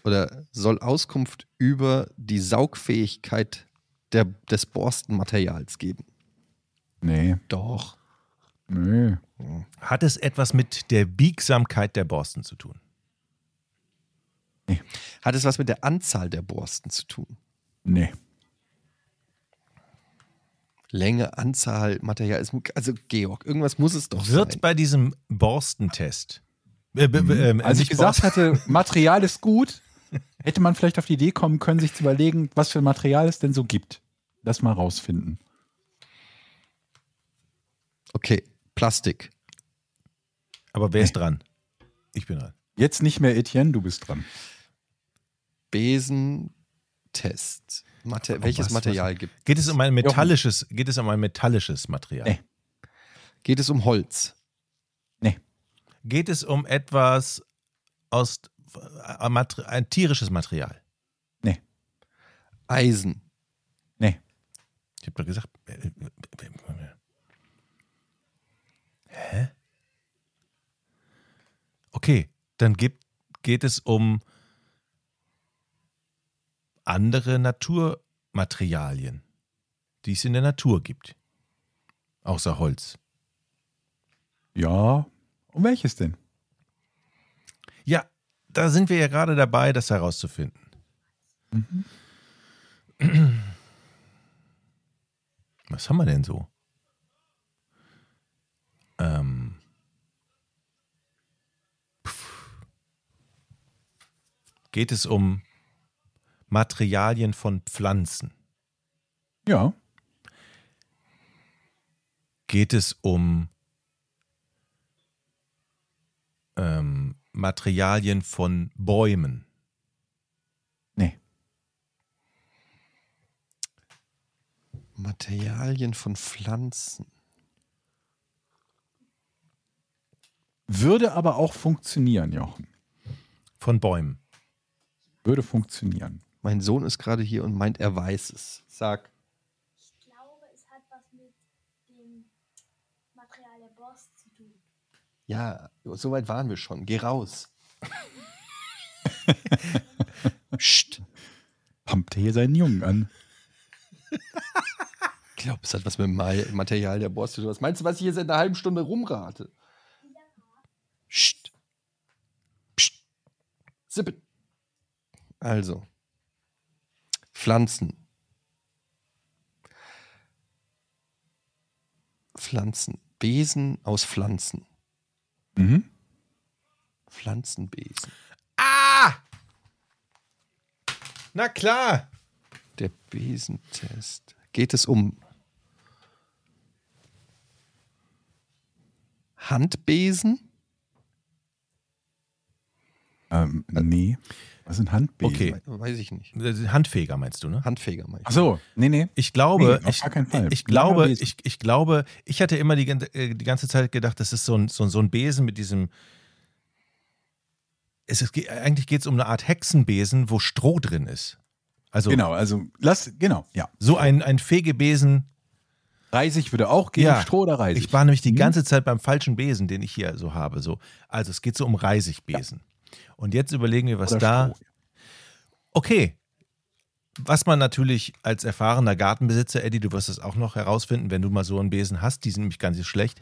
[SPEAKER 2] oder soll Auskunft über die Saugfähigkeit der, des Borstenmaterials geben.
[SPEAKER 1] Nee.
[SPEAKER 2] Doch.
[SPEAKER 1] Nee.
[SPEAKER 4] Hat es etwas mit der Biegsamkeit der Borsten zu tun?
[SPEAKER 2] Hat es was mit der Anzahl der Borsten zu tun?
[SPEAKER 1] Nee.
[SPEAKER 2] Länge, Anzahl, Material. es mu- Also, Georg, irgendwas muss es doch
[SPEAKER 4] Wird
[SPEAKER 2] sein.
[SPEAKER 4] bei diesem Borstentest. Äh, b- b- ähm,
[SPEAKER 1] Mhm. Als ich
[SPEAKER 4] nicht
[SPEAKER 1] gesagt
[SPEAKER 4] Borsten-
[SPEAKER 1] hatte, Material ist gut, hätte man vielleicht auf die Idee kommen können, sich zu überlegen, was für Material es denn so gibt. Das mal rausfinden.
[SPEAKER 2] Okay, Plastik.
[SPEAKER 4] Aber wer ist dran? Ich bin dran.
[SPEAKER 1] Jetzt nicht mehr Etienne, du bist dran.
[SPEAKER 2] Besentest. Mater welches
[SPEAKER 4] was-
[SPEAKER 2] Material gibt
[SPEAKER 4] Geht es um ein metallisches, geht es um ein metallisches Material?
[SPEAKER 1] Nee.
[SPEAKER 2] Geht es um Holz?
[SPEAKER 4] Geht es um etwas aus äh, Mater- ein tierisches Material?
[SPEAKER 2] Eisen?
[SPEAKER 1] Nee.
[SPEAKER 4] Ich habe doch gesagt. äh, äh, äh, Hä? Okay, dann gibt, geht es um andere Naturmaterialien, die es in der Natur gibt. Außer Holz.
[SPEAKER 1] Ja. Um welches denn?
[SPEAKER 4] Ja, da sind wir ja gerade dabei, das herauszufinden. Mhm. Was haben wir denn so? Ähm. Pff. Geht es um Materialien von Pflanzen?
[SPEAKER 1] Ja.
[SPEAKER 4] geht es um ähm, Materialien von Bäumen.
[SPEAKER 1] Nee.
[SPEAKER 2] Materialien von Pflanzen.
[SPEAKER 1] Würde aber auch funktionieren, Jochen.
[SPEAKER 4] Von Bäumen.
[SPEAKER 1] Würde funktionieren.
[SPEAKER 2] Mein Sohn ist gerade hier und meint, er weiß es. Sag.
[SPEAKER 5] Ich glaube, es hat was mit dem Material der Borst zu tun.
[SPEAKER 2] Ja, soweit waren wir schon. Geh raus. Psst.
[SPEAKER 1] Pumpt er hier seinen Jungen an.
[SPEAKER 2] Ich glaube, es hat was mit dem Ma- Material der Borst zu tun. Was meinst du, was ich jetzt in einer halben Stunde rumrate? Psst. Psst. Sippe. Also. Pflanzen. Pflanzen. Besen aus Pflanzen.
[SPEAKER 1] Mhm.
[SPEAKER 2] Pflanzenbesen.
[SPEAKER 4] Ah! Na klar!
[SPEAKER 2] Der Besentest. Geht es um Handbesen?
[SPEAKER 1] Ähm, nee. Was sind Handbesen?
[SPEAKER 4] Okay.
[SPEAKER 2] We- Weiß ich nicht.
[SPEAKER 4] Handfeger meinst du, ne?
[SPEAKER 2] Handfeger meinst
[SPEAKER 1] Ach
[SPEAKER 2] du?
[SPEAKER 1] so, nee, nee.
[SPEAKER 4] Ich glaube,
[SPEAKER 1] Nee, auf
[SPEAKER 4] ich,
[SPEAKER 1] gar keinen Fall.
[SPEAKER 4] ich glaube,
[SPEAKER 1] Langer Besen.
[SPEAKER 4] ich, ich glaube, ich hatte immer die, gan- äh, die ganze Zeit gedacht, das ist so ein, so, ein- so ein Besen mit diesem. Es ist, ge- eigentlich geht es um eine Art Hexenbesen, wo Stroh drin ist. Also
[SPEAKER 1] Genau, also lass, genau, ja.
[SPEAKER 4] so ein, ein Fegebesen
[SPEAKER 1] Reisig würde auch gehen,
[SPEAKER 4] Ja.
[SPEAKER 1] Stroh oder Reisig.
[SPEAKER 4] Ich war nämlich die
[SPEAKER 1] Mhm.
[SPEAKER 4] ganze Zeit beim falschen Besen, den ich hier so habe. So. Also es geht so um Reisigbesen. Und jetzt überlegen wir, was
[SPEAKER 1] Oder
[SPEAKER 4] da.
[SPEAKER 1] Stroh.
[SPEAKER 4] Okay. Was man natürlich als erfahrener Gartenbesitzer, Eddie, du wirst es auch noch herausfinden, wenn du mal so einen Besen hast, die sind nämlich ganz schlecht.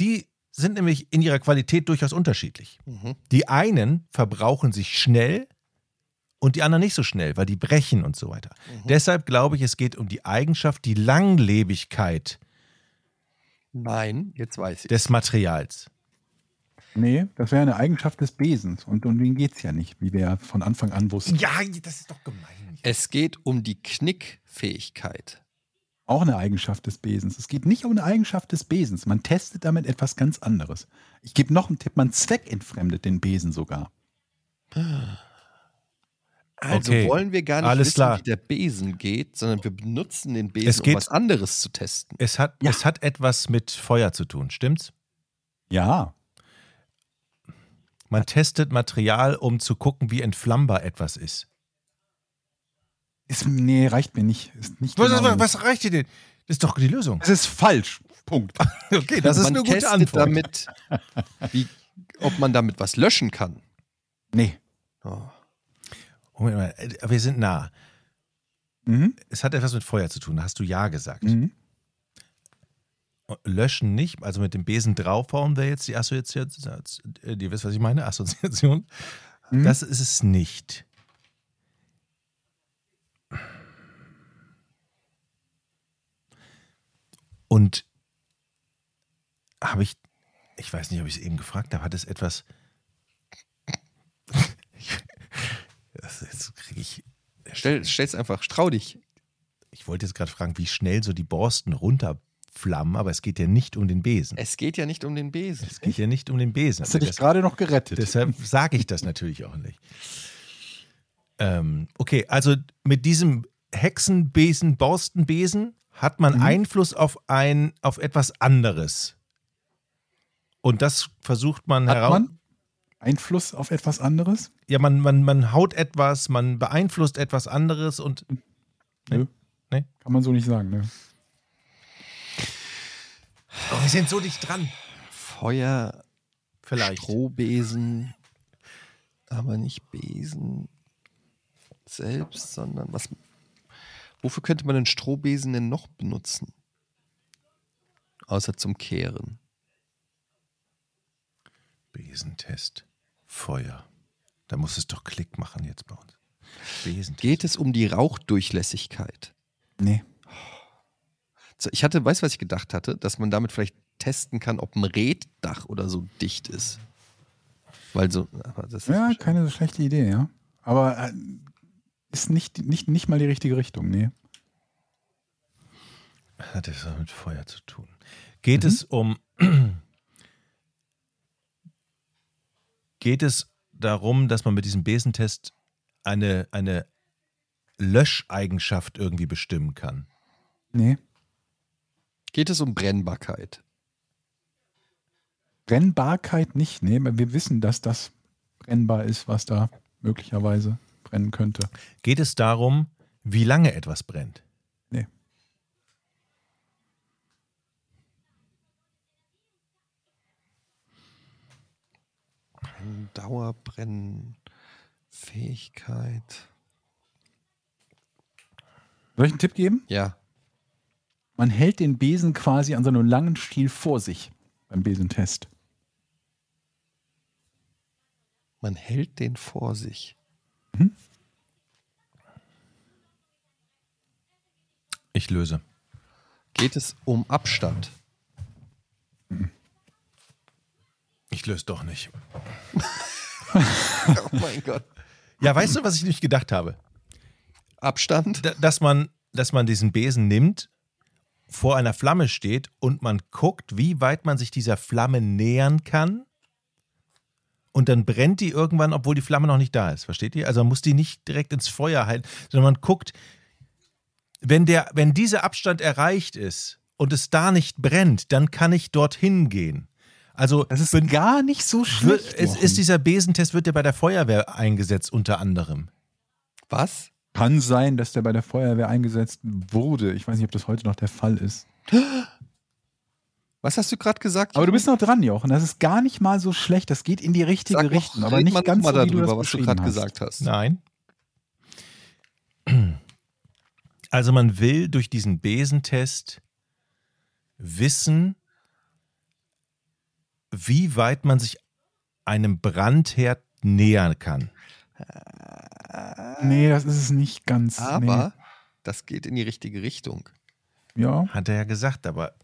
[SPEAKER 4] Die sind nämlich in ihrer Qualität durchaus unterschiedlich.
[SPEAKER 2] Mhm.
[SPEAKER 4] Die einen verbrauchen sich schnell und die anderen nicht so schnell, weil die brechen und so weiter. Deshalb glaube ich, es geht um die Eigenschaft, die Langlebigkeit
[SPEAKER 2] Nein, jetzt weiß ich.
[SPEAKER 4] des Materials.
[SPEAKER 1] Nee, das wäre eine Eigenschaft des Besens. Und um den geht es ja nicht, wie wir ja von Anfang an wussten.
[SPEAKER 4] Ja, das ist doch gemein.
[SPEAKER 2] Es geht um die Knickfähigkeit.
[SPEAKER 1] Auch eine Eigenschaft des Besens. Es geht nicht um eine Eigenschaft des Besens. Man testet damit etwas ganz anderes. Ich gebe noch einen Tipp: man zweckentfremdet den Besen sogar.
[SPEAKER 2] Also
[SPEAKER 4] Okay,
[SPEAKER 2] wollen wir gar nicht
[SPEAKER 4] alles
[SPEAKER 2] wissen,
[SPEAKER 4] klar.
[SPEAKER 2] wie der Besen geht, sondern wir benutzen den
[SPEAKER 4] Es
[SPEAKER 2] Besen, um
[SPEAKER 4] geht-
[SPEAKER 2] was anderes zu testen.
[SPEAKER 4] Es hat, es hat etwas mit Feuer zu tun, stimmt's?
[SPEAKER 1] Ja,
[SPEAKER 4] Man testet Material, um zu gucken, wie entflammbar etwas ist.
[SPEAKER 1] ist, nee, reicht mir nicht. Ist nicht
[SPEAKER 4] Was,
[SPEAKER 1] genau
[SPEAKER 4] was,
[SPEAKER 1] genug.
[SPEAKER 4] was reicht dir denn? Das ist doch die Lösung.
[SPEAKER 1] Es ist falsch. Punkt.
[SPEAKER 4] Okay, das ist
[SPEAKER 2] man
[SPEAKER 4] eine gute
[SPEAKER 2] testet
[SPEAKER 4] Antwort.
[SPEAKER 2] damit, wie, ob man damit was löschen kann.
[SPEAKER 1] Nee.
[SPEAKER 2] Oh.
[SPEAKER 4] Moment mal, äh, wir sind nah.
[SPEAKER 1] Mhm.
[SPEAKER 4] Es hat etwas mit Feuer zu tun, da hast du Ja gesagt.
[SPEAKER 1] Mhm.
[SPEAKER 4] Löschen nicht, also mit dem Besen draufhauen wäre jetzt die Assoziation. äh, Ihr wisst, was ich meine? Assoziation.
[SPEAKER 1] Mhm.
[SPEAKER 4] Das ist es nicht. Und habe ich, ich weiß nicht, ob ich es eben gefragt habe, hat es etwas. Das, jetzt krieg ich,
[SPEAKER 2] Stell, stell's einfach, strau dich.
[SPEAKER 4] ich wollte jetzt gerade fragen, wie schnell so die Borsten runterflammen, aber es geht ja nicht um den Besen.
[SPEAKER 2] Es geht ja nicht um den Besen.
[SPEAKER 4] Es geht ja nicht um den Besen.
[SPEAKER 1] Hast
[SPEAKER 4] Also
[SPEAKER 1] du dich
[SPEAKER 4] das-
[SPEAKER 1] gerade noch gerettet?
[SPEAKER 4] Deshalb sage ich das natürlich auch nicht. Ähm, okay, also mit diesem Hexenbesen, Borstenbesen hat man
[SPEAKER 1] Mhm.
[SPEAKER 4] Einfluss auf ein, auf etwas anderes. Und das versucht man
[SPEAKER 1] Hat
[SPEAKER 4] heraus.
[SPEAKER 1] man Einfluss auf etwas anderes?
[SPEAKER 4] Ja, man, man, man haut etwas, man beeinflusst etwas anderes und Nee.
[SPEAKER 1] Nö.
[SPEAKER 4] Nee.
[SPEAKER 1] Kann man so nicht sagen. Ne?
[SPEAKER 4] Oh, wir sind so dicht dran.
[SPEAKER 2] Feuer,
[SPEAKER 4] Vielleicht.
[SPEAKER 2] Strohbesen, aber nicht Besen selbst, sondern was. Wofür könnte man den Strohbesen denn noch benutzen? Außer zum Kehren.
[SPEAKER 4] Besentest. Feuer. Da muss es doch Klick machen jetzt bei uns. Besentest.
[SPEAKER 2] Geht es um die Rauchdurchlässigkeit?
[SPEAKER 1] Nee.
[SPEAKER 2] So, Ich hatte, weißt du, was ich gedacht hatte? Dass man damit vielleicht testen kann, ob ein Reddach oder so dicht ist. Weil so. aber Das ist
[SPEAKER 1] Ja,
[SPEAKER 2] wahrscheinlich-
[SPEAKER 1] keine so schlechte Idee, ja. Aber äh, ist nicht, nicht, nicht mal die richtige Richtung, nee.
[SPEAKER 4] Hat es mit Feuer zu tun? Geht es um. Geht es darum, dass man mit diesem Besentest eine, eine Löscheigenschaft irgendwie bestimmen kann?
[SPEAKER 1] Nee.
[SPEAKER 2] Geht es um Brennbarkeit?
[SPEAKER 1] Brennbarkeit nicht, nee. weil Wir wissen, dass das brennbar ist, was da möglicherweise brennen könnte.
[SPEAKER 4] Geht es darum, wie lange etwas brennt?
[SPEAKER 1] Nee.
[SPEAKER 2] Dauerbrennen, Fähigkeit.
[SPEAKER 1] Soll ich einen Tipp geben?
[SPEAKER 2] Ja.
[SPEAKER 1] Man hält den Besen quasi an so einem langen Stiel vor sich beim Besentest.
[SPEAKER 2] Man hält den vor sich.
[SPEAKER 4] Ich löse.
[SPEAKER 2] Geht es um Abstand?
[SPEAKER 4] Ich löse doch nicht.
[SPEAKER 2] oh mein Gott.
[SPEAKER 4] Ja, weißt du, was ich nicht gedacht habe?
[SPEAKER 2] Abstand?
[SPEAKER 4] D dass, man, dass man diesen Besen nimmt, vor einer Flamme steht und man guckt, wie weit man sich dieser Flamme nähern kann. Und dann brennt die irgendwann, obwohl die Flamme noch nicht da ist. Versteht ihr? Also man muss die nicht direkt ins Feuer halten, sondern man guckt, wenn, der, wenn dieser Abstand erreicht ist und es da nicht brennt, dann kann ich dorthin gehen. Also
[SPEAKER 1] Das ist gar nicht so
[SPEAKER 4] wird,
[SPEAKER 1] Äh, schlecht.
[SPEAKER 4] es ist dieser Besentest, wird der bei der Feuerwehr eingesetzt unter anderem.
[SPEAKER 2] Was?
[SPEAKER 1] Kann sein, dass der bei der Feuerwehr eingesetzt wurde. Ich weiß nicht, ob das heute noch der Fall ist.
[SPEAKER 2] Was hast du gerade gesagt?
[SPEAKER 1] Aber du bist noch dran, Jochen. Das ist gar nicht mal so schlecht. Das geht in die richtige
[SPEAKER 2] Sag noch,
[SPEAKER 1] Richtung, aber
[SPEAKER 2] red
[SPEAKER 1] nicht
[SPEAKER 2] mal
[SPEAKER 1] ganz
[SPEAKER 2] noch
[SPEAKER 1] so,
[SPEAKER 2] mal
[SPEAKER 1] wie du
[SPEAKER 2] darüber,
[SPEAKER 1] das
[SPEAKER 2] was du
[SPEAKER 1] beschrieben
[SPEAKER 2] gerade
[SPEAKER 1] hast.
[SPEAKER 2] gesagt hast.
[SPEAKER 4] Nein. Also man will durch diesen Besentest wissen, wie weit man sich einem Brandherd nähern kann.
[SPEAKER 1] Nee, das ist es nicht ganz.
[SPEAKER 2] Aber das geht in die richtige Richtung.
[SPEAKER 1] Nee. Ja.
[SPEAKER 4] Hat er ja gesagt, aber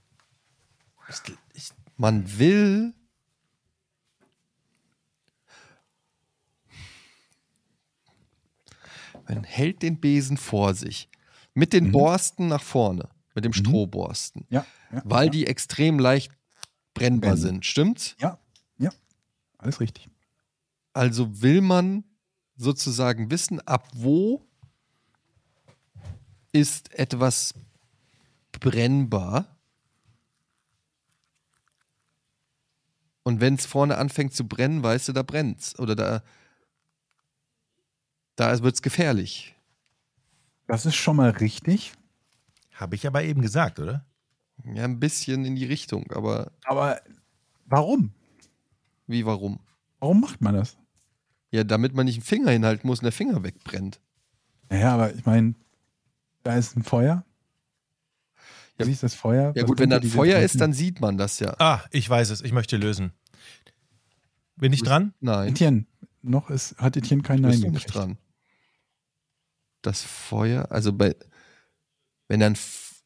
[SPEAKER 4] es- ich,
[SPEAKER 2] Man will. Man hält den Besen vor sich. Mit
[SPEAKER 1] Mhm.
[SPEAKER 2] den Borsten nach vorne. Mit dem Strohborsten.
[SPEAKER 1] Ja. ja
[SPEAKER 2] Weil
[SPEAKER 1] Mhm. ja,
[SPEAKER 2] die extrem leicht brennbar
[SPEAKER 1] Brennen.
[SPEAKER 2] sind, stimmt's?
[SPEAKER 1] Ja, ja. Alles richtig.
[SPEAKER 2] Also will man sozusagen wissen, ab wo ist etwas brennbar. Und wenn es vorne anfängt zu brennen, weißt du, da brennt's. Oder da, da wird's gefährlich.
[SPEAKER 1] Das ist schon mal richtig.
[SPEAKER 4] habe ich aber eben gesagt, oder?
[SPEAKER 2] Ja, ein bisschen in die Richtung, aber
[SPEAKER 1] Aber warum?
[SPEAKER 2] wie warum?
[SPEAKER 1] Warum macht man das?
[SPEAKER 2] Ja, damit man nicht einen Finger hinhalten muss und der Finger wegbrennt.
[SPEAKER 1] Naja, aber ich meine, da ist ein Feuer. Du
[SPEAKER 2] Ja.
[SPEAKER 1] siehst das Feuer.
[SPEAKER 2] Ja
[SPEAKER 1] Was
[SPEAKER 2] gut, wenn
[SPEAKER 1] bringt
[SPEAKER 2] da
[SPEAKER 1] dir
[SPEAKER 2] ein
[SPEAKER 1] diese
[SPEAKER 2] Feuer
[SPEAKER 1] ganzen-
[SPEAKER 2] ist, dann sieht man das ja.
[SPEAKER 4] Ah, ich weiß es, ich möchte lösen. Bin ich
[SPEAKER 2] Du bist-
[SPEAKER 4] dran?
[SPEAKER 2] Nein.
[SPEAKER 1] Etienne, noch ist, hat Etienne kein
[SPEAKER 2] Du
[SPEAKER 1] Nein
[SPEAKER 2] bist doch nicht
[SPEAKER 1] gekriegt.
[SPEAKER 2] dran. Das Feuer, also bei. Wenn dann. F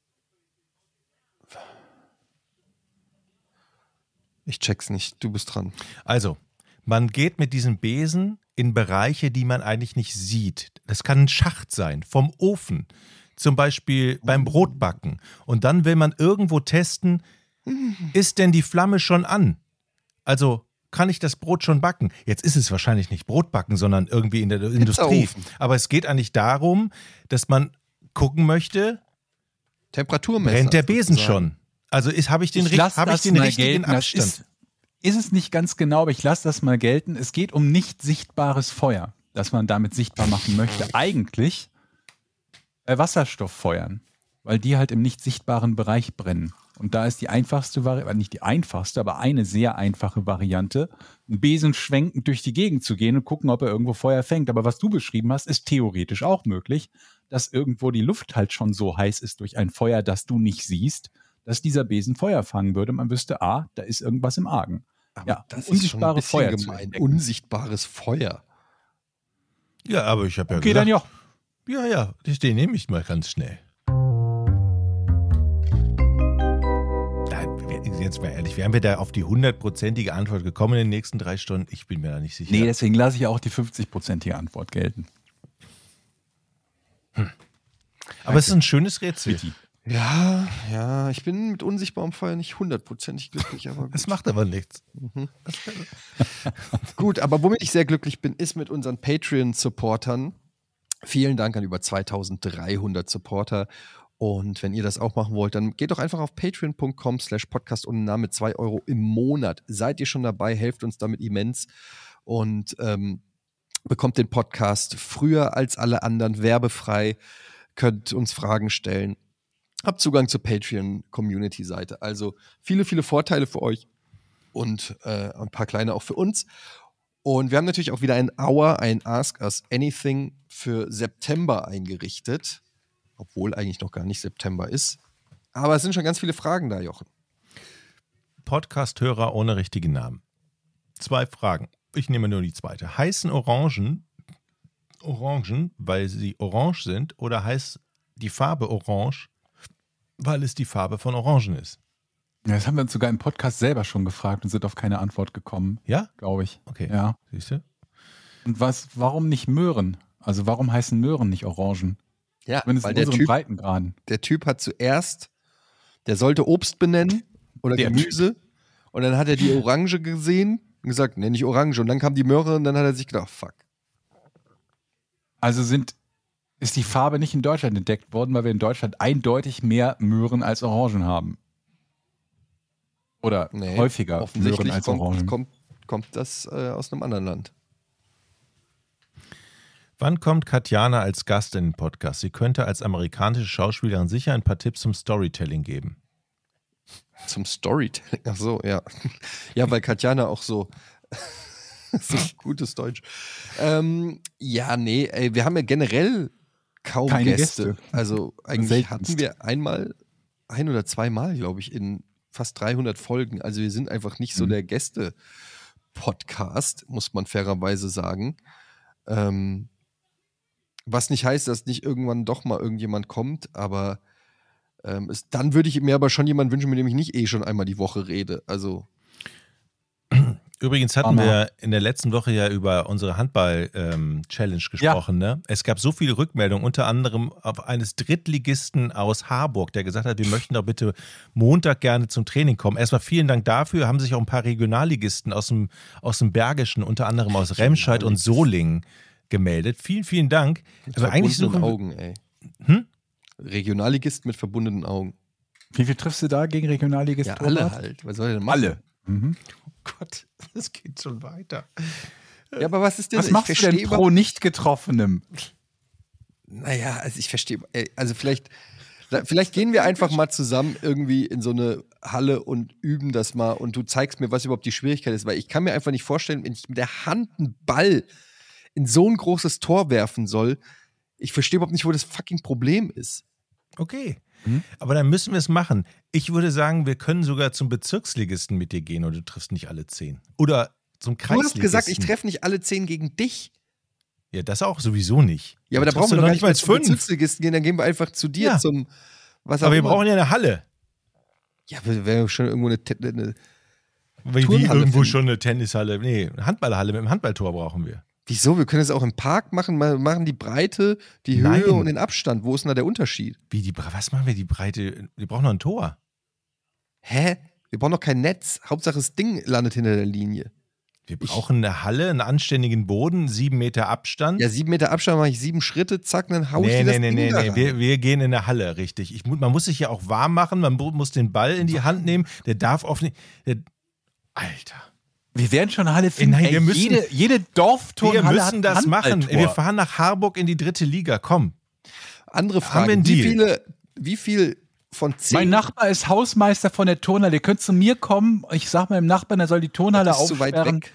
[SPEAKER 2] ich check's nicht, du bist dran.
[SPEAKER 4] Also, man geht mit diesem Besen in Bereiche, die man eigentlich nicht sieht. Das kann ein Schacht sein, vom Ofen, zum Beispiel beim Brotbacken. Und dann will man irgendwo testen, ist denn die Flamme schon an? Also, kann ich das Brot schon backen? Jetzt ist es wahrscheinlich nicht Brotbacken, sondern irgendwie in der Industrie.
[SPEAKER 2] Pizzaofen.
[SPEAKER 4] Aber es geht eigentlich darum, dass man gucken möchte,
[SPEAKER 2] Temperaturmesser.
[SPEAKER 4] brennt der Besen
[SPEAKER 2] sozusagen.
[SPEAKER 4] schon? Also ist- habe ich den, richt-
[SPEAKER 1] lass
[SPEAKER 4] hab ich
[SPEAKER 1] das
[SPEAKER 4] den
[SPEAKER 1] mal
[SPEAKER 4] richtigen
[SPEAKER 1] gelten. Das
[SPEAKER 4] Abstand?
[SPEAKER 1] Ist, ist es nicht ganz genau, aber ich lasse das mal gelten. Es geht um nicht sichtbares Feuer, das man damit sichtbar machen möchte. Eigentlich bei Wasserstofffeuern, weil die halt im nicht sichtbaren Bereich brennen. Und da ist die einfachste Variante, nicht die einfachste, aber eine sehr einfache Variante, einen Besen schwenkend durch die Gegend zu gehen und gucken, ob er irgendwo Feuer fängt. Aber was du beschrieben hast, ist theoretisch auch möglich, dass irgendwo die Luft halt schon so heiß ist durch ein Feuer, das du nicht siehst, dass dieser Besen Feuer fangen würde. Man wüsste, ah, da ist irgendwas im Argen.
[SPEAKER 2] Aber
[SPEAKER 1] Ja,
[SPEAKER 2] das ist schon ein
[SPEAKER 1] unsichtbare
[SPEAKER 2] bisschen
[SPEAKER 1] Feuer zu
[SPEAKER 2] gemein.
[SPEAKER 1] entdecken.
[SPEAKER 2] Unsichtbares Feuer.
[SPEAKER 4] Ja, aber ich habe ja
[SPEAKER 1] Okay,
[SPEAKER 4] gesagt,
[SPEAKER 1] dann ja.
[SPEAKER 4] Ja, ja, den nehme ich mal ganz schnell. Nein, wir- Jetzt mal ehrlich, wären wir da auf die hundertprozentige Antwort gekommen in den nächsten drei Stunden? Ich bin mir da nicht sicher.
[SPEAKER 1] Nee, deswegen lasse ich auch die 50-prozentige Antwort gelten.
[SPEAKER 4] Aber es ist ein schönes Rätsel.
[SPEAKER 2] Ja, ja, ich bin mit unsichtbarem Feuer nicht hundertprozentig glücklich, aber
[SPEAKER 4] Es macht aber nichts.
[SPEAKER 2] Gut, aber womit ich sehr glücklich bin, ist mit unseren Patreon-Supportern. Vielen Dank an über 2300 Supporter. Und wenn ihr das auch machen wollt, dann geht doch einfach auf patreon.com slash podcast ohne Name 2 Euro im Monat. Seid ihr schon dabei, helft uns damit immens und ähm, bekommt den Podcast früher als alle anderen werbefrei, könnt uns Fragen stellen, habt Zugang zur Patreon-Community-Seite. Also viele, viele Vorteile für euch und äh, ein paar kleine auch für uns. Und wir haben natürlich auch wieder ein Hour, ein Ask Us Anything für September eingerichtet, obwohl eigentlich noch gar nicht September ist. Aber es sind schon ganz viele Fragen da, Jochen.
[SPEAKER 4] Podcast-Hörer ohne richtigen Namen. Zwei Fragen. Ich nehme nur die zweite. Heißen Orangen Orangen, weil sie orange sind, oder heißt die Farbe orange, weil es die Farbe von Orangen ist?
[SPEAKER 1] Ja, Das haben wir uns sogar im Podcast selber schon gefragt und sind auf keine Antwort gekommen,
[SPEAKER 4] Ja?
[SPEAKER 1] glaube ich.
[SPEAKER 4] Okay.
[SPEAKER 1] Ja.
[SPEAKER 4] Siehst du?
[SPEAKER 1] Und was, warum nicht Möhren? Also warum heißen Möhren nicht Orangen?
[SPEAKER 2] Ja,
[SPEAKER 1] Wenn es
[SPEAKER 2] weil
[SPEAKER 1] in
[SPEAKER 2] der
[SPEAKER 1] unseren
[SPEAKER 2] typ,
[SPEAKER 1] Breitengraden.
[SPEAKER 2] der typ hat zuerst, der sollte Obst benennen oder
[SPEAKER 1] Der
[SPEAKER 2] Gemüse. Und dann hat er die Orange gesehen und gesagt, nee, nicht Orange. Und dann kam die Möhre und dann hat er sich gedacht, fuck.
[SPEAKER 1] Also sind, ist die Farbe nicht in Deutschland entdeckt worden, weil wir in Deutschland eindeutig mehr Möhren als Orangen haben. Oder
[SPEAKER 2] Nee,
[SPEAKER 1] häufiger Möhren
[SPEAKER 2] offensichtlich
[SPEAKER 1] als
[SPEAKER 2] kommt,
[SPEAKER 1] Orangen.
[SPEAKER 2] kommt, kommt das äh, aus einem anderen Land.
[SPEAKER 4] Wann kommt Katjana als Gast in den Podcast? Sie könnte als amerikanische Schauspielerin sicher ein paar Tipps zum Storytelling geben.
[SPEAKER 2] Zum Storytelling. Ach so, ja. Ja, weil Katjana auch so. so gutes Deutsch. Ähm, ja, nee, ey, wir haben ja generell kaum
[SPEAKER 1] Keine
[SPEAKER 2] Gäste.
[SPEAKER 1] Gäste.
[SPEAKER 2] Also eigentlich
[SPEAKER 1] Seltenst.
[SPEAKER 2] hatten wir einmal, ein oder zweimal, glaube ich, in fast 300 Folgen. Also wir sind einfach nicht so
[SPEAKER 1] Mhm.
[SPEAKER 2] der Gäste-Podcast, muss man fairerweise sagen. Ähm, was nicht heißt, dass nicht irgendwann doch mal irgendjemand kommt, aber ähm, es, dann würde ich mir aber schon jemanden wünschen, mit dem ich nicht eh schon einmal die Woche rede. Also
[SPEAKER 4] Übrigens hatten
[SPEAKER 1] Hammer.
[SPEAKER 4] wir in der letzten Woche ja über unsere Handball-Challenge gesprochen. Ne? Es gab so viele Rückmeldungen, unter anderem auf eines Drittligisten aus Harburg, der gesagt hat, wir möchten doch bitte Montag gerne zum Training kommen. Erstmal vielen Dank dafür. Haben sich auch ein paar Regionalligisten aus dem, aus dem Bergischen, unter anderem aus Remscheid und Solingen gemeldet. Vielen, vielen Dank.
[SPEAKER 2] mit
[SPEAKER 1] Also
[SPEAKER 4] Aber eigentlich
[SPEAKER 2] verbundenen
[SPEAKER 4] suchen wir,
[SPEAKER 2] Augen, ey.
[SPEAKER 4] Hm?
[SPEAKER 2] Regionalligisten mit verbundenen Augen.
[SPEAKER 1] Wie viel triffst du da gegen Regionalligist?
[SPEAKER 2] Ja, alle
[SPEAKER 1] Torwart?
[SPEAKER 2] halt. Was soll der denn machen?
[SPEAKER 1] Alle. Mhm.
[SPEAKER 4] Gott, das geht schon weiter.
[SPEAKER 2] Ja, aber was ist denn
[SPEAKER 1] Was
[SPEAKER 2] ich
[SPEAKER 1] machst du
[SPEAKER 2] verstehe
[SPEAKER 1] denn
[SPEAKER 2] überhaupt
[SPEAKER 1] pro nicht getroffenem?
[SPEAKER 2] Naja, also ich verstehe, ey, also vielleicht, da- vielleicht gehen wir einfach mal zusammen irgendwie in so eine Halle und üben das mal und du zeigst mir, was überhaupt die Schwierigkeit ist, weil ich kann mir einfach nicht vorstellen, wenn ich mit der Hand einen Ball in so ein großes Tor werfen soll, ich verstehe überhaupt nicht, wo das fucking Problem ist.
[SPEAKER 4] Okay.
[SPEAKER 2] Hm?
[SPEAKER 1] Mhm.
[SPEAKER 4] Aber dann müssen wir es machen. Ich würde sagen, wir können sogar zum Bezirksligisten mit dir gehen und du triffst nicht alle zehn. Oder zum
[SPEAKER 2] Du hast
[SPEAKER 4] Kreisligisten.
[SPEAKER 2] gesagt, ich treffe nicht alle zehn gegen dich.
[SPEAKER 4] Ja, das auch sowieso nicht.
[SPEAKER 2] Ja, aber da brauchen wir doch
[SPEAKER 4] noch
[SPEAKER 2] gar nicht mal zum
[SPEAKER 4] fünf.
[SPEAKER 2] Bezirksligisten gehen, dann gehen wir einfach zu dir
[SPEAKER 4] Ja.
[SPEAKER 2] zum was auch
[SPEAKER 4] Aber wir
[SPEAKER 2] immer.
[SPEAKER 4] brauchen ja eine Halle.
[SPEAKER 2] Ja, aber wäre schon irgendwo eine, Te- eine
[SPEAKER 4] Wie, wie
[SPEAKER 2] Turnhalle
[SPEAKER 4] irgendwo
[SPEAKER 2] finden.
[SPEAKER 4] schon eine Tennishalle. Nee, eine Handballhalle mit einem Handballtor brauchen wir.
[SPEAKER 2] Wieso? Wir können es auch im Park machen. Wir machen die Breite, die
[SPEAKER 4] Nein.
[SPEAKER 2] Höhe und den Abstand. Wo ist denn da der Unterschied?
[SPEAKER 4] Wie die, Bre- was machen wir die Breite? Wir brauchen noch ein Tor.
[SPEAKER 2] Hä? Wir brauchen doch kein Netz. Hauptsache das Ding landet hinter der Linie.
[SPEAKER 4] Wir
[SPEAKER 2] Ich-
[SPEAKER 4] brauchen eine Halle, einen anständigen Boden, sieben Meter Abstand.
[SPEAKER 2] Ja, sieben Meter Abstand mache ich sieben Schritte, zack, dann hau ich
[SPEAKER 4] Hm? Nee,
[SPEAKER 2] dir das
[SPEAKER 4] nee, nee,
[SPEAKER 2] Ding
[SPEAKER 4] nee,
[SPEAKER 2] da
[SPEAKER 4] nee.
[SPEAKER 2] rein.
[SPEAKER 4] Wir, wir gehen in der Halle, richtig. Ich, mu- man muss sich ja auch warm machen, man mu- muss den Ball in die Hand nehmen, der darf oft nicht. Der, Alter.
[SPEAKER 1] Wir werden schon Halle finden.
[SPEAKER 4] nein, wir müssen-
[SPEAKER 1] jede, jede
[SPEAKER 4] Wir
[SPEAKER 1] Dorfturnhalle hat
[SPEAKER 4] müssen
[SPEAKER 1] ein
[SPEAKER 4] das machen.
[SPEAKER 1] Handballtor.
[SPEAKER 4] Wir fahren nach Harburg in die dritte Liga, komm.
[SPEAKER 2] Andere
[SPEAKER 4] wir
[SPEAKER 2] Frage.
[SPEAKER 4] einen
[SPEAKER 2] Wie
[SPEAKER 4] Deal?
[SPEAKER 2] viele, wie viel von zehn?
[SPEAKER 1] Mein Nachbar ist Hausmeister von der Turnhalle. Ihr könnt zu mir kommen. Ich sag meinem Nachbarn, er soll die Turnhalle
[SPEAKER 2] Das ist zu
[SPEAKER 1] aufsperren.
[SPEAKER 2] weit weg.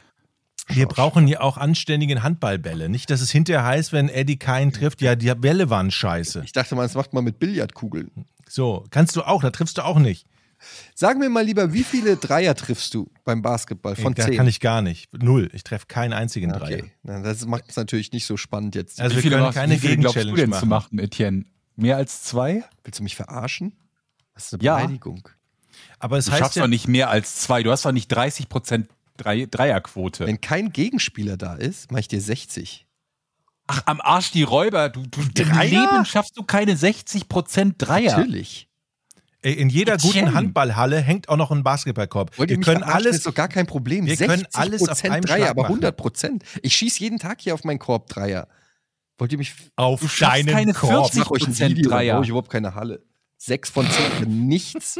[SPEAKER 4] Wir brauchen hier auch anständigen Handballbälle. Nicht, dass es hinterher heißt, wenn Eddie keinen trifft, ja, die Bälle waren scheiße.
[SPEAKER 2] Ich dachte mal, das macht man mit Billardkugeln.
[SPEAKER 4] So, kannst du auch, da triffst du auch nicht.
[SPEAKER 2] Sag mir mal lieber, wie viele Dreier triffst du beim Basketball von
[SPEAKER 4] da
[SPEAKER 2] zehn?
[SPEAKER 4] kann ich gar nicht. Null. Ich treffe keinen einzigen Dreier.
[SPEAKER 2] okay. Na, Das macht es natürlich nicht so spannend jetzt.
[SPEAKER 4] Also wir
[SPEAKER 1] viele
[SPEAKER 4] können
[SPEAKER 1] machst-
[SPEAKER 4] keine
[SPEAKER 1] wie viele glaubst du
[SPEAKER 4] Gegenchallenge
[SPEAKER 1] denn zu
[SPEAKER 4] machen.
[SPEAKER 1] machen, Etienne? Mehr als zwei?
[SPEAKER 2] Willst du mich verarschen? Das ist eine
[SPEAKER 1] Ja.
[SPEAKER 2] Beleidigung.
[SPEAKER 4] Aber es
[SPEAKER 1] Du
[SPEAKER 4] heißt
[SPEAKER 1] schaffst
[SPEAKER 4] ja,
[SPEAKER 1] doch nicht mehr als zwei. Du hast doch nicht 30 Prozent Drei Dreierquote.
[SPEAKER 2] Wenn kein Gegenspieler da ist, mache ich dir 60.
[SPEAKER 1] Ach, am Arsch die Räuber. Du, du
[SPEAKER 4] Dreier?
[SPEAKER 1] Im Leben schaffst du keine 60 Prozent Dreier.
[SPEAKER 2] Natürlich.
[SPEAKER 4] ey, in jeder guten
[SPEAKER 1] Etienne.
[SPEAKER 4] Handballhalle hängt auch noch ein Basketballkorb.
[SPEAKER 2] Wollt
[SPEAKER 4] Wir
[SPEAKER 2] ihr mich
[SPEAKER 4] können
[SPEAKER 2] verarschen? ist
[SPEAKER 4] alles,
[SPEAKER 2] doch gar kein Problem.
[SPEAKER 4] wir können alles auf einem
[SPEAKER 2] Dreier,
[SPEAKER 4] Schlag
[SPEAKER 2] aber
[SPEAKER 4] machen.
[SPEAKER 2] 100 Prozent. Ich schieße jeden Tag hier auf meinen Korb Dreier. Wollt ihr mich
[SPEAKER 1] Du
[SPEAKER 4] auf
[SPEAKER 1] schaffst
[SPEAKER 4] deinen
[SPEAKER 1] keine
[SPEAKER 4] Korb.
[SPEAKER 2] ich mach euch ein
[SPEAKER 1] 40%
[SPEAKER 2] Video,
[SPEAKER 1] Dreier.
[SPEAKER 2] Dreier. brauche ich überhaupt keine Halle. Sechs von zehn für nichts.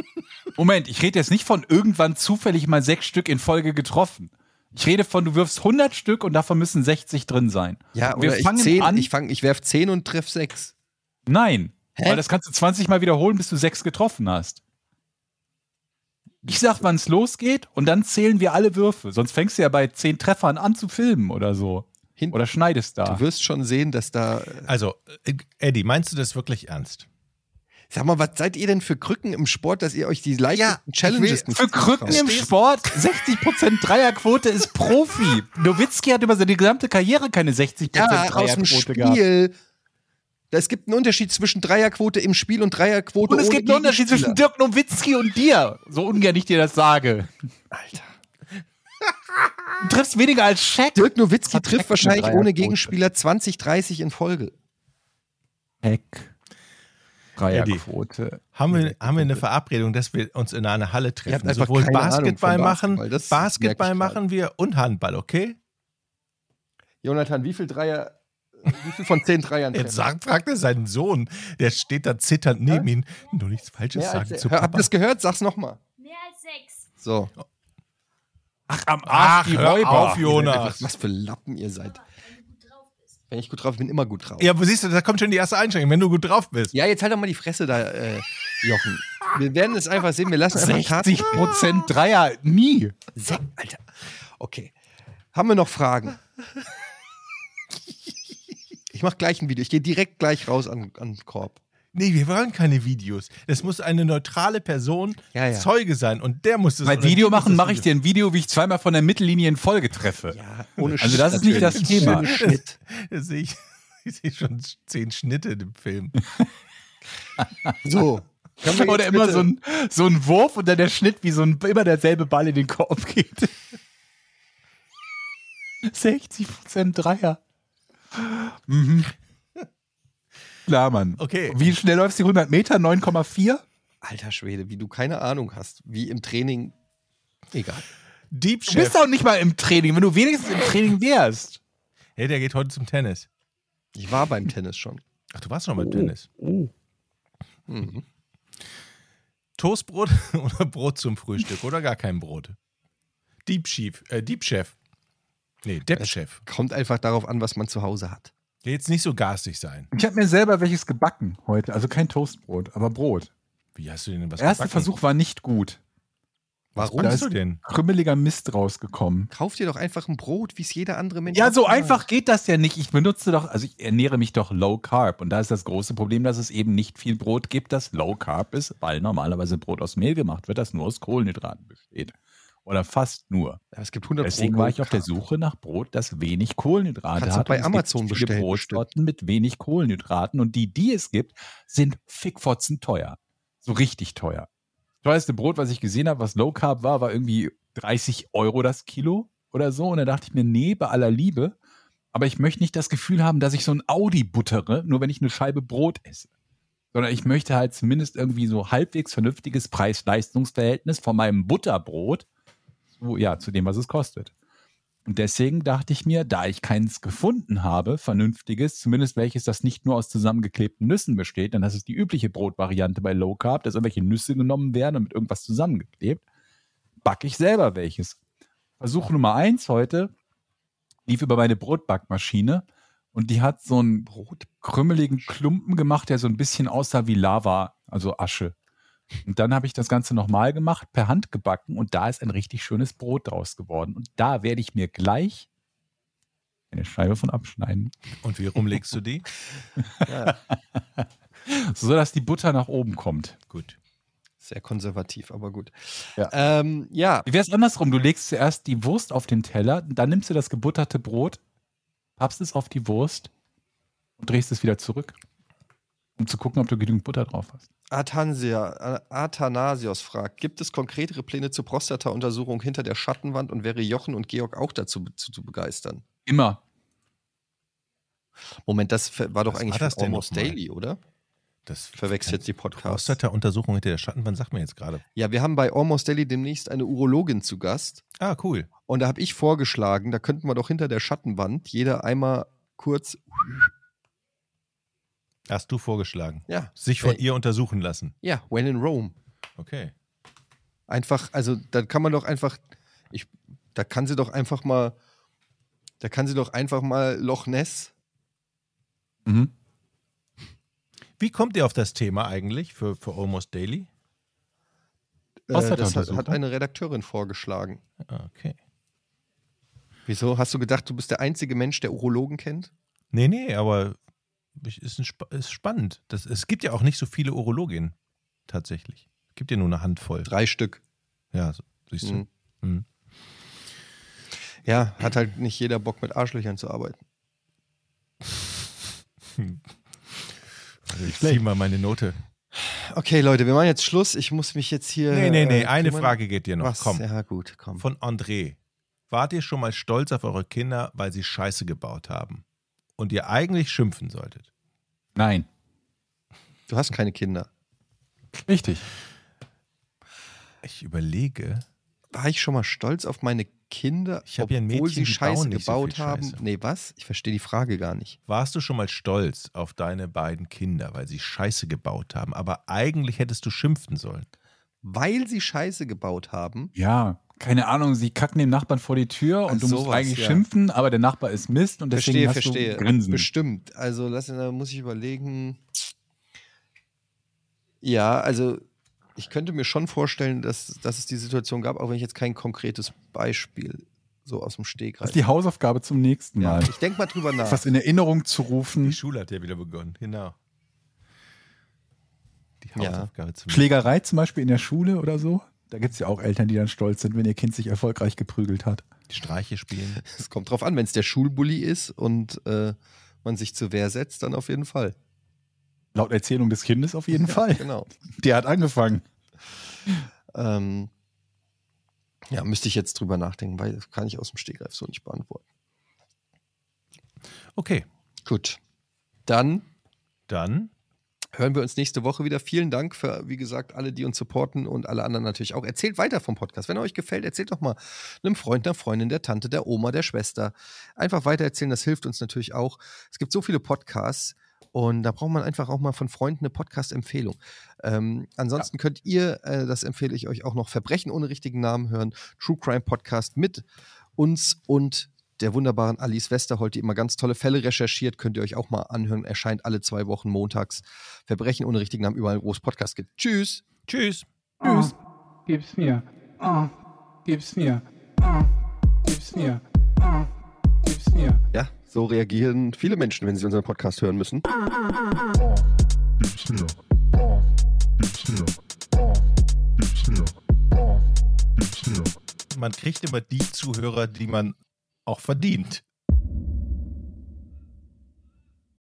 [SPEAKER 1] Moment, ich rede jetzt nicht von irgendwann zufällig mal sechs Stück in Folge getroffen. Ich rede von, du wirfst 100 Stück und davon müssen 60 drin sein.
[SPEAKER 2] Ja,
[SPEAKER 1] Wir
[SPEAKER 2] oder ich
[SPEAKER 1] fangen
[SPEAKER 2] zehn,
[SPEAKER 1] an-
[SPEAKER 2] ich fang, ich werf zehn und treff sechs.
[SPEAKER 1] Nein.
[SPEAKER 2] Hä?
[SPEAKER 1] Weil das kannst du 20 Mal wiederholen, bis du sechs getroffen hast. Ich sag, wann es losgeht und dann zählen wir alle Würfe. Sonst fängst du ja bei zehn Treffern an zu filmen oder so.
[SPEAKER 2] Hin-
[SPEAKER 1] Oder schneidest da.
[SPEAKER 2] Du wirst schon sehen, dass da.
[SPEAKER 4] Also, äh, Eddie, meinst du das wirklich ernst?
[SPEAKER 2] Sag mal, was seid ihr denn für Krücken im Sport, dass ihr euch die leichtesten Challenges nicht
[SPEAKER 1] Für Krücken im
[SPEAKER 2] zutraut?
[SPEAKER 1] Sport 60% Dreierquote ist Profi. Nowitzki hat über seine gesamte Karriere keine 60%
[SPEAKER 2] Ja, aus dem
[SPEAKER 1] Dreierquote gehabt.
[SPEAKER 2] Spiel. Es gibt einen Unterschied zwischen Dreierquote im Spiel und Dreierquote
[SPEAKER 1] Und es
[SPEAKER 2] ohne
[SPEAKER 1] gibt einen Unterschied
[SPEAKER 2] Gegenspieler.
[SPEAKER 1] zwischen Dirk Nowitzki und dir. So ungern ich dir das sage.
[SPEAKER 2] Alter.
[SPEAKER 1] Du triffst weniger als Shaq.
[SPEAKER 2] Dirk Nowitzki
[SPEAKER 1] hat
[SPEAKER 2] trifft
[SPEAKER 1] Heck
[SPEAKER 2] wahrscheinlich
[SPEAKER 1] eine
[SPEAKER 2] ohne
[SPEAKER 1] Dreierquote?
[SPEAKER 2] Gegenspieler 20, 30 in Folge.
[SPEAKER 1] Heck. Dreierquote.
[SPEAKER 4] Haben wir, haben wir eine Verabredung, dass wir uns in einer Halle treffen?
[SPEAKER 2] einfach
[SPEAKER 4] Sowohl
[SPEAKER 2] Also keine Ahnung von
[SPEAKER 4] Basketball machen,
[SPEAKER 2] Basketball, das
[SPEAKER 4] Basketball,
[SPEAKER 2] merke ich
[SPEAKER 4] machen wir und Handball, okay?
[SPEAKER 2] Jonathan, wie viel Dreier, wie viel von 10 Dreiern
[SPEAKER 4] Jetzt sagt, fragt er seinen Sohn, der steht da zitternd neben ihm, nur nichts Falsches sagen zu
[SPEAKER 2] Habt ihr
[SPEAKER 4] Papa.
[SPEAKER 2] also, das gehört? Sag's nochmal.
[SPEAKER 5] Mehr als sechs.
[SPEAKER 2] So.
[SPEAKER 1] Ach, am
[SPEAKER 4] Ach,
[SPEAKER 1] Arsch, die
[SPEAKER 4] hör
[SPEAKER 1] Räuber.
[SPEAKER 4] auf,
[SPEAKER 2] Einfach,
[SPEAKER 4] Jonas.
[SPEAKER 2] was für Lappen ihr seid.
[SPEAKER 5] Aber wenn du gut drauf bist.
[SPEAKER 2] Wenn ich gut drauf bin, immer gut drauf.
[SPEAKER 4] Ja, aber siehst du, da kommt schon die erste Einschränkung, wenn du gut drauf bist.
[SPEAKER 2] Ja, jetzt halt doch mal die Fresse da, äh, Jochen. Wir werden es einfach sehen. Wir lassen einfach Karten.
[SPEAKER 1] 60% Dreier, nie.
[SPEAKER 2] Se Alter. Okay. Haben wir noch Fragen? Ich mach gleich ein Video. Ich gehe direkt gleich raus an, an den Korb.
[SPEAKER 4] Nee, wir wollen keine Videos. Es muss eine neutrale Person
[SPEAKER 2] Ja, ja.
[SPEAKER 4] Zeuge sein und der muss das.
[SPEAKER 1] Bei
[SPEAKER 4] oder die
[SPEAKER 1] Video
[SPEAKER 4] muss
[SPEAKER 1] machen
[SPEAKER 4] das
[SPEAKER 1] mache ich dir
[SPEAKER 4] Video-
[SPEAKER 1] ein Video, wie ich zweimal von der Mittellinie in Folge treffe.
[SPEAKER 2] Ja, ohne
[SPEAKER 1] Also das ist nicht das
[SPEAKER 2] natürlich.
[SPEAKER 1] Thema.
[SPEAKER 2] Ohne Schnitt.
[SPEAKER 4] Das sehe ich. Ich sehe schon zehn Schnitte in dem Film.
[SPEAKER 2] So. Können wir jetzt
[SPEAKER 1] Oder immer
[SPEAKER 2] bitte-
[SPEAKER 1] so ein, so ein Wurf und dann der Schnitt, wie so ein, immer derselbe Ball in den Korb geht. 60% Dreier. Mhm. Klar, Mann.
[SPEAKER 4] Okay.
[SPEAKER 1] Wie schnell läufst du die 100 Meter? 9,4?
[SPEAKER 2] Alter Schwede, wie du keine Ahnung hast, wie im Training. Egal.
[SPEAKER 4] Deep
[SPEAKER 1] Du
[SPEAKER 4] Chef.
[SPEAKER 1] bist auch nicht mal im Training, wenn du wenigstens im Training wärst.
[SPEAKER 4] Hey, der geht heute zum Tennis.
[SPEAKER 2] Ich war beim Tennis schon.
[SPEAKER 4] Ach, du warst schon
[SPEAKER 1] Oh,
[SPEAKER 4] mal Tennis.
[SPEAKER 2] Mhm.
[SPEAKER 4] Toastbrot oder Brot zum Frühstück oder gar kein Brot? Deep Chief, äh, Deep Chef. Nee, Depp Chef.
[SPEAKER 2] Kommt einfach darauf an, was man zu Hause hat.
[SPEAKER 4] Jetzt nicht so garstig sein.
[SPEAKER 1] Ich habe mir selber welches gebacken heute. Also kein Toastbrot, aber Brot.
[SPEAKER 4] Wie hast du denn was
[SPEAKER 1] Der erste
[SPEAKER 4] gebacken?
[SPEAKER 1] Versuch war nicht gut.
[SPEAKER 4] Was
[SPEAKER 2] Warum?
[SPEAKER 1] Da
[SPEAKER 4] hast
[SPEAKER 1] ist-
[SPEAKER 4] du denn?
[SPEAKER 1] Krümmeliger Mist rausgekommen.
[SPEAKER 2] Kauf dir doch einfach ein Brot, wie es jeder andere Mensch
[SPEAKER 1] Ja,
[SPEAKER 2] auch
[SPEAKER 1] so
[SPEAKER 2] macht.
[SPEAKER 1] einfach geht das ja nicht. Ich benutze doch, also ich ernähre mich doch low carb. Und da ist das große Problem, dass es eben nicht viel Brot gibt, das low carb ist, weil normalerweise Brot aus Mehl gemacht wird, das nur aus Kohlenhydraten besteht. Oder fast nur.
[SPEAKER 2] Aber Es gibt 100
[SPEAKER 1] Deswegen war ich auf der Suche nach Brot, das wenig Kohlenhydrate
[SPEAKER 2] Kannst du
[SPEAKER 1] hat.
[SPEAKER 2] bei
[SPEAKER 1] Und es gibt
[SPEAKER 2] Amazon
[SPEAKER 1] viele
[SPEAKER 2] bestellen,
[SPEAKER 1] Brotsorten mit wenig Kohlenhydraten. Und die, die es gibt, sind fickfotzen teuer. So richtig teuer. Teuerste Brot, was ich gesehen habe, was Low Carb war, war irgendwie 30 Euro das Kilo oder so. Und da dachte ich mir, nee, bei aller Liebe. Aber ich möchte nicht das Gefühl haben, dass ich so ein Audi buttere, nur wenn ich eine Scheibe Brot esse. Sondern ich möchte halt zumindest irgendwie so halbwegs vernünftiges Preis-Leistungs-Verhältnis von meinem Butterbrot zu, ja, zu dem, was es kostet. Und deswegen dachte ich mir, da ich keins gefunden habe, vernünftiges, zumindest welches, das nicht nur aus zusammengeklebten Nüssen besteht, denn das ist die übliche Brotvariante bei Low Carb, dass irgendwelche Nüsse genommen werden und mit irgendwas zusammengeklebt, backe ich selber welches. Versuch Nummer eins heute lief über meine Brotbackmaschine und die hat so einen krümmeligen Klumpen gemacht, der so ein bisschen aussah wie Lava, also Asche. Und dann habe ich das Ganze nochmal gemacht, per Hand gebacken und da ist ein richtig schönes Brot draus geworden. Und da werde ich mir gleich eine Scheibe von abschneiden,
[SPEAKER 4] Und wie rumlegst du die?
[SPEAKER 2] Ja,
[SPEAKER 1] sodass die Butter nach oben kommt.
[SPEAKER 4] Gut.
[SPEAKER 2] sehr konservativ, aber gut.
[SPEAKER 1] Ja.
[SPEAKER 2] Ähm, ja.
[SPEAKER 1] Wie wäre es andersrum? Du legst zuerst die Wurst auf den Teller, dann nimmst du das gebutterte Brot, pappst es auf die Wurst und drehst es wieder zurück, um zu gucken, ob du genügend Butter drauf hast.
[SPEAKER 2] Athansia, Athanasios fragt: Gibt es konkretere Pläne zur Prostata-Untersuchung hinter der Schattenwand und wäre Jochen und Georg auch dazu be zu, zu begeistern?
[SPEAKER 1] Immer.
[SPEAKER 2] Moment, das ver- war doch
[SPEAKER 4] Was
[SPEAKER 2] eigentlich
[SPEAKER 4] war das
[SPEAKER 2] von
[SPEAKER 4] denn
[SPEAKER 2] Almost
[SPEAKER 4] nochmal?
[SPEAKER 2] Daily, oder?
[SPEAKER 4] Das
[SPEAKER 2] Verwechselt jetzt die Podcasts.
[SPEAKER 4] Prostata-Untersuchung hinter der Schattenwand sagt man jetzt gerade.
[SPEAKER 2] Ja, wir haben bei Almost Daily demnächst eine Urologin zu Gast.
[SPEAKER 4] Ah, cool.
[SPEAKER 2] Und da habe ich vorgeschlagen, da könnten wir doch hinter der Schattenwand jeder einmal kurz,
[SPEAKER 4] Hast du vorgeschlagen.
[SPEAKER 2] ja,
[SPEAKER 4] Sich von
[SPEAKER 2] Ey.
[SPEAKER 4] ihr untersuchen lassen.
[SPEAKER 2] ja, when in Rome.
[SPEAKER 4] Okay.
[SPEAKER 2] Einfach, also da kann man doch einfach, ich, da kann sie doch einfach mal, da kann sie doch einfach mal Loch Ness.
[SPEAKER 1] Mhm.
[SPEAKER 4] Wie kommt ihr auf das Thema eigentlich für, für Almost Daily?
[SPEAKER 2] Äh,
[SPEAKER 1] Was hat er
[SPEAKER 2] das hat,
[SPEAKER 1] untersucht,
[SPEAKER 2] hat
[SPEAKER 1] ne?
[SPEAKER 2] eine Redakteurin vorgeschlagen.
[SPEAKER 4] Ah, Okay.
[SPEAKER 2] Wieso? Hast du gedacht, du bist der einzige Mensch, der Urologen kennt?
[SPEAKER 4] Nee, nee, aber ich, ist, ein, Spa- ist spannend. Das, es gibt ja auch nicht so viele Urologinnen tatsächlich. Es gibt ja nur eine Handvoll.
[SPEAKER 2] Drei Stück.
[SPEAKER 4] Ja, so, siehst du.
[SPEAKER 2] Mhm.
[SPEAKER 4] Mhm.
[SPEAKER 2] Ja, hat halt nicht jeder Bock, mit Arschlöchern zu arbeiten.
[SPEAKER 4] Also ich zieh mal meine Note.
[SPEAKER 2] Äh, Okay, Leute, wir machen jetzt Schluss. Ich muss mich jetzt hier.
[SPEAKER 4] Nee, nee, nee,
[SPEAKER 2] äh,
[SPEAKER 4] eine
[SPEAKER 2] kümmern.
[SPEAKER 4] Frage geht dir noch.
[SPEAKER 2] Was?
[SPEAKER 4] Komm.
[SPEAKER 2] Ja, gut, komm.
[SPEAKER 4] Von André. Wart ihr schon mal stolz auf eure Kinder, weil sie Scheiße gebaut haben und ihr eigentlich schimpfen solltet?
[SPEAKER 1] Nein.
[SPEAKER 2] Du hast keine Kinder.
[SPEAKER 1] Richtig.
[SPEAKER 4] Ich überlege.
[SPEAKER 2] War ich schon mal stolz auf meine Kinder,
[SPEAKER 4] Ich hab ja ein Mädchen,
[SPEAKER 2] sie
[SPEAKER 4] die
[SPEAKER 2] Scheiße
[SPEAKER 4] bauen nicht so
[SPEAKER 2] gebaut
[SPEAKER 4] viel
[SPEAKER 2] haben?
[SPEAKER 4] Scheiße.
[SPEAKER 2] Nee, was? Ich verstehe die Frage gar nicht.
[SPEAKER 4] Warst du schon mal stolz auf deine beiden Kinder, weil sie Scheiße gebaut haben, aber eigentlich hättest du schimpfen sollen?
[SPEAKER 2] Weil sie Scheiße gebaut haben?
[SPEAKER 1] Ja, keine Ahnung, sie kacken dem Nachbarn vor die Tür und
[SPEAKER 2] Ach,
[SPEAKER 1] du musst
[SPEAKER 2] sowas,
[SPEAKER 1] eigentlich
[SPEAKER 2] ja.
[SPEAKER 1] schimpfen, aber der Nachbar ist Mist und deswegen
[SPEAKER 2] verstehe,
[SPEAKER 1] hast
[SPEAKER 2] verstehe.
[SPEAKER 1] du Grinsen.
[SPEAKER 2] Bestimmt. Also, lass, da muss ich überlegen. Ja, also, ich könnte mir schon vorstellen, dass, dass es die Situation gab, auch wenn ich jetzt kein konkretes Beispiel so aus dem
[SPEAKER 1] Das
[SPEAKER 2] Stegreif.
[SPEAKER 1] ist die Hausaufgabe zum nächsten
[SPEAKER 2] ja,
[SPEAKER 1] Mal.
[SPEAKER 2] ich denke mal drüber nach.
[SPEAKER 1] Was in Erinnerung zu
[SPEAKER 4] Die
[SPEAKER 1] rufen.
[SPEAKER 4] Schule hat ja wieder begonnen, genau. die Hausaufgabe zu machen.
[SPEAKER 1] Schlägerei zum Beispiel in der Schule oder so. Da gibt es ja auch Eltern, die dann stolz sind, wenn ihr Kind sich erfolgreich geprügelt hat.
[SPEAKER 4] Die Streiche spielen.
[SPEAKER 2] Es kommt drauf an, wenn es der Schulbully ist und äh, man sich zur Wehr setzt, dann auf jeden Fall.
[SPEAKER 1] Laut Erzählung des Kindes auf jeden Fall.
[SPEAKER 2] Genau.
[SPEAKER 1] Der hat angefangen.
[SPEAKER 2] Ähm, ja, müsste ich jetzt drüber nachdenken, weil das kann ich aus dem Stegreif so nicht beantworten.
[SPEAKER 4] Okay,
[SPEAKER 2] Gut. Dann
[SPEAKER 4] dann
[SPEAKER 2] hören wir uns nächste Woche wieder. Vielen Dank für, wie gesagt, alle, die uns supporten und alle anderen natürlich auch. Erzählt weiter vom Podcast. Wenn er euch gefällt, erzählt doch mal einem Freund, einer Freundin, der Tante, der Oma, der Schwester. Einfach weitererzählen, das hilft uns natürlich auch. Es gibt so viele Podcasts und da braucht man einfach auch mal von Freunden eine Podcast-Empfehlung. Ähm, ansonsten könnt ihr, äh, das empfehle ich euch auch noch, Verbrechen ohne richtigen Namen hören, True Crime Podcast mit uns und der wunderbaren Alice Westerholt, die immer ganz tolle Fälle recherchiert, könnt ihr euch auch mal anhören. Erscheint alle zwei Wochen montags. Verbrechen ohne richtigen Namen überall, wo es Podcasts gibt. Tschüss!
[SPEAKER 4] tschüss.
[SPEAKER 1] Tschüss.
[SPEAKER 6] Gib's mir. Ah, gib's mir. Ah, gib's mir. Ah, gib's mir.
[SPEAKER 2] Ja, so reagieren viele Menschen, wenn sie unseren Podcast hören müssen.
[SPEAKER 3] It's here. Off. It's here. Off. It's here. Off. It's here.
[SPEAKER 4] Man kriegt immer die Zuhörer, die man auch verdient.